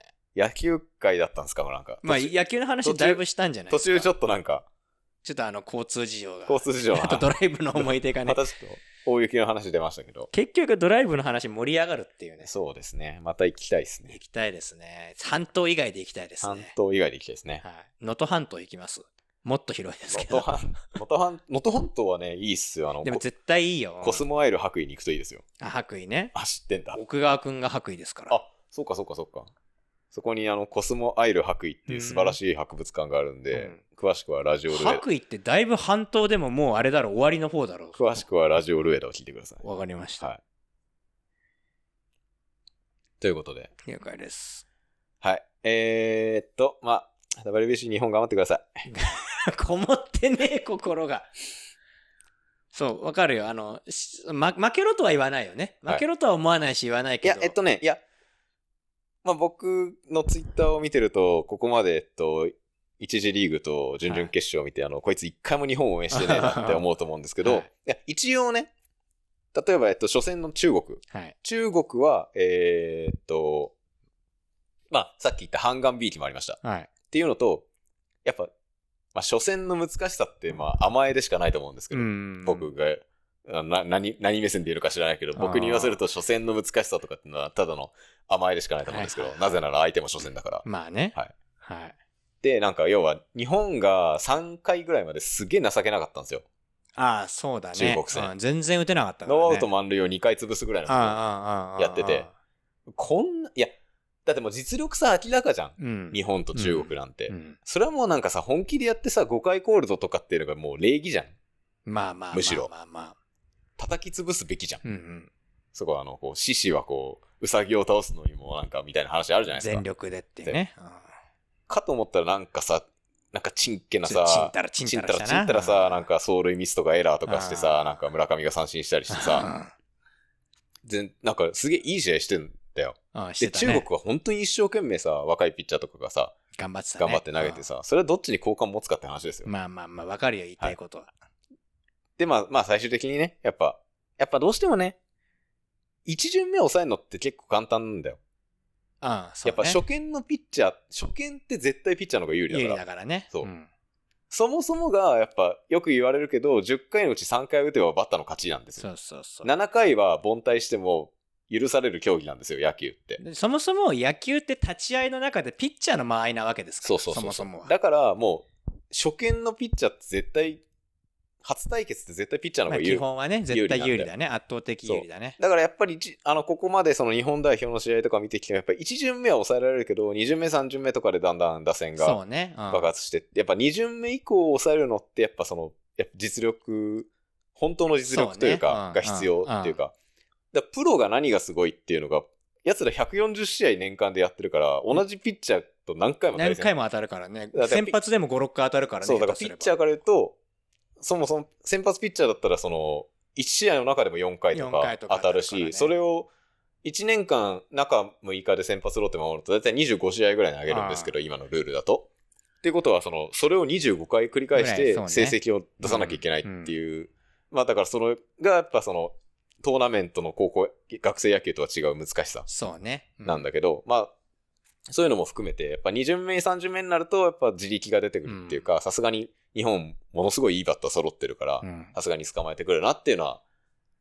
Speaker 1: 野球界だったんですかもうなんか。
Speaker 2: まあ、
Speaker 1: 途中
Speaker 2: 野球の話だいぶしたんじゃないで
Speaker 1: 途
Speaker 2: すか
Speaker 1: 中ちょっとなんか、
Speaker 2: ちょっとあの、交通事情が。
Speaker 1: 交通事情の
Speaker 2: (laughs) あとドライブの思い出がね
Speaker 1: ま。たちょっと大雪の話出ましたけど。
Speaker 2: 結局ドライブの話盛り上がるっていうね。
Speaker 1: そうですね。また行きたいですね
Speaker 2: 行。きたいですね。半島以外で行きたいです
Speaker 1: 半
Speaker 2: ね。
Speaker 1: 島以外で行きたいですね。
Speaker 2: はい。能登半島行きます。もっと広いです
Speaker 1: 能
Speaker 2: け
Speaker 1: 登
Speaker 2: ど。
Speaker 1: 半、能登半、能登半島はね、いいっすよ。あの、
Speaker 2: でも
Speaker 1: コ
Speaker 2: 絶対いいよ。
Speaker 1: コスモアイル白衣に行くといいですよ。
Speaker 2: あ白衣ね。
Speaker 1: あ、知ってんだ。
Speaker 2: 奥川くんが白衣ですから。
Speaker 1: あ、そうかそうかそうか。そこにあの、コスモアイル白衣っていう素晴らしい博物館があるんで、
Speaker 2: うん
Speaker 1: 詳しくはラジオルエ
Speaker 2: 白衣ってだいぶ半島でももうあれだろ、終わりの方だろ。
Speaker 1: 詳しくはラジオルエダを聞いてください。
Speaker 2: わかりました。
Speaker 1: はいということで。
Speaker 2: 了解です。
Speaker 1: はい。えー、っと、まあ、WBC 日本頑張ってください。
Speaker 2: (laughs) こもってねえ、心が。そう、わかるよ。あの、しま、負けろとは言わないよね。
Speaker 1: はい
Speaker 2: 負けろとは思わないし言わない
Speaker 1: い
Speaker 2: けど。
Speaker 1: や、えっとね、いや、まあ僕のツイッターを見てると、ここまで、えっと、一次リーグと準々決勝を見て、あの、こいつ一回も日本を応援してねえなって思うと思うんですけど、
Speaker 2: はい
Speaker 1: い、や、一応ね、例えば、えっと、初戦の中国。
Speaker 2: はい。
Speaker 1: 中国は、えーっと、まあ、さっき言ったハンガンビーキもありました。っ
Speaker 2: はい。
Speaker 1: ていうのと、やっぱ、まあ、初戦の難しさって、まあ、甘えでしかないと思うんですけど、
Speaker 2: ん
Speaker 1: 僕が、あな何、何目線で言うのか知らないけど、僕に言わせると初戦の難しさとかっていうのは、ただの甘えでしかないと思うんですけど
Speaker 2: はい、はいは
Speaker 1: ないぜなら相手も初戦だから。
Speaker 2: まあね。
Speaker 1: はい。
Speaker 2: はい。
Speaker 1: で、なんか、要は、日本が3回ぐらいまですげえ情けなかったんですよ。
Speaker 2: ああ、そうだね。
Speaker 1: 中国戦
Speaker 2: うん全然打てなかったから、ね。
Speaker 1: ノーアウト満塁を2回潰すぐらい
Speaker 2: ああ
Speaker 1: の。
Speaker 2: ああああ
Speaker 1: やってて。こんな、いや、だってもう実力差明らかじゃん。
Speaker 2: うん。
Speaker 1: 日本と中国なんて。
Speaker 2: うん
Speaker 1: それはもうなんかさ、本気でやってさ、5回コールドとかっていうのがもう礼儀じゃん。
Speaker 2: まあまあ。
Speaker 1: むしろ
Speaker 2: まあまあまあ。
Speaker 1: 叩き潰すべきじゃん。
Speaker 2: うんうん。
Speaker 1: そこはあの、こう、獅子はこう、ウサギを倒すのにもなんかみたいな話あるじゃないです
Speaker 2: 全
Speaker 1: か。
Speaker 2: 力でっていうね。うん
Speaker 1: かと思ったらなんかさ、なんかちんけな
Speaker 2: ちちん
Speaker 1: さ、
Speaker 2: たらちん
Speaker 1: ち
Speaker 2: た
Speaker 1: んた
Speaker 2: ら
Speaker 1: ら
Speaker 2: したな。
Speaker 1: ちんたらさ、なんか走塁ミスとかエラーとかして
Speaker 2: あ
Speaker 1: さ
Speaker 2: ー、
Speaker 1: なんか村上が三振したりしてさ、全、なんかすげえいい試合してんだよ。
Speaker 2: うん。うん、し
Speaker 1: で、
Speaker 2: てた
Speaker 1: 中
Speaker 2: ね
Speaker 1: 国は本当に一生懸命さ、若いピッチャーとかがさ、
Speaker 2: 頑張ってたね。
Speaker 1: 頑張って投げてさ、それはどっちに好感持つかって話ですよ
Speaker 2: うん。。まあまあまあ、わかるよ、言いたいことは。
Speaker 1: で、まあ、まあ、最終的にね、やっぱ、やっぱどうしてもね、一巡目抑えるのって結構簡単なんだよ。
Speaker 2: うん、そう
Speaker 1: やっぱ
Speaker 2: ね
Speaker 1: 初見のピッチャー、初見って絶対ピッチャーの方が有利だ
Speaker 2: 有
Speaker 1: か
Speaker 2: 利
Speaker 1: ら。
Speaker 2: だからね。
Speaker 1: そうんそもそもが、やっぱ、よく言われるけど、10回のうち3回打てばバッターの勝ちなんです
Speaker 2: そ
Speaker 1: よ。
Speaker 2: うそうそう。
Speaker 1: 7回は凡退しても許される競技なんですよ、野球って。
Speaker 2: でそもそも野球って立ち合いの中でピッチャーの間合いなわけですから
Speaker 1: そうそうそうそう。
Speaker 2: そもそもは。
Speaker 1: だから、もう、初見のピッチャーって絶対、初対決って絶対ピッチャーの
Speaker 2: ま
Speaker 1: 方
Speaker 2: あ
Speaker 1: が有
Speaker 2: 基
Speaker 1: 利。
Speaker 2: 本はね、絶対有
Speaker 1: 有
Speaker 2: 利
Speaker 1: 利
Speaker 2: だ
Speaker 1: な
Speaker 2: ね。圧倒的有利だね。
Speaker 1: だからやっぱり一、あの、ここまでその日本代表の試合とか見てきても、やっぱり1巡目は抑えられるけど、2巡目、3巡目とかでだんだん打線
Speaker 2: そう
Speaker 1: が
Speaker 2: ね。うん
Speaker 1: 爆発して、やっぱ2巡目以降を抑えるのって、やっぱその、やっぱ実力、本当の実力というか、
Speaker 2: そうねうん
Speaker 1: が必要っていうか、だからプロが何がすごいっていうのが、奴ら140試合年間でやってるから、同じピッチャーと何回も対
Speaker 2: 何
Speaker 1: 戦
Speaker 2: 回も当たるからね
Speaker 1: だ。って
Speaker 2: 先発でも5、6回当たるからね。
Speaker 1: そう、だか
Speaker 2: 下
Speaker 1: らピ
Speaker 2: 手すれば
Speaker 1: ッチャーから言うと、そもそも先発ピッチャーだったら、その、1試合の中でも4回と
Speaker 2: 4
Speaker 1: か
Speaker 2: 回とか
Speaker 1: 当たる
Speaker 2: 当たるからね
Speaker 1: し、それを1年間中6日で先発ローテ守ると、だいたい25試合ぐらい投げるんですけど、今のルールだと。っていうことは、その、それを25回繰り返し
Speaker 2: ぐ
Speaker 1: て
Speaker 2: らいそう
Speaker 1: 成
Speaker 2: ね
Speaker 1: 績を出さなきゃいけないっていう、まあだからそれがやっぱその、トーナメントの高校、学生野球とは違う難しさ
Speaker 2: そうね。う
Speaker 1: なんだけど、まあ、そういうのも含めて、やっぱ2巡目、3巡目になると、やっぱ自力が出てくるっていうか、さすがに日本、ものすごいいいバッター揃ってるから
Speaker 2: う、ん
Speaker 1: さすがに捕まえてくるなっていうのは、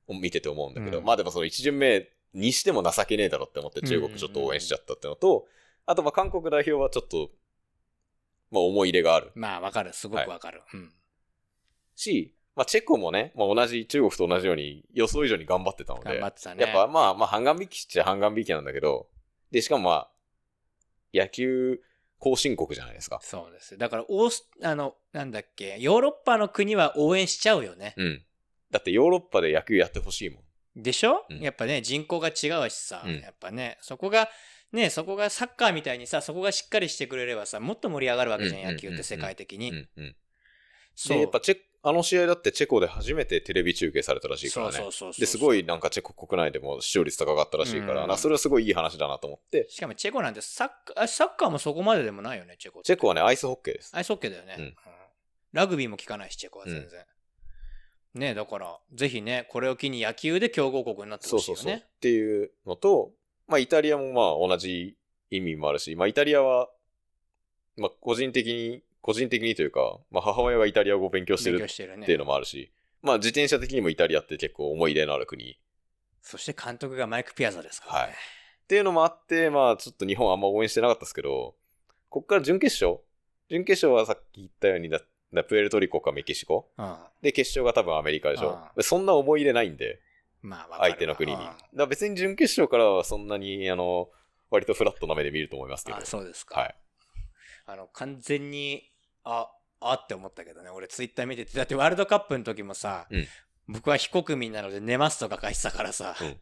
Speaker 1: 見てて思うんだけど、
Speaker 2: うん
Speaker 1: まあでもその1巡目にしても情けねえだろって思って中国ちょっと応援しちゃったっていうのと、あとまあ韓国代表はちょっと、まあ思い入れがある
Speaker 2: まあ、わかる。すごくわかる。うん
Speaker 1: し、まあ、チェコもね、まあ、同じ、中国と同じように予想以上に頑張ってたので、
Speaker 2: 頑張ってたね。
Speaker 1: やっぱまあ、まあ、半眼引きっちゃ半眼引きなんだけど、で、しかもまあ、野球後進国じゃないですか。
Speaker 2: そうです。だから、オース、あの、なんだっけ、ヨーロッパの国は応援しちゃうよね。
Speaker 1: うん。だってヨーロッパで野球やってほしいもん。
Speaker 2: でしょ、
Speaker 1: うん
Speaker 2: やっぱね、人口が違うしさ、
Speaker 1: うん
Speaker 2: やっぱね、そこが、ね、そこがサッカーみたいにさ、そこがしっかりしてくれればさ、もっと盛り上がるわけじゃ
Speaker 1: うん
Speaker 2: ん、野球っ
Speaker 1: うん
Speaker 2: て世界的に。
Speaker 1: うんうん。
Speaker 2: そう
Speaker 1: で、やっぱチェコ、あの試合だってチェコで初めてテレビ中継されたらしいからね。
Speaker 2: そうそうそうそう。
Speaker 1: で、すごいなんかチェコ国内でも視聴率高かったらしいから、
Speaker 2: うん
Speaker 1: なそれはすごいいい話だなと思って、
Speaker 2: しかもチェコなんてサッカー、あサッカーもそこまででもないよね、チェコって
Speaker 1: チェコはね、アイスホッケーです。
Speaker 2: アイスホッケーだよね。
Speaker 1: うん
Speaker 2: うんラグビーも効かないし、チェコは全然。ねだから、ぜひね、これを機に野球で強豪国になって
Speaker 1: そ
Speaker 2: ほ
Speaker 1: う
Speaker 2: しい
Speaker 1: そう
Speaker 2: よ
Speaker 1: そう。っ
Speaker 2: ね。
Speaker 1: ていうのと、まあ、イタリアもまあ同じ意味もあるし、まあ、イタリアは、まあ、個人的に、個人的にというか、まあ、母親がイタリア語を勉強して
Speaker 2: 勉
Speaker 1: る
Speaker 2: 強
Speaker 1: っ
Speaker 2: してるね
Speaker 1: ていうのもあるし、まあ、自転車的にもイタリアって結構思い入れのある国。っ
Speaker 2: そして監督がマイク・ピアザですから、ね。
Speaker 1: はいていうのもあって、まあ、ちょっと日本あんま応援してなかったですけど、こっから準決勝準決勝はさっき言ったようにだ、だプエルトリコかメキシコで、決勝が多分アメリカでしょ。そんな思い入れないんで、
Speaker 2: うん。まあ、わかるわ
Speaker 1: 相手の国に。
Speaker 2: うん
Speaker 1: だから別に準決勝からはそんなに、あの、割とフラットな目で見ると思いますけど
Speaker 2: あ、。そうですか。
Speaker 1: はい。
Speaker 2: あの、完全に、あ、あって思ったけどね、俺ツイッター見てて、だってワールドカップの時もさ、
Speaker 1: うん
Speaker 2: 僕は非国民なので寝ますとか書いてたからさ、
Speaker 1: うん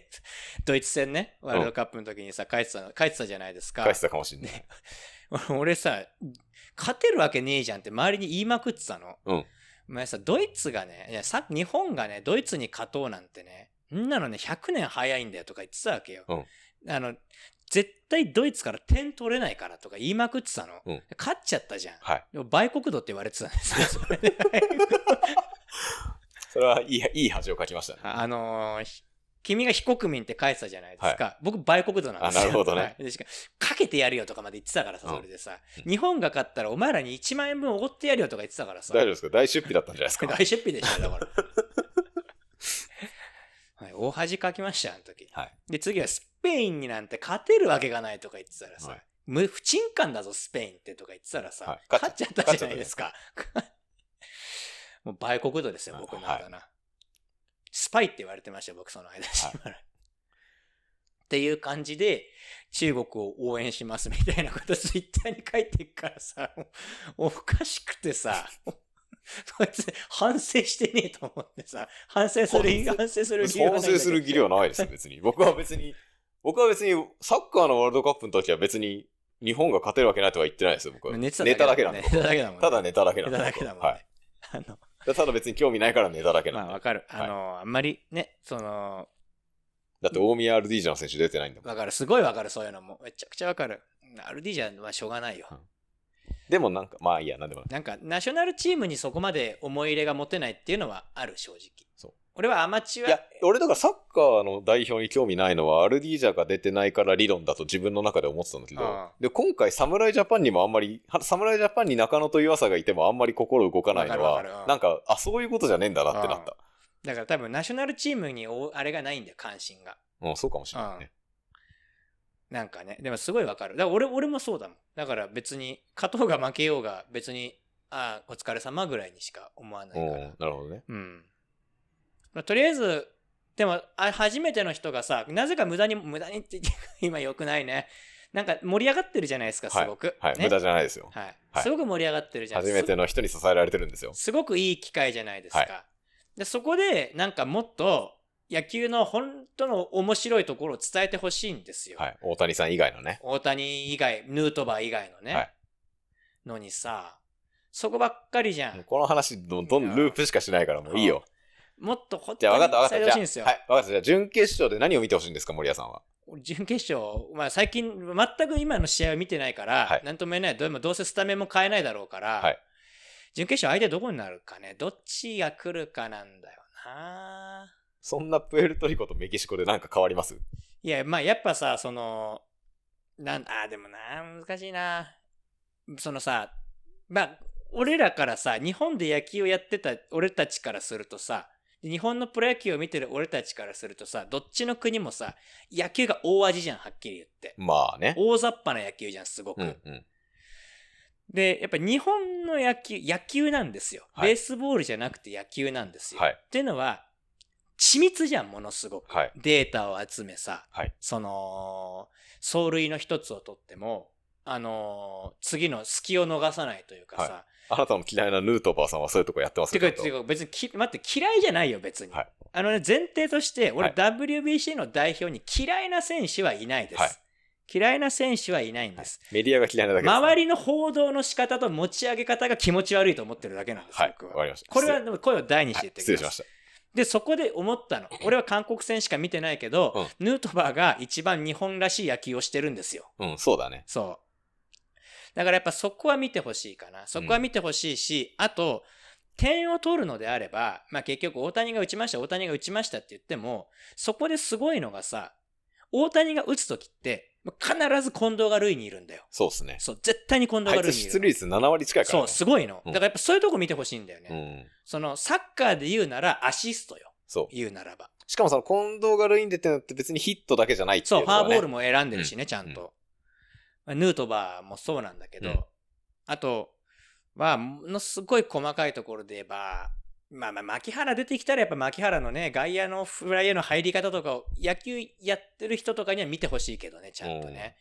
Speaker 2: (laughs) ドイツ戦ね、ワールドカップの時にさ、書いてたの、書いてたじゃないですか
Speaker 1: 返。したかもしれない。
Speaker 2: ね (laughs) 俺さ、勝てるわけねえじゃんって周りに言いまくってたの。
Speaker 1: うん
Speaker 2: お前さ、ドイツがね、いやさ日本がね、ドイツに勝とうなんてね、んなのね、100年早いんだよとか言ってたわけよ。あの、絶対ドイツから点取れないからとか言いまくってたの。
Speaker 1: うん
Speaker 2: 勝っちゃったじゃん。
Speaker 1: はい。
Speaker 2: でも売国度って言われてたんですよ。
Speaker 1: (laughs)
Speaker 2: それね
Speaker 1: それはいい、いい恥をかきましたね。
Speaker 2: あのーひ君が非国民って書いてたじゃないですか。僕、売国度なんですよ。
Speaker 1: あなるほどね
Speaker 2: はいでしかかけてやるよとかまで言ってたからさ、
Speaker 1: うん
Speaker 2: それでさ、
Speaker 1: うん
Speaker 2: 日本が勝ったらお前らに1万円分おごってやるよとか言ってたからさ。
Speaker 1: 大丈夫ですか大出費だったんじゃないですか
Speaker 2: (laughs) 大出費でしたよ、だから。はい、大恥かきましたよ、あの時。
Speaker 1: はい
Speaker 2: で、次はスペインになんて勝てるわけがないとか言ってたらさ、
Speaker 1: はい
Speaker 2: 無不沈感だぞ、スペインってとか言ってたらさ、
Speaker 1: はい勝
Speaker 2: 勝っ
Speaker 1: っ
Speaker 2: ちゃったじゃないですか。もう売国度ですよ、僕なんかな。スパイって言われてましたよ、僕その間しばらく。っていう感じで、中国を応援しますみたいなことツイッターに書いてるからさ、もうおかしくてさ、こいつ反省してねえと思ってさ、反省する理由、反省する理由がな
Speaker 1: 反省
Speaker 2: いんだけど
Speaker 1: する技量ないですよ、別に。僕は別に、僕は別に、サッカーのワールドカップの時は別に、日本が勝てるわけないとは言ってないですよ、僕は。ネ
Speaker 2: 寝てた
Speaker 1: タだけなん
Speaker 2: ね
Speaker 1: で。
Speaker 2: ネタだけだもんね。
Speaker 1: ただネタだけな
Speaker 2: ネ
Speaker 1: ん
Speaker 2: タ
Speaker 1: で。
Speaker 2: だけだもん
Speaker 1: は
Speaker 2: ね。あの、
Speaker 1: い。ただ別に興味ないからネタだけなん
Speaker 2: まあ
Speaker 1: で。
Speaker 2: わかる。
Speaker 1: はい
Speaker 2: あの、あんまりね、その、
Speaker 1: だって大宮 RD ジの選手出てないんだもん。
Speaker 2: わかる。すごいわかる、そういうのも。めちゃくちゃわかる。RD じゃ、まあしょうがないよ。
Speaker 1: でもなんか、まあいいや、なんでもない。
Speaker 2: なんか、ナショナルチームにそこまで思い入れが持てないっていうのはある、正直。
Speaker 1: そう
Speaker 2: 俺はアマチュア。
Speaker 1: いや、俺だからサッカーの代表に興味ないのは、アルディージャが出てないから理論だと自分の中で思ってたんだけど
Speaker 2: あ、
Speaker 1: で、今回、侍ジャパンにもあんまり、は侍ジャパンに中野と湯浅がいてもあんまり心動かないの
Speaker 2: わかるわかるう
Speaker 1: は
Speaker 2: ん、
Speaker 1: なんか、あ、そういうことじゃねえんだなってなった。
Speaker 2: だから多分、ナショナルチームにおあれがないんだよ、関心が。
Speaker 1: うん、そうかもしれないね。
Speaker 2: なんかね、でもすごいわかる。だから俺俺もそうだもん。だから別に、勝とうが負けようが、別に、ああ、お疲れ様ぐらいにしか思わな
Speaker 1: う
Speaker 2: いから
Speaker 1: ん。、なるほどね。
Speaker 2: うん。まあとりあえず、でも、あ初めての人がさ、なぜか無駄に、無駄にって、今良くないね。なんか盛り上がってるじゃないですか、すごく。
Speaker 1: はい、
Speaker 2: ね
Speaker 1: 無駄じゃないですよ。
Speaker 2: はい
Speaker 1: はい
Speaker 2: すごく盛り上がってるじゃない
Speaker 1: 初
Speaker 2: です
Speaker 1: めての人に支えられてるんですよ。
Speaker 2: すごくいい機会じゃないですか。
Speaker 1: はい
Speaker 2: でそこで、なんかもっと、野球の本当の面白いところを伝えてほしいんですよ。
Speaker 1: はい。大谷さん以外のね。
Speaker 2: 大谷以外、ヌートバー以外のね。
Speaker 1: はい
Speaker 2: のにさ、そこばっかりじゃん。
Speaker 1: この話、どんどんループしかしないからもういいよ。
Speaker 2: もっとほっ
Speaker 1: じゃあ、分かった分か
Speaker 2: 伝え
Speaker 1: っ
Speaker 2: てほ
Speaker 1: た。じ
Speaker 2: しいんです
Speaker 1: ゃ
Speaker 2: よ
Speaker 1: あ、は。い、分かった。じゃあ、準決勝で何を見てほしいんですか、森谷さんは。
Speaker 2: 準決勝、まあ、最近、全く今の試合を見てないから、
Speaker 1: はい
Speaker 2: なんとも言えない、どうもどうせスタメンも変えないだろうから、
Speaker 1: はい
Speaker 2: 準決勝、相手どこになるかね、どっちが来るかなんだよな。
Speaker 1: そんなプエルトリコとメキシコでなんか変わります
Speaker 2: いや、まあ、やっぱさ、その、なんあー、でもな、難しいな。そのさ、まあ、俺らからさ、日本で野球をやってた俺たちからするとさ、日本のプロ野球を見てる俺たちからするとさ、どっちの国もさ、野球が大味じゃん、はっきり言って。
Speaker 1: まあね。
Speaker 2: 大雑把な野球じゃん、すごく。
Speaker 1: うんうん。
Speaker 2: で、やっぱ日本の野球、野球なんですよ。
Speaker 1: はい
Speaker 2: ベースボールじゃなくて野球なんですよ。
Speaker 1: はい
Speaker 2: っていうのは、緻密じゃん、ものすごく。
Speaker 1: はい。
Speaker 2: データを集めさ、
Speaker 1: はい
Speaker 2: その、走塁の一つを取っても、あのー次の隙を逃さないというかさ、
Speaker 1: はあなたの嫌いなヌートバーさんはそういうとこやってます
Speaker 2: て
Speaker 1: よ
Speaker 2: か、
Speaker 1: ちゃん
Speaker 2: てか別にき、待って、嫌いじゃないよ、別に。
Speaker 1: はい
Speaker 2: あのね、前提として、
Speaker 1: は
Speaker 2: 俺、
Speaker 1: い
Speaker 2: WBC の代表に嫌いな選手はいないです。
Speaker 1: はい
Speaker 2: 嫌いな選手はいないんです。
Speaker 1: とメディアが嫌いなだけです、
Speaker 2: 周りの報道の仕方と持ち上げ方が気持ち悪いと思ってるだけなんです、
Speaker 1: はい。
Speaker 2: 僕
Speaker 1: わ
Speaker 2: は。
Speaker 1: かりました。
Speaker 2: これは
Speaker 1: 失
Speaker 2: でも声を大に
Speaker 1: 礼、
Speaker 2: し
Speaker 1: はい
Speaker 2: て言って
Speaker 1: 失礼しました。
Speaker 2: で、そこで思ったの。俺は韓国戦しか見てないけど、ヌートバーが一番日本らしい野球をしてるんですよ。
Speaker 1: うん、そうだね。
Speaker 2: そう。だからやっぱそこは見てほしいかな。そこは見てほしいし、あと、点を取るのであれば、まあ結局大谷が打ちました、大谷が打ちましたって言っても、そこですごいのがさ、大谷が打つときって、必ず近藤が塁にいるんだよ。
Speaker 1: そうですね。
Speaker 2: そう、絶対に近藤
Speaker 1: あ
Speaker 2: が
Speaker 1: いつ
Speaker 2: 塁にいる
Speaker 1: 出
Speaker 2: の。
Speaker 1: 塁率7割近いから、
Speaker 2: そう、
Speaker 1: ね。
Speaker 2: すごいの。
Speaker 1: う
Speaker 2: だ
Speaker 1: ん
Speaker 2: からやっぱそういうとこ見てほしいんだよね。
Speaker 1: うん。
Speaker 2: その、サッカーで言うならアシストよ。
Speaker 1: そう。
Speaker 2: 言うならば。
Speaker 1: しかもその近藤が塁に出てるのって別にヒットだけじゃないってい
Speaker 2: そう
Speaker 1: の
Speaker 2: う、フ
Speaker 1: がね
Speaker 2: ァーボールも選んでるしね、ちゃんと。まあヌートバーもそうなんだけど、
Speaker 1: うん
Speaker 2: あとは、ものすごい細かいところで言えば、まあまあ、牧原出てきたらやっぱ牧原のね、外野のフライへの入り方とかを野球やってる人とかには見てほしいけどね、ちゃんとね。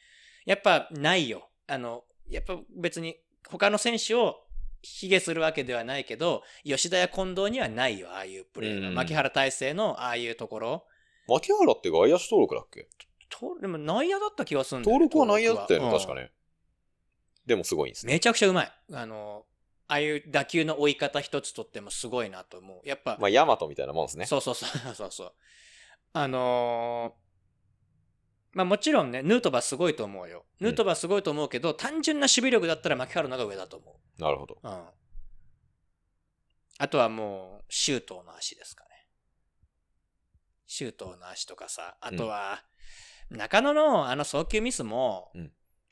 Speaker 2: やっぱないよ。あの、やっぱ別に他の選手を卑下するわけではないけど、吉田や近藤にはないよ、ああいうプレーは。
Speaker 1: うん
Speaker 2: 牧原大成のああいうところ。
Speaker 1: 牧原って外野手登録だっけ
Speaker 2: とでも内野だった気がするんだよ
Speaker 1: 登録は内野だったよね、
Speaker 2: 登録
Speaker 1: 確
Speaker 2: は
Speaker 1: かね。でもすごいんですね。
Speaker 2: めちゃくちゃうまい。あの、ああいう打球の追い方一つとってもすごいなと思う。やっぱ、
Speaker 1: まあ、ヤマトみたいなもんですね。
Speaker 2: そうそうそうそうそう。あのーまあもちろんね、ヌートバーすごいと思うよ。
Speaker 1: うん
Speaker 2: ヌートバーすごいと思うけど、単純な守備力だったら牧原の方が上だと思
Speaker 1: なるほど。
Speaker 2: う。うん。あとはもう、周東の足ですかね。周東の足とかさ、あとは、中野のあの送球ミスも、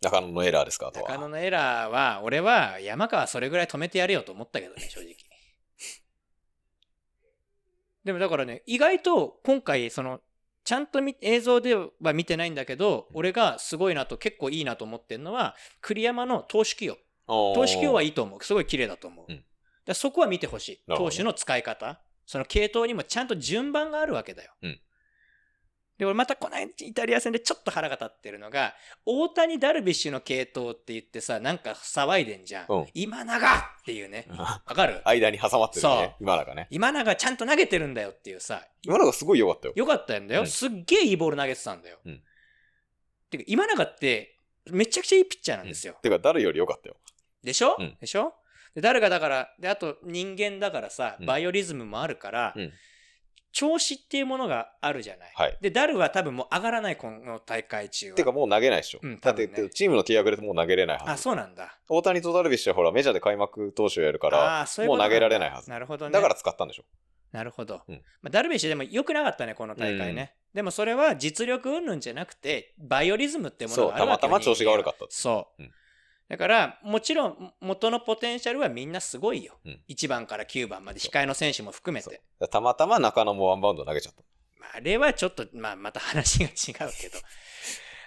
Speaker 1: 中野のエラーですか、あとは。
Speaker 2: 中野のエラーは、俺は山川それぐらい止めてやれよと思ったけどね、
Speaker 1: (laughs)
Speaker 2: 正直。でもだからね、意外と今回、その、ちゃんと見映像では見てないんだけど、俺がすごいなと、結構いいなと思ってるのは、栗山の投手起用。
Speaker 1: おー
Speaker 2: 投手起用はいいと思う。すごい綺麗だと思う。
Speaker 1: うん
Speaker 2: だからそこは見てほしい。
Speaker 1: なるほど
Speaker 2: 投
Speaker 1: ね
Speaker 2: 手の使い方。その系統にもちゃんと順番があるわけだよ。
Speaker 1: うん
Speaker 2: で、俺またこの間イタリア戦でちょっと腹が立ってるのが、大谷ダルビッシュの系統って言ってさ、なんか騒いでんじゃん。
Speaker 1: うん
Speaker 2: 今永っていうね。わかる
Speaker 1: (laughs) 間に挟まってる
Speaker 2: そう
Speaker 1: ね、今永ね。
Speaker 2: 今永ちゃんと投げてるんだよっていうさ、
Speaker 1: 今永すごい良かったよ。
Speaker 2: よかったんだよ。
Speaker 1: うん
Speaker 2: すっげえいいボール投げてたんだよ。
Speaker 1: うん
Speaker 2: てか、今永ってめちゃくちゃいいピッチャーなんですよ。
Speaker 1: てか、誰より良かったよ。
Speaker 2: でしょ、
Speaker 1: うん
Speaker 2: でしょで誰がだから、で、あと人間だからさ
Speaker 1: う、ん
Speaker 2: バイオリズムもあるから、
Speaker 1: うん
Speaker 2: 調子っていうものがあるじゃない。
Speaker 1: はい
Speaker 2: で、ダルは多分もう上がらない、この大会中は。
Speaker 1: てか、もう投げないでしょ。
Speaker 2: うん
Speaker 1: だ
Speaker 2: 多
Speaker 1: っ
Speaker 2: 分ね
Speaker 1: て、チームの契約でもう投げれないは
Speaker 2: あ、
Speaker 1: ず。
Speaker 2: そうなんだ。
Speaker 1: 大谷とダルビッシュはほら、メジャーで開幕投手をやるか
Speaker 2: あ
Speaker 1: ら
Speaker 2: ー、そういう
Speaker 1: も
Speaker 2: こ
Speaker 1: う投
Speaker 2: となんだ
Speaker 1: げられないはず。
Speaker 2: なるほどね。
Speaker 1: だから、使ったんでしょ。
Speaker 2: なるほど。
Speaker 1: うん
Speaker 2: まあ、ダルビッシュでも良くなかったね、この大会ね。でもそれは実力云々じゃなくて、バイオリズムってものがあるわけよ
Speaker 1: そうたまたま調子が悪かった
Speaker 2: そう。
Speaker 1: うん
Speaker 2: だから、もちろん元のポテンシャルはみんなすごいよ。
Speaker 1: うん
Speaker 2: 1番から9番まで控えの選手も含め
Speaker 1: そう
Speaker 2: て。
Speaker 1: だからたまたま中野もワンバウンド投げちゃった。
Speaker 2: まああれはちょっと、まあ、また話が違う
Speaker 1: (laughs)
Speaker 2: けど。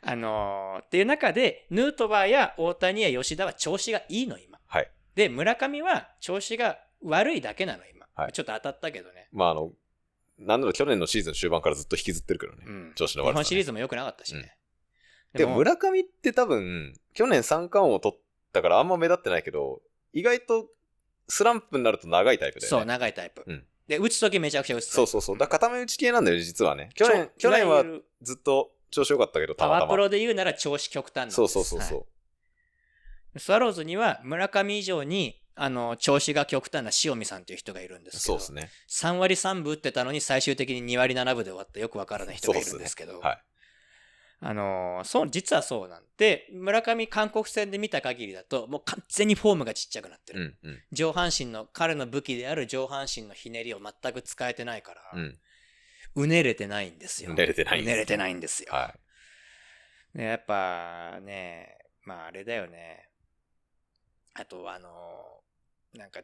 Speaker 2: あのーっていう中で、ヌートバーや大谷や吉田は調子がいいの、今。
Speaker 1: はい
Speaker 2: で、村上は調子が悪いだけなの、今。
Speaker 1: はい
Speaker 2: ちょっと当たったけどね。
Speaker 1: まあ、あの、なんだろ、去年のシーズン終盤からずっと引きずってるけどね。
Speaker 2: うん。
Speaker 1: 調子の
Speaker 2: 日
Speaker 1: 悪さ、
Speaker 2: 本
Speaker 1: ね。
Speaker 2: シリーズも良くなかったしね。
Speaker 1: でも村上って多分、去年三冠王を取ったからあんま目立ってないけど、意外とスランプになると長いタイプだよね。
Speaker 2: そう、長いタイプ。
Speaker 1: うん
Speaker 2: で、打つときめちゃくちゃ打つタイプ。
Speaker 1: そうそうそう。だから固め打ち系なんだよね、実はね。
Speaker 2: ちょ
Speaker 1: 去年、去年はい
Speaker 2: わゆる
Speaker 1: ずっと調子良かったけど、た
Speaker 2: パ
Speaker 1: ま
Speaker 2: ワ
Speaker 1: た
Speaker 2: ープ
Speaker 1: ま。
Speaker 2: ロで言うなら調子極端なんです
Speaker 1: そうそうそう
Speaker 2: はい
Speaker 1: そう。
Speaker 2: スワローズには村上以上に、あの、調子が極端な塩見さんという人がいるんですけ
Speaker 1: そう
Speaker 2: ど、
Speaker 1: ですね。
Speaker 2: 3割3分打ってたのに最終的に2割7分で終わったよくわからない人がいるんですけど、
Speaker 1: はい。
Speaker 2: あのーそう、実はそうなんで、村上韓国戦で見た限りだと、もう完全にフォームがちっちゃくなって
Speaker 1: う
Speaker 2: る。
Speaker 1: んうん
Speaker 2: 上半身の、彼の武器である上半身のひねりを全く使えてないから、
Speaker 1: うん。
Speaker 2: うねれてないんですよ。
Speaker 1: うねれてないん
Speaker 2: う
Speaker 1: です
Speaker 2: ねれてないんですよ。
Speaker 1: は
Speaker 2: ねやっぱね、まああれだよね。あとあの、なんか、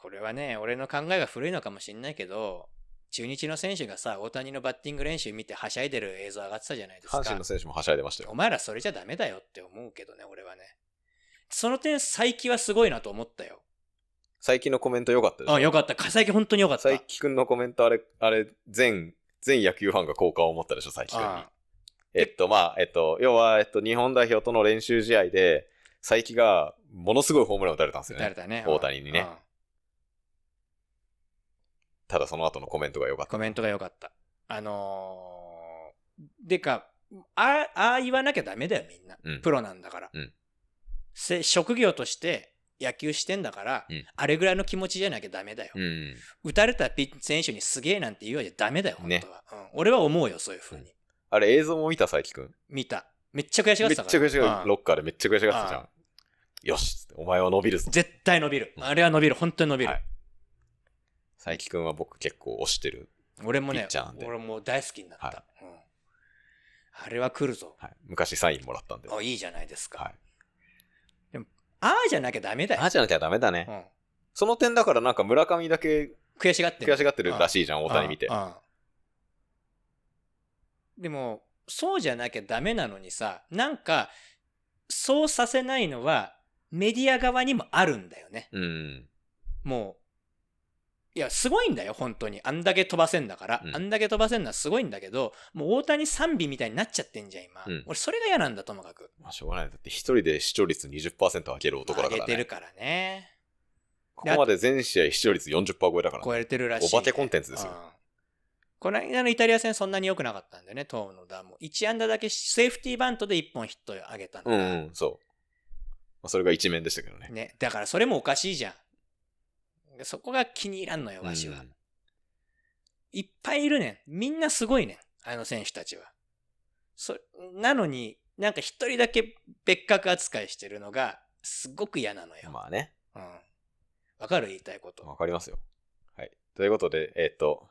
Speaker 2: これはね、俺の考えが古いのかもしんないけど、中日の選手がさ、大谷のバッティング練習見てはしゃいでる映像上がってたじゃないで
Speaker 1: い。
Speaker 2: すか。
Speaker 1: 阪神の選手もはしゃいでましたよ
Speaker 2: お。前らそれじゃダメだよって思うけどね、俺はね。その点、最近はすごいなと思ったよ。
Speaker 1: 最近のコメント良かったでし
Speaker 2: あ、
Speaker 1: ょ
Speaker 2: よかった。最近本当によかった。
Speaker 1: 佐伯くんのコメントあれ、あれ、全、全野球ファンが好感を持ったでしょ、佐伯くんに
Speaker 2: あ。
Speaker 1: えっと、まあ、えっと、要は、えっと、日本代表との練習試合で、佐伯が、ものすごいホームランを打たれたんですよ
Speaker 2: 誰
Speaker 1: ね。
Speaker 2: だね。
Speaker 1: 大谷にね
Speaker 2: うん
Speaker 1: ただその後のコメントが良かった。
Speaker 2: コメントが良かった。あのー、でか、あああ言わなきゃダメだよ、みんな。
Speaker 1: うん
Speaker 2: プロなんだから、
Speaker 1: うん
Speaker 2: せ職業として野球してんだから、
Speaker 1: うん
Speaker 2: あれぐらいの気持ちじゃなきゃダメだよ。
Speaker 1: うん。
Speaker 2: 打たれたピッ選手にすげえなんて言うよりダメだよ、本
Speaker 1: ね
Speaker 2: 当は、うん。俺は思うよ、そういう風に。
Speaker 1: あれ、映像も見た、佐伯くん。
Speaker 2: 見た。めっちゃ悔しがっ
Speaker 1: め
Speaker 2: て
Speaker 1: っち
Speaker 2: た
Speaker 1: ゃ
Speaker 2: か
Speaker 1: 悔
Speaker 2: ら。
Speaker 1: しがっ
Speaker 2: う
Speaker 1: て
Speaker 2: ん
Speaker 1: ロッカーでめっちゃ悔しがってたじゃ。
Speaker 2: うん
Speaker 1: よし、お前は伸びるぞ。
Speaker 2: 絶対伸びる。あれは伸びる。本当に伸びる。
Speaker 1: はい佐伯くんは僕結構推してる。
Speaker 2: 俺も
Speaker 1: ピ
Speaker 2: ね
Speaker 1: ッチャーなん、で
Speaker 2: 俺もう大好きになった、
Speaker 1: は
Speaker 2: うんあれは来るぞ。
Speaker 1: はい、昔サインもらったんで。は
Speaker 2: あ
Speaker 1: い。
Speaker 2: いいじゃないですか。ああじゃなきゃダメだよ
Speaker 1: あ。じゃなきゃダメだね。
Speaker 2: うん
Speaker 1: その点だからなんか村上だけ
Speaker 2: 悔しがって
Speaker 1: 悔しが
Speaker 2: がっ
Speaker 1: ってるらしいじゃん、大谷見て。
Speaker 2: でもそうじゃなきゃダメなのにさなんかそうさせないのはメディア側にもあるんだよね
Speaker 1: うん。
Speaker 2: もういやすごいんだよ本当にあんだけ飛ばせんだから、
Speaker 1: うん
Speaker 2: あんだけ飛ばせんのはすごいんだけどもう大谷賛美みたいになっちゃってんじゃん今、
Speaker 1: うん
Speaker 2: 俺それが嫌なんだともかく
Speaker 1: まあ、しょうがない。だって一人で視聴率20%上げる男だか
Speaker 2: 上げ
Speaker 1: ら
Speaker 2: て
Speaker 1: ね。
Speaker 2: るからね
Speaker 1: ここまで全試合視聴率40%超えだからね、
Speaker 2: 超えてるらしい、
Speaker 1: お化けコンテンツですよ
Speaker 2: うんこの間のイタリア戦そんなに良くなかったんだよね、トムのダも。1安打だけセーフティーバントで1本ヒット上げたの。
Speaker 1: うんうん、そう。まあ、それが一面でしたけどね。
Speaker 2: ね、だからそれもおかしいじゃん。でそこが気に入らんのよ、わしは。
Speaker 1: うん
Speaker 2: いっぱいいるねん。みんなすごいねん。あの選手たちは。そ、なのに、なんか一人だけ別格扱いしてるのが、すごく嫌なのよ。
Speaker 1: まあね、
Speaker 2: うん。わかる言いたいこと。
Speaker 1: わかりますよ。はい。ということで、えっ、と、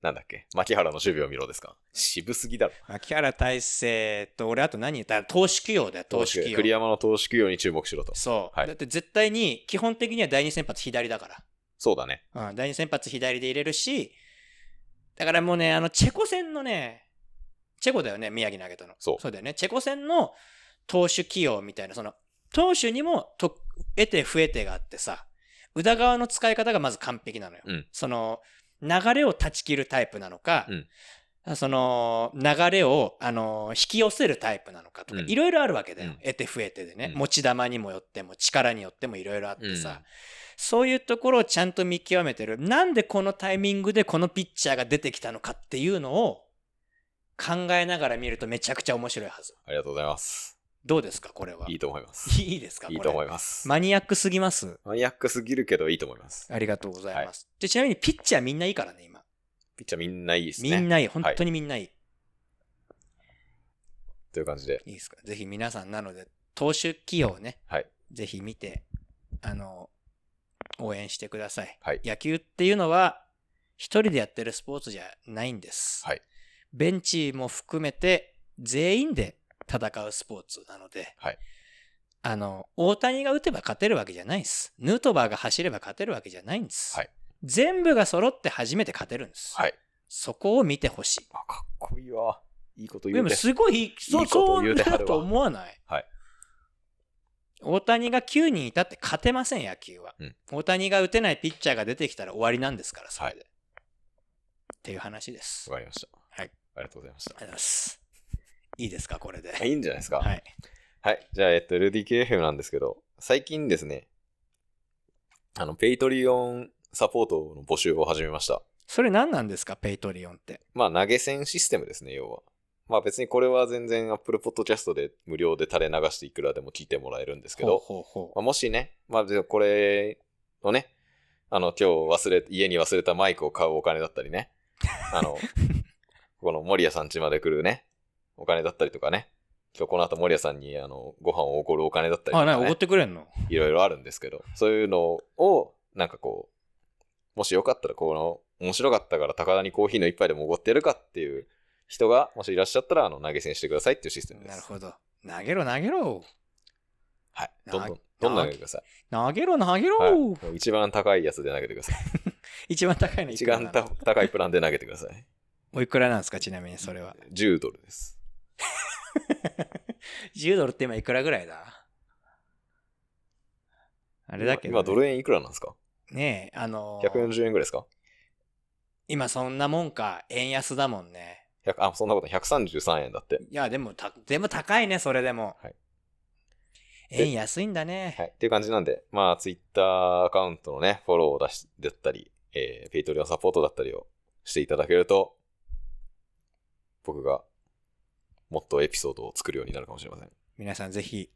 Speaker 1: なんだっけ、牧原の守備を見ろですか。渋すぎだろ。
Speaker 2: 牧原大成と、俺あと何言ったら、投手起用だよ、投手起用。
Speaker 1: 栗山の投手企業に注目しろと。
Speaker 2: そう、
Speaker 1: はい
Speaker 2: だって絶対に、基本的には第二先発左だか
Speaker 1: そうだね。
Speaker 2: ら。うん、第二先発左で入れるし、だからもうね、あの、チェコ戦のね、チェコだよね、宮城投げたの。
Speaker 1: そう
Speaker 2: だよね。チェコ戦の投手起用みたいな、その、投手にもと、得て増えてがあってさ、宇田川の使い方がまず完璧なのよ。
Speaker 1: うん
Speaker 2: その、流れを断ち切るタイプなのか、その流れを、あの引き寄せるタイプなのかとか、
Speaker 1: うん
Speaker 2: いろいろあるわけだよ、
Speaker 1: うん
Speaker 2: 得て増えてでね、
Speaker 1: うん
Speaker 2: 持ち玉にもよっても力によってもいろいろあってさ、
Speaker 1: うん
Speaker 2: そういうところをちゃんと見極めてるなんでこのタイミングでこのピッチャーが出てきたのかっていうのを考えながら見るとめちゃくちゃ面白いはず
Speaker 1: ありがとうございます。
Speaker 2: どうですかこれはい
Speaker 1: い
Speaker 2: い
Speaker 1: と思います。
Speaker 2: いですかこ
Speaker 1: い
Speaker 2: れ
Speaker 1: いと思います。
Speaker 2: マニアックすぎます
Speaker 1: マニアックすぎるけどいいと思います。
Speaker 2: ありがとうございます、でちなみにピッチャーみんないいからね今
Speaker 1: ピッチャーみんないいです
Speaker 2: み
Speaker 1: ね。
Speaker 2: んないい本当にみんないい、
Speaker 1: という感じで。
Speaker 2: いいですかぜひ皆さんなので、投手起用をね、
Speaker 1: はい
Speaker 2: ぜひ見て、あの、応援してください。
Speaker 1: はい
Speaker 2: 野球っていうのは、一人でやってるスポーツじゃないんです。
Speaker 1: はい
Speaker 2: ベンチも含めて、全員で戦うスポーツなので、
Speaker 1: はい
Speaker 2: あの、大谷が打てば勝てるわけじゃないです。ヌートバーが走れば勝てるわけじゃないんです。
Speaker 1: はい
Speaker 2: 全部が揃って初めて勝てるんです。
Speaker 1: はい。
Speaker 2: そこを見てほしい。
Speaker 1: あ、かっこいいわ。いいこと
Speaker 2: で
Speaker 1: 言う
Speaker 2: も
Speaker 1: ね。
Speaker 2: すごい、そ
Speaker 1: いういこと
Speaker 2: そう
Speaker 1: 言うてはる
Speaker 2: な
Speaker 1: わ
Speaker 2: ると思わない。
Speaker 1: はい
Speaker 2: 大谷が9人いたって勝てません、野球は。
Speaker 1: うん
Speaker 2: 大谷が打てないピッチャーが出てきたら終わりなんですから、それで。
Speaker 1: は
Speaker 2: っていう話です。
Speaker 1: わかりました。
Speaker 2: はい。
Speaker 1: ありがとうございまし
Speaker 2: ありがとうございます。いいですか、これで。
Speaker 1: た。いいんじゃないですか。
Speaker 2: はい。
Speaker 1: はい。じゃあ、えっと、LDKFM なんですけど、最近ですね、あの、ペイトリオンサポートの募集を始めました。
Speaker 2: それ何なんですか、ペイトリオンって。
Speaker 1: まあ、投げ銭システムですね、要は。まあ別にこれは全然 Apple Podcast で無料で垂れ流していくらでも聞いてもらえるんですけ
Speaker 2: ほう
Speaker 1: ど、
Speaker 2: ほうほ
Speaker 1: まあ、もしね、まあでこれをね、あの、今日忘れ、家に忘れたマイクを買うお金だったり
Speaker 2: (laughs)
Speaker 1: ね、あの、この森谷さん家まで来るね、お金だったりとかね、今日この後森谷さんにあのご飯をおごるお金だった
Speaker 2: う。
Speaker 1: りと
Speaker 2: あ、
Speaker 1: か、
Speaker 2: な、おご
Speaker 1: ね
Speaker 2: っ、てくれんの
Speaker 1: いろいろあるんですけど、そういうのを、なんかこう、もしよかったら、この、面白かったから高田にコーヒーの一杯でもおごってやるかっていう人が、もしいらっしゃったら、あの、投げ銭してくださいっていうシステムです。
Speaker 2: なるほど。投げろ、投げろ。
Speaker 1: はい。
Speaker 2: な
Speaker 1: どんどん、どんどん投げてください。
Speaker 2: 投げろ、投げろ。
Speaker 1: はい、もう一番高いやつで投げてください。
Speaker 2: 一番高いのい
Speaker 1: 一
Speaker 2: くら
Speaker 1: 番
Speaker 2: な
Speaker 1: た
Speaker 2: の
Speaker 1: 高いプランで投げてください。
Speaker 2: おいくらなんですか、ちなみにそれは。
Speaker 1: 10ドルです。
Speaker 2: 10ドルって今いくらぐらいだあれだけど、
Speaker 1: 今ドル円いくらなんですか
Speaker 2: ねえ、あのー
Speaker 1: ?140 円ぐらいですか
Speaker 2: 今そんなもんか、円安だもんね。
Speaker 1: 100あ、そんなことない133円だって。
Speaker 2: いや、でもた、でも高いね、それでも。
Speaker 1: はい
Speaker 2: 円安いんだね。
Speaker 1: はい。っていう感じなんで、まあ、ツイッターアカウントのね、フォローを出し、だったり、えー、ペイトリオンサポートだったりをしていただけると、僕が、もっとエピソードを作るようになるかもしれません。
Speaker 2: 皆さんぜひ、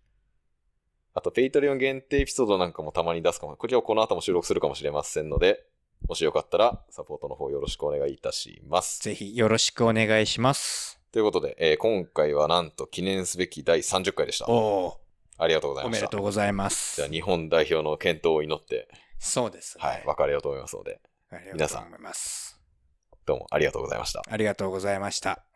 Speaker 1: あと、ペイトリオン限定エピソードなんかもたまに出すかも。これをこの後も収録するかもしれませんので、もしよかったら、サポートの方よろしくお願いいたします。
Speaker 2: ぜひよろしくお願いします。
Speaker 1: ということで、えー今回はなんと記念すべき第30回でした
Speaker 2: お。お
Speaker 1: ありがとうござ
Speaker 2: ー、
Speaker 1: い
Speaker 2: お
Speaker 1: ま
Speaker 2: め
Speaker 1: し
Speaker 2: で
Speaker 1: た
Speaker 2: と。うございます。
Speaker 1: じゃあ、日本代表の健闘を祈って、
Speaker 2: そうですね。
Speaker 1: はい、別れようと思いますので、
Speaker 2: ありがとうございます。
Speaker 1: どうもありがとうございました。
Speaker 2: ありがとうございました。